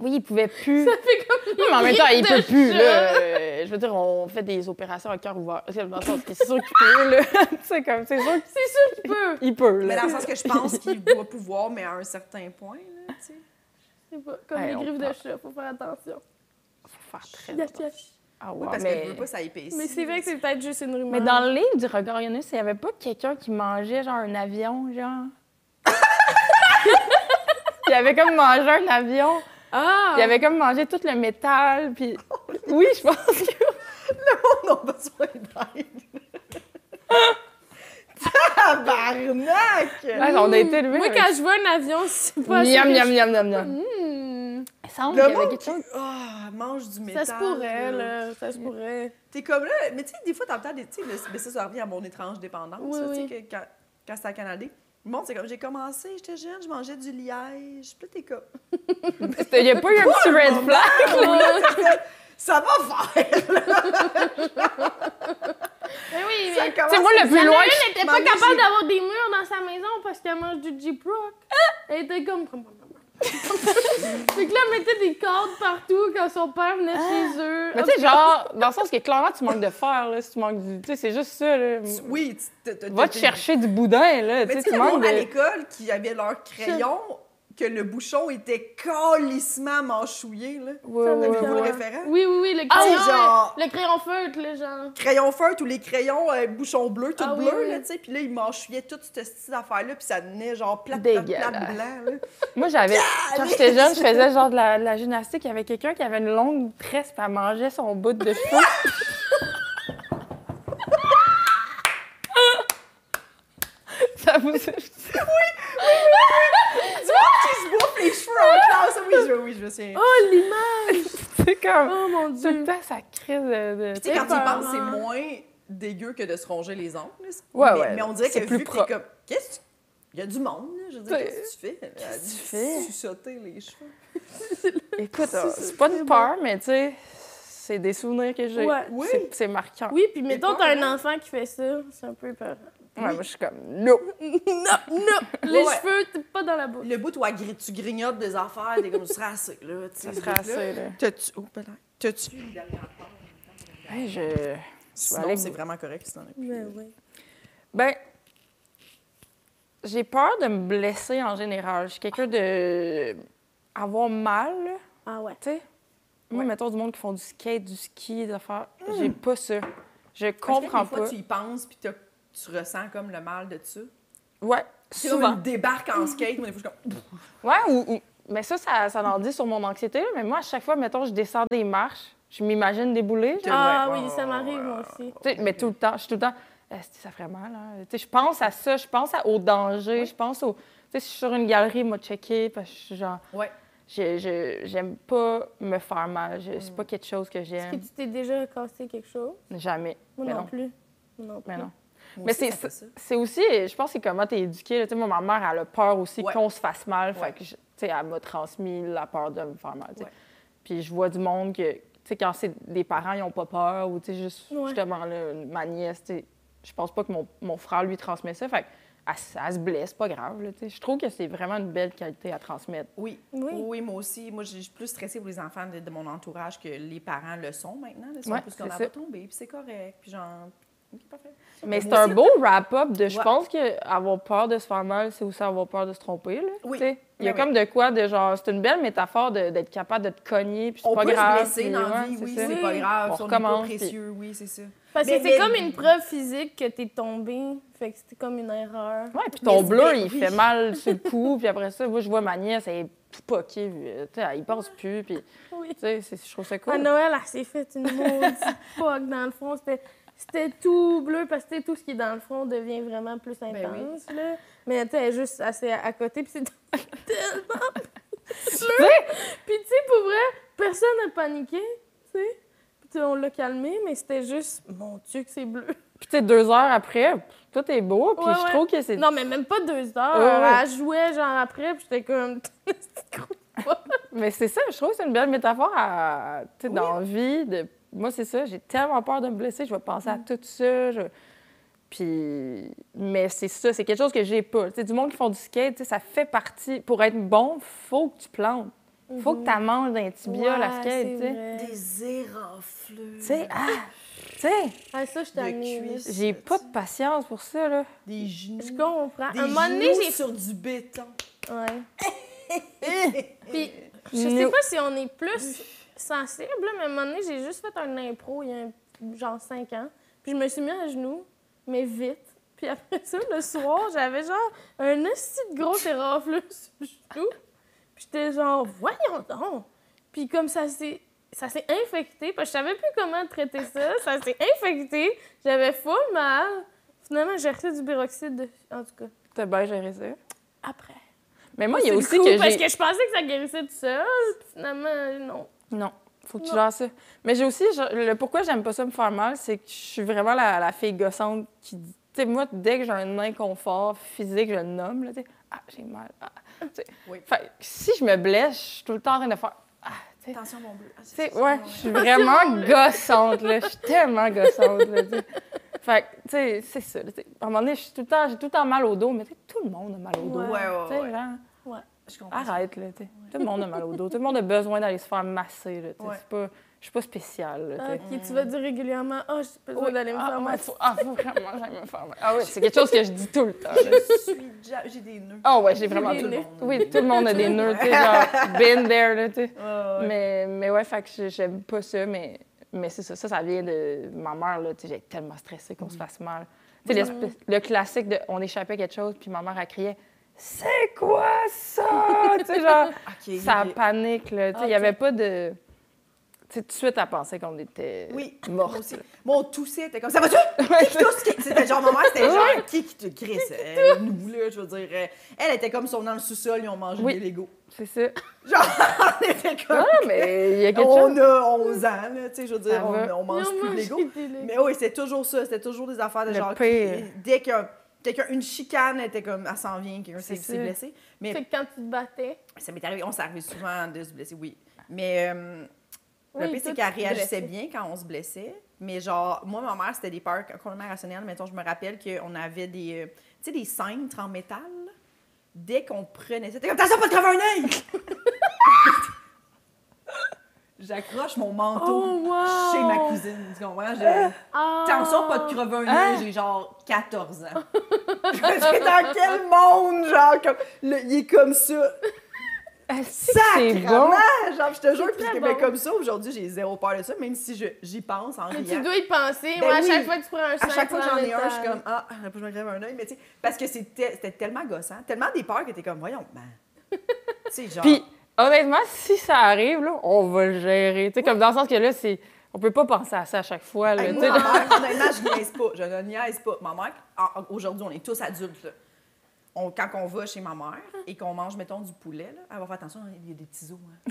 S4: Oui, il pouvait plus.
S3: Ça fait comme.
S4: Non, mais en même temps, il
S3: de
S4: peut plus,
S3: chat.
S4: là. Euh, Je veux dire, on fait des opérations à cœur ouvert. C'est dans le sens que c'est sûr qu'il peut, là. tu sais, comme, c'est sûr
S3: C'est sûr qu'il peut.
S4: qu'il peut,
S2: Mais
S4: là.
S2: dans le sens que je pense qu'il doit pouvoir, mais à un certain point, là, tu sais.
S3: Je sais pas, comme
S4: Hey,
S3: les
S4: on
S3: griffes de
S4: parle.
S3: chat, faut faire attention.
S4: Faut faire très
S3: Yach,
S4: attention.
S3: yach.
S4: Ah, ouais,
S2: Oui, parce
S4: mais...
S2: qu'elle veut pas ça épaisse.
S3: Mais c'est vrai que c'est peut-être juste une rumeur.
S4: Mais dans le livre du regard Yunus, il n'y avait pas quelqu'un qui mangeait genre un avion, genre. il avait comme mangé un avion.
S3: Ah!
S4: Il avait comme mangé tout le métal. Puis oui, je pense que
S2: On a besoin d'aide. Tabarnak!
S4: Ouais, Ah, on a été élevés.
S3: Hmm. Moi,
S4: avec-
S3: quand je vois un avion, c'est pas ça
S4: Miam,
S3: que
S4: miam,
S3: je-
S4: miam, miam, miam.
S3: Hmm.
S4: Il semble
S2: Le
S4: qu'il y avait
S2: monde
S4: quelque
S2: qui
S4: chose.
S2: ah, mange du métal.
S3: Ça se pourrait, là. Ça se pourrait.
S2: T'es comme là, mais tu sais, des fois, t'entends des. Tu sais, le- mais ça, ça revient à mon étrange dépendance,
S3: Oui,
S2: là,
S3: oui.
S2: tu sais, que quand, quand c'était à Canadé. Le monde, c'est comme, j'ai commencé, j'étais jeune, je mangeais du liège. Puis là, t'es comme,
S4: C'était- Il n'y a pas eu un petit red flag.
S2: ça va faire!
S3: Mais oui,
S2: Ça
S3: mais.
S2: commence-
S4: C'est moi le
S3: Il y
S4: plus
S3: en
S4: loin.
S3: a une, elle était pas
S2: Maman,
S3: capable
S2: j'ai-
S3: d'avoir des murs dans sa maison parce qu'elle mange du Jeep Rock. Elle était comme. fait que là, elle mettait des cordes partout quand son père venait chez eux.
S4: Mais tu sais, genre, dans le sens que clairement, tu manques de fer, là. Si tu manques du. Tu sais, c'est juste ça, là.
S2: Oui, tu- t'as- t'as-
S4: Va
S2: t'as-
S4: te chercher du boudin, là. Tu
S2: Mais tu
S4: sais,
S2: sais,
S4: tu
S2: le
S4: manques
S2: monde à
S4: de.
S2: l'école qui avait leur crayon, que le bouchon était calissement manchouillé, là.
S4: Ouais,
S3: Ça
S4: ouais,
S2: Avez-vous
S4: ouais.
S2: le
S3: ouais.
S2: référent?
S3: Oui, oui, oui, le
S2: Ah,
S3: crayon.
S2: genre-
S3: Le crayon feutre, là, genre.
S2: crayon feu, tous les crayons, euh, bouchon bleu, tout
S3: Ah oui,
S2: bleu,
S3: oui.
S2: là, tu sais. Puis là, ils m'enchuyaient toute cette style d'affaire-là, puis ça venait genre plat, plat,
S4: Dégueulasse.
S2: plat, blanc, là.
S4: Moi, j'avais.
S2: Ah,
S4: Quand j'étais jeune, je faisais genre de la, de la gymnastique. Il y avait quelqu'un qui avait une longue tresse, puis elle mangeait son bout de cheveux. Ça vous.
S2: Tu vois, qui se bouffe les cheveux en classe. Oui, je, oui, je me souviens.
S3: Oh, l'image!
S4: C'est comme.
S3: Oh mon
S4: Tout le
S3: dieu!
S4: temps, ça crée de. de-
S2: Tu sais, quand tu y penses, c'est
S3: hein.
S2: moins dégueu que de se ronger les ongles. là.
S4: Ouais,
S2: mais,
S4: ouais,
S2: mais on dirait que
S4: c'est
S2: vu
S4: plus
S2: que t'es
S4: propre.
S2: comme... Qu'est-ce que tu... Il y a du monde, là. Je veux dire,
S4: T'es-
S2: qu'est-ce que tu fais? Qu'est-ce
S4: que tu fais?
S2: Suçoter les cheveux.
S4: Écoute, c'est pas une peur, mais tu sais, c'est des souvenirs que j'ai.
S3: Ouais.
S2: Oui.
S4: C'est- C'est marquant.
S3: Oui, puis mettons,
S2: pas,
S3: t'as un enfant qui fait ça, c'est un peu peur.
S4: Ouais, moi, je suis comme, non.
S3: Les
S2: Ouais.
S3: cheveux, t'es pas dans la bouche.
S2: Le bout où elle gri- tu grignotes des affaires, t'es comme, ce serait assez, là. tu sais,
S4: Ça
S2: ce
S4: serait
S2: truc-là.
S4: assez, là.
S2: T'as-tu. Oh, ben là. T'as-tu.
S4: Hey, je...
S2: Sinon,
S4: aller-
S2: c'est vraiment correct si t'en as plus.
S3: Ben oui.
S4: Ben, j'ai peur de me blesser en général. Je suis quelqu'un de. avoir mal, là,
S3: Ah ouais.
S4: tu sais. Moi,
S3: Ouais.
S4: mettons du monde qui font du skate, du ski, des affaires. J'ai pas ça. Je comprends
S2: Est-ce que des
S4: pas.
S2: fois, tu y penses, puis t'as- tu ressens comme le mal de ça.
S4: Ouais,
S2: Tu sais, comme
S4: souvent.
S2: il débarque en skate, moi, des fois, je suis comme.
S4: Ouais, ou, ou- Mais ça, ça, ça en dit sur mon anxiété, là, mais moi, à chaque fois, mettons, je descends des marches, je m'imagine débouler. genre.
S3: Ah
S2: ouais,
S3: oui,
S2: ouais,
S3: ça m'arrive,
S2: ouais,
S3: moi aussi.
S4: Tu sais, mais tout le temps, je suis tout le temps. Esti, ça ferait mal, hein? Tu sais, je pense à ça, je pense à- au danger, je pense au. Tu sais, si je suis sur une galerie, moi, checker, parce que je suis genre.
S2: Ouais.
S4: Je- je- j'aime pas me faire mal. Je- C'est pas quelque chose que
S3: Est-ce que
S4: j'aime.
S3: tu t'es déjà cassé quelque chose?
S4: Jamais.
S3: Moi
S4: mais
S3: non,
S4: non.
S3: plus. Moi non plus.
S4: Mais non.
S2: Moi
S4: Mais
S2: aussi,
S4: c'est
S2: ça fait ça.
S4: c'est- c'est aussi, je pense, que c'est comment t'es éduqué. là. Tu sais, moi, ma mère, elle a peur aussi
S2: Ouais.
S4: qu'on se fasse mal.
S2: Ouais.
S4: Fait que, je- tu sais, elle m'a transmis la peur de me faire mal. tu sais.
S2: Ouais.
S4: Puis je vois du monde que, tu sais, quand c'est des parents, ils ont pas peur ou, tu sais, juste,
S3: Ouais.
S4: justement, là, ma nièce, tu sais, je pense pas que mon, mon frère lui transmet ça. Fait que, elle, s- elle se blesse, pas grave. là, tu sais. Je trouve que c'est vraiment une belle qualité à transmettre.
S2: Oui.
S3: Oui.
S2: oui, moi aussi. Moi, je suis plus stressée pour les enfants de, de mon entourage que les parents le sont maintenant. Ils sont
S4: Ouais,
S2: plus qu'on
S4: c'est
S2: en
S4: ça.
S2: va tomber, puis c'est correct. Puis genre, OK, parfait.
S4: Mais c'est
S2: moi
S4: un
S2: aussi.
S4: beau wrap-up de je
S2: Ouais.
S4: pense que avoir peur de se faire mal, c'est aussi avoir peur de se tromper. Là,
S2: Oui. Ben
S4: Tu sais, Il y a
S2: Oui,
S4: comme de quoi de genre, c'est une belle métaphore de- d'être capable de te cogner, puis c'est
S2: On
S4: pas
S2: peut
S4: grave.
S2: se blesser
S4: puis
S2: dans la
S4: ouais,
S2: vie, oui,
S4: ça.
S2: c'est pas grave.
S4: On
S2: On, est pas
S4: recommence, puis-
S2: précieux, oui, c'est ça.
S3: Parce
S2: Mais-
S3: que c'est
S2: mais-
S3: comme une preuve physique que t'es tombé. Fait que c'était comme une erreur.
S4: Ouais, puis ton
S2: Mais-
S4: bleu,
S2: mais
S4: il
S2: oui.
S4: fait mal sur le cou, puis après ça, moi, je vois ma nièce, elle est tout poquée, puis, euh, tu sais, elle y pense plus, puis
S3: Oui.
S4: tu sais, c'est- je trouve ça
S3: À
S2: Ah
S4: cool.
S3: Noël, elle s'est fait une maudite poque dans le front. C'était, c'était tout bleu parce que tu sais, tout ce qui est dans le front devient vraiment plus
S4: Ben
S2: oui.
S3: intense. là. Mais tu sais, elle est juste assez à à côté. Puis c'est tellement bleu. Puis tu sais, pour vrai, personne n'a paniqué. Tu sais. Puis tu sais, on l'a calmé, mais c'était juste, mon Dieu, que c'est bleu.
S4: Puis tu sais, deux heures après, pff, tout est beau, puis
S3: Ouais,
S4: je
S3: ouais.
S4: trouve que c'est...
S3: Non, mais même pas deux heures.
S4: Ouais, ouais.
S3: Elle jouait genre après, puis j'étais comme. C'est gros.
S4: Mais c'est ça, je trouve que c'est une belle métaphore à, tu sais, dans la vie. De... Moi, c'est ça, j'ai tellement peur de me blesser, je vais penser à tout ça. je- Puis, mais c'est ça, c'est quelque chose que j'ai pas. Tu sais, du monde qui font du skate, tu sais, ça fait partie. Pour être bon, faut que tu plantes. Faut que tu manges d'un tibia
S3: Ouais,
S4: la skate,
S3: c'est
S4: tu sais.
S3: vrai.
S2: Des éraflures.
S4: Tu sais, ah, tu sais,
S3: Ah, ça, je
S2: de
S3: t'amuse.
S2: cuisses.
S4: j'ai pas de patience pour ça, là.
S2: Des genoux.
S3: Je comprends.
S2: Des
S3: à un moment donné,
S2: genoux
S3: j'ai.
S2: sur du béton.
S3: Ouais. Puis, je sais
S4: Nous.
S3: pas si on est plus sensible, là, mais à un moment donné, j'ai juste fait un impro il y a un- genre 5 ans. Puis je me suis mis à genoux, mais vite. Puis après ça, le soir, j'avais genre un aussi de gros érafleux sur le genou. Puis j'étais genre, voyons donc! Puis comme ça s'est. Ça s'est infecté, parce que je savais plus comment traiter ça. Ça s'est infecté. J'avais full mal. Finalement, j'ai reçu du peroxyde, de- en tout cas,
S4: T'as bien géré ça.
S3: après.
S4: Mais moi, il y a
S3: C'est
S4: aussi
S3: le coup,
S4: que
S3: Parce
S4: j'ai.
S3: que je pensais que ça guérissait tout seul. puis Finalement, non.
S4: Non, faut que tu
S3: Non.
S4: gères ça. Mais j'ai aussi, je- le pourquoi j'aime pas ça me faire mal, c'est que je suis vraiment la, la fille gossante qui dit. Tu sais, moi, dès que j'ai un inconfort physique, je le nomme, là, tu sais. Ah, j'ai mal. Ah, tu sais.
S2: Oui.
S4: Fait que si je me blesse, je suis tout le temps en train de faire. Ah, tu sais.
S2: Attention, mon bleu. Ah,
S4: Tu sais,
S2: c'est-
S4: ouais, je suis vraiment gossante, là. Je suis tellement gossante, là, tu sais. Fait que, tu sais, c'est ça. là, tu sais. À un moment donné, je suis tout le temps- j'ai tout le temps mal au dos, mais tu sais, tout le monde a mal au dos. hein,
S2: Ouais,
S4: Tu
S2: ouais,
S4: sais,
S2: ouais.
S4: genre,
S2: Je comprends.
S4: Arrête, là, t'sais. Tout le monde a mal au dos. Tout le monde a besoin d'aller se faire masser, là, t'sais.
S2: Ouais.
S4: C'est pas... Je suis pas spéciale, là, t'sais.
S3: Ah, Ok, tu vas dire régulièrement Ah, j'ai besoin
S4: Oui.
S3: d'aller me
S4: Ah,
S3: faire
S4: ouais,
S3: mal.
S4: faut- Ah, faut vraiment, j'aime me faire mal. Ah oui, c'est quelque chose que Ah, je dis tout le temps, là.
S2: Je suis déjà... J'ai des nœuds.
S4: Ah ouais, j'ai vraiment
S3: Des
S4: tout le
S3: nœuds.
S4: monde. Oui, tout le monde a des nœuds, t'sais, genre, been there, là, t'sais.
S2: Ah, ouais.
S4: Oh. Mais, mais ouais, fait que j'ai- j'aime pas ça, mais, mais c'est ça. Ça, ça vient de ma mère, là, t'sais, j'ai tellement stressé qu'on se fasse mal. Tu sais, l'espèce- le classique de on échappait à quelque chose, puis ma mère, elle criait « C'est quoi ça? » Tu sais, genre...
S2: OK,
S4: Ça
S2: ok.
S4: panique, là.
S2: Ah,
S4: Tu sais, Il n'y
S3: Ok.
S4: avait pas de. Tu sais, tout de suite, elle pensait qu'on était
S2: Oui, moi
S4: morte.
S2: aussi. Moi, on toussait, t'es comme ça va-tu? Qui qui tousse? Qui- C'était genre, ma mère, c'était genre, qui qui te crisse? Euh, nous, là, je veux dire. euh, Elle était comme si on venait dans le sous-sol, ils ont mangé
S4: Oui.
S2: des Legos.
S4: C'est ça.
S2: Genre, on était comme.
S4: Non, mais il y a quelque
S2: Ah, on
S4: chose.
S2: a 11 ans, là, tu sais, je veux dire,
S4: Ça
S2: on,
S4: va.
S2: on mange
S3: Non,
S2: plus de
S3: moi,
S2: Lego.
S3: j'ai des Legos.
S2: Mais oui, c'était toujours ça, c'était toujours des affaires de
S4: Le
S2: genre.
S4: pire.
S2: Dès que quelqu'un, une chicane, elle était comme, elle s'en vient, quelqu'un s'est
S4: C'est
S2: s'est
S4: ça.
S2: blessé.
S3: Fait
S2: Mais
S3: que quand tu te battais.
S2: ça m'est arrivé, on s'est arrivé souvent de se blesser, oui. Mais euh,
S3: Oui,
S2: le pire,
S3: toi,
S2: c'est qu'elle
S3: tu te
S2: réagissait
S3: blessais.
S2: bien quand on se blessait, Mais genre, moi, ma mère, c'était des peurs complètement rationnelles. Mettons, je me rappelle qu'on avait des, euh, tu sais, des cintres en métal. Dès qu'on prenait ça, t'es comme, t'as pas de crever un œil! J'accroche mon manteau
S3: Oh, wow!
S2: chez ma cousine. Tu comprends? Je-
S3: Ah!
S2: Attention, pas de crever un
S4: Ah!
S3: Hein?
S2: œil, j'ai genre 14 ans. Je suis dans quel monde, genre, comme, le- il est comme ça.
S4: C'est
S2: Sacrement!
S4: bon.
S2: Genre, je te jure, puis
S3: très
S2: que,
S3: bon.
S2: ben, comme ça, aujourd'hui, j'ai zéro peur de ça, même si je- j'y pense en
S3: Mais tu
S2: riant.
S3: dois y penser.
S2: Ben
S3: Moi, à
S2: oui.
S3: chaque fois que tu prends un
S2: À chaque fois que j'en ai un,
S3: métal.
S2: je suis comme Ah, faut que je me grève un œil, mais tu sais, parce que c'était c'était tellement gossant, tellement des peurs que t'es comme Voyons, ben. tu sais, genre.
S4: Puis, honnêtement, si ça arrive, là, on va le gérer. Tu sais, comme dans le sens que là, c'est... On peut pas penser à ça à chaque fois. Là,
S2: Hey,
S4: tu
S2: moi,
S4: sais.
S2: ma mère, honnêtement, je niaise pas. Je ne niaise pas. Ma mère, en- aujourd'hui, on est tous adultes. là. On- quand on va chez ma mère et qu'on mange, mettons, du poulet, là, elle va faire attention, il y a des petits os.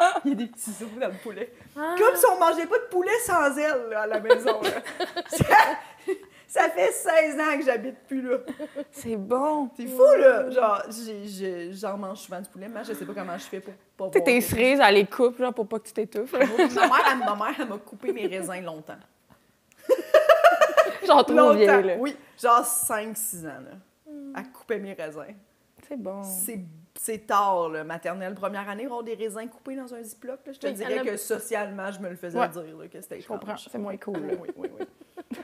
S2: hein. Il y a des petits os dans le poulet.
S4: Ah.
S2: Comme si on mangeait pas de poulet sans elle là, à la maison. là. Ça, ça fait 16 ans que j'habite plus là.
S4: C'est bon.
S2: C'est fou, là! Genre, j'ai- j'ai- j'en mange souvent du poulet, mais je sais pas comment je fais pour pas
S4: Tu sais,
S2: boire.
S4: tes cerises, elle les coupe là, pour pas que tu t'étouffes. là.
S2: Ma mère, elle, ma mère, elle m'a coupé mes raisins longtemps.
S4: Genre trop vieille. Là.
S2: oui. Genre 5-6 ans, là. Elle coupait mes raisins.
S4: C'est bon.
S2: C'est- C'est tard, là, maternelle. Première année, on des raisins coupés dans un ziploc. là. Je te
S3: Oui,
S2: dirais
S3: elle a-
S2: que socialement, je me le faisais
S4: Ouais.
S2: dire là, que c'était
S4: Je comprends.
S2: étrange.
S4: C'est moins cool. là.
S2: Oui, oui, oui. oui.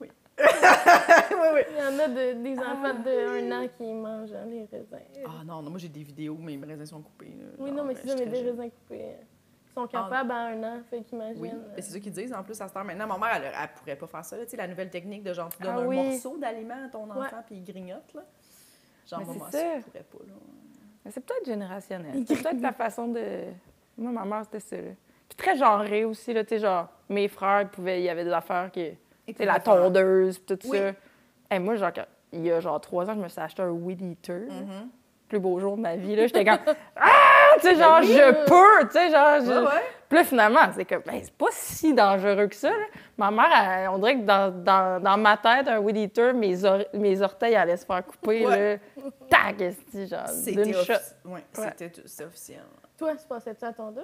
S2: oui, oui.
S3: Il y en a de- des enfants de 1 an qui mangent hein, les raisins.
S2: Ah non, non, moi j'ai des vidéos, mais mes raisins sont coupés. là.
S3: oui,
S2: Genre,
S3: non, mais
S2: ben,
S3: c'est ça,
S2: je suis
S3: mais
S2: très
S3: des
S2: jeune.
S3: raisins coupés. Ils sont capables à 1 an, fait qu'imagine.
S2: Oui,
S3: euh,
S2: mais c'est ça qu'ils disent en plus à cette heure. Maintenant, ma mère, elle, elle pourrait pas faire ça. là. Tu sais, la nouvelle technique de genre, tu donnes
S4: Ah
S2: un
S4: oui.
S2: morceau d'aliment à ton enfant
S3: Ouais.
S2: puis il grignote. Là. Genre,
S4: Mais
S2: moi,
S4: c'est
S2: moi,
S4: ça.
S2: ça, je pourrais pas. Là.
S4: Mais c'est peut-être générationnel. C'est peut-être la façon de. Moi, ma mère, c'était ça. Là. Puis très genré aussi, là, tu sais, genre, mes frères, ils pouvaient... il y avait des affaires qui. Tu sais, la tondeuse, puis tout
S2: Oui.
S4: ça. Hey, moi, genre, quand- il y a genre trois ans, je me suis acheté un Weed Eater. là.
S2: Mhm.
S4: Plus beau jour de ma vie, là. J'étais comme. Ah! Tu sais, genre,
S3: oui,
S4: je
S3: là.
S4: peux! Tu sais, genre. je-
S2: Ben Ouais, ouais.
S4: Puis là, finalement, c'est comme, ben, c'est pas si dangereux que ça. là. Ma mère, elle- on dirait que dans, dans- dans ma tête, un weed eater, mes, or- mes orteils allaient se faire couper.
S2: Ouais.
S4: Là. Tac, esti, genre, d'une
S2: C'était
S4: shot.
S2: offici- ouais,
S4: Ouais.
S2: c'était tout- c'était officiel.
S3: Toi, tu pensais-tu à ton dos?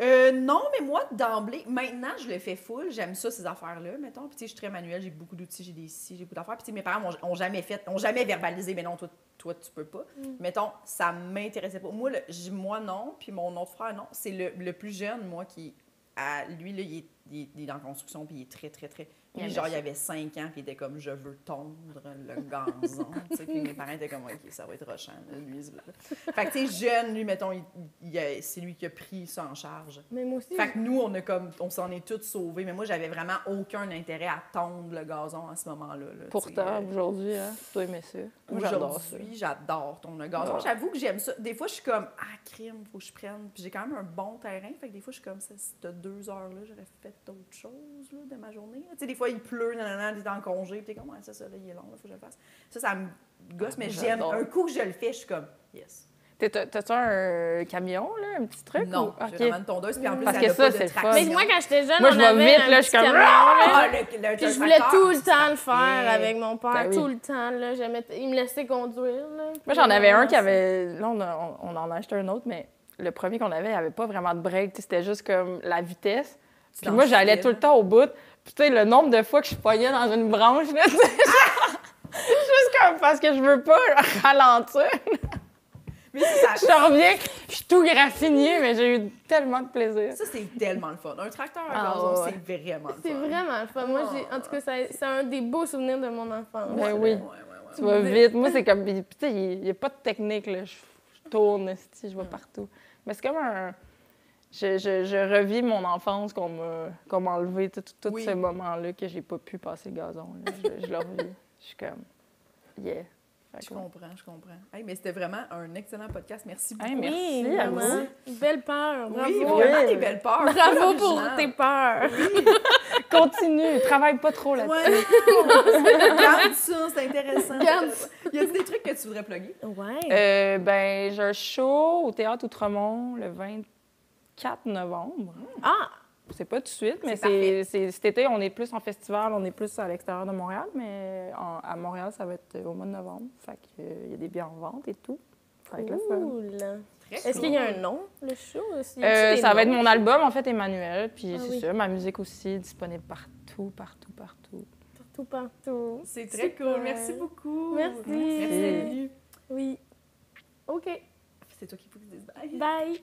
S2: Euh, non, mais moi, d'emblée, maintenant, je le fais full. J'aime ça, ces affaires-là, mettons. Puis, tu sais, je suis très manuelle, j'ai beaucoup d'outils, j'ai des scies, j'ai beaucoup d'affaires. Puis, tu sais, mes parents m'ont- ont jamais fait, ont jamais verbalisé, mais non, toi, toi tu peux pas.
S4: Mm.
S2: Mettons, ça m'intéressait pas. Moi, le- j- moi, non, puis mon autre frère, non. C'est le, le plus jeune, moi, qui, à, lui, là, il est, il est- il est dans la construction, puis il est très, très, très.
S4: Il
S2: Lui,
S4: aimait
S2: genre, il
S4: ça.
S2: avait 5 ans, puis il était comme, je veux tondre le gazon. tu sais, puis mes parents étaient comme, OK, ça va être rochant, là, lui. c'est- Fait que, tu sais, jeune, lui, mettons, il- il a- c'est lui qui a pris ça en charge.
S3: Mais moi
S4: Mm.
S3: aussi.
S2: Fait que nous, on a comme, on s'en est tous sauvés, mais moi, j'avais vraiment aucun intérêt à tondre le gazon à ce moment-là. là, tu sais. euh,
S4: Pourtant, aujourd'hui, hein, tu dois aimer ça. Moi, j'adore ça. Ah.
S2: Aujourd'hui, j'adore tondre le gazon.
S4: Ouais.
S2: J'avoue que j'aime ça. Des fois, je suis comme, ah, crime, faut que je prenne. Puis j'ai quand même un bon terrain. Fait que des fois, je suis comme, ça, c'était deux heures-là, j'aurais fait d'autres choses là, de ma journée. Tu sais, des fois, il pleut, nanana, t'es en congé, puis t'es comme, ouais, ça, ça, là, il est long, là, faut que je le fasse. Ça, ça me gosse, mais j'aime.
S4: Ah, J'adore.
S2: Un coup que je le fais, je suis comme, yes.
S4: T'es- t'as- T'as-tu un camion, là, un petit truc?
S2: Non,
S4: ou-
S2: j'ai
S4: ok.
S2: vraiment une tondeuse, puis en plus,
S4: Parce
S2: elle
S4: que
S2: a
S4: ça,
S2: pas de
S4: c'est le fun.
S3: Mais
S2: traction.
S3: moi, quand j'étais jeune,
S4: Moi,
S3: on
S4: je vais
S3: avait
S4: vite,
S3: un
S4: là, je
S3: petit
S4: suis comme-
S3: camion, là.
S2: Ah, le- le-
S3: Puis je
S2: le
S3: voulais tout
S2: tracteur,
S3: le temps le
S2: Mais-
S3: faire avec mon père,
S4: Ben oui.
S3: tout le temps. Là, J'aimais- Il me laissait conduire. Là,
S4: Moi,
S3: Puis
S4: j'en avais un qui
S3: on-
S4: avait. Là, on, a- on- on en a acheté un autre, mais le premier qu'on avait, il n'y avait pas vraiment de break. tu sais, C'était juste comme la vitesse. Puis moi, j'allais tout le temps au bout. Puis, tu sais, le nombre de fois que je pognais dans une branche, là, tu sais, genre, juste comme parce que je veux pas ralentir.
S2: Mais ça,
S4: Je reviens, je suis tout graffiné, mais j'ai eu tellement de plaisir.
S2: Ça, c'est tellement le fun. Un tracteur à
S4: Ah,
S2: gazon,
S4: ouais.
S2: c'est vraiment le fun.
S3: C'est vraiment le fun. Moi,
S2: Ah.
S3: j'ai- en tout cas, ça- c'est un des beaux souvenirs de mon enfance.
S4: Ben
S2: Ouais,
S4: oui.
S2: ouais, ouais, ouais.
S4: Tu vas vite. Moi, c'est comme. Puis, tu sais, il n'y a pas de technique, là. Je, je tourne, esti, je vais partout. Mais c'est comme un. Je, je- je revis mon enfance qu'on m'a qu'on m'a enlevé, tout, tout, tout
S2: Oui.
S4: ce moment-là que j'ai pas pu passer le gazon. là. Je, je le revis. Je suis comme. Yeah. Fait
S2: Je
S4: que ouais.
S2: comprends, je comprends. Hey, mais c'était vraiment un excellent podcast. Merci beaucoup.
S4: Hey, merci
S3: Oui,
S4: à
S3: vraiment.
S4: vous.
S3: Belle peur.
S2: Oui,
S3: Bravo.
S2: vraiment
S4: Oui.
S2: des belles peurs.
S3: Bravo
S2: Original.
S3: pour tes peurs.
S4: Continue, travaille pas trop là-dessus.
S2: Ouais, non, Garde ça, c'est intéressant.
S3: Garde
S2: Y a des trucs que tu voudrais plugger?
S3: Ouais.
S4: Euh, ben, j'ai un show au Théâtre Outremont le 24 novembre.
S3: Ah,
S4: C'est pas tout de suite, mais
S2: C'est parfait.
S4: c'est, c'est- cet été, on est plus en festival, on est plus à l'extérieur de Montréal, mais en- à euh, Montréal, ça va être au mois de novembre. Fait qu'il y a des biens en vente et tout. Ça va être le fun.
S3: cool.
S2: Très
S3: Est-ce qu'il y a un nom, le show? aussi?
S4: Euh, ça va être mon album, en fait, Emmanuel. Puis
S3: Ah
S4: c'est
S3: oui.
S4: ça, ma musique aussi, disponible partout, partout, partout.
S3: Partout, partout.
S2: C'est très
S3: Super.
S2: cool. Merci beaucoup.
S3: Merci.
S2: Merci.
S3: Oui. OK.
S2: C'est toi qui faut que je dise bye.
S3: Bye.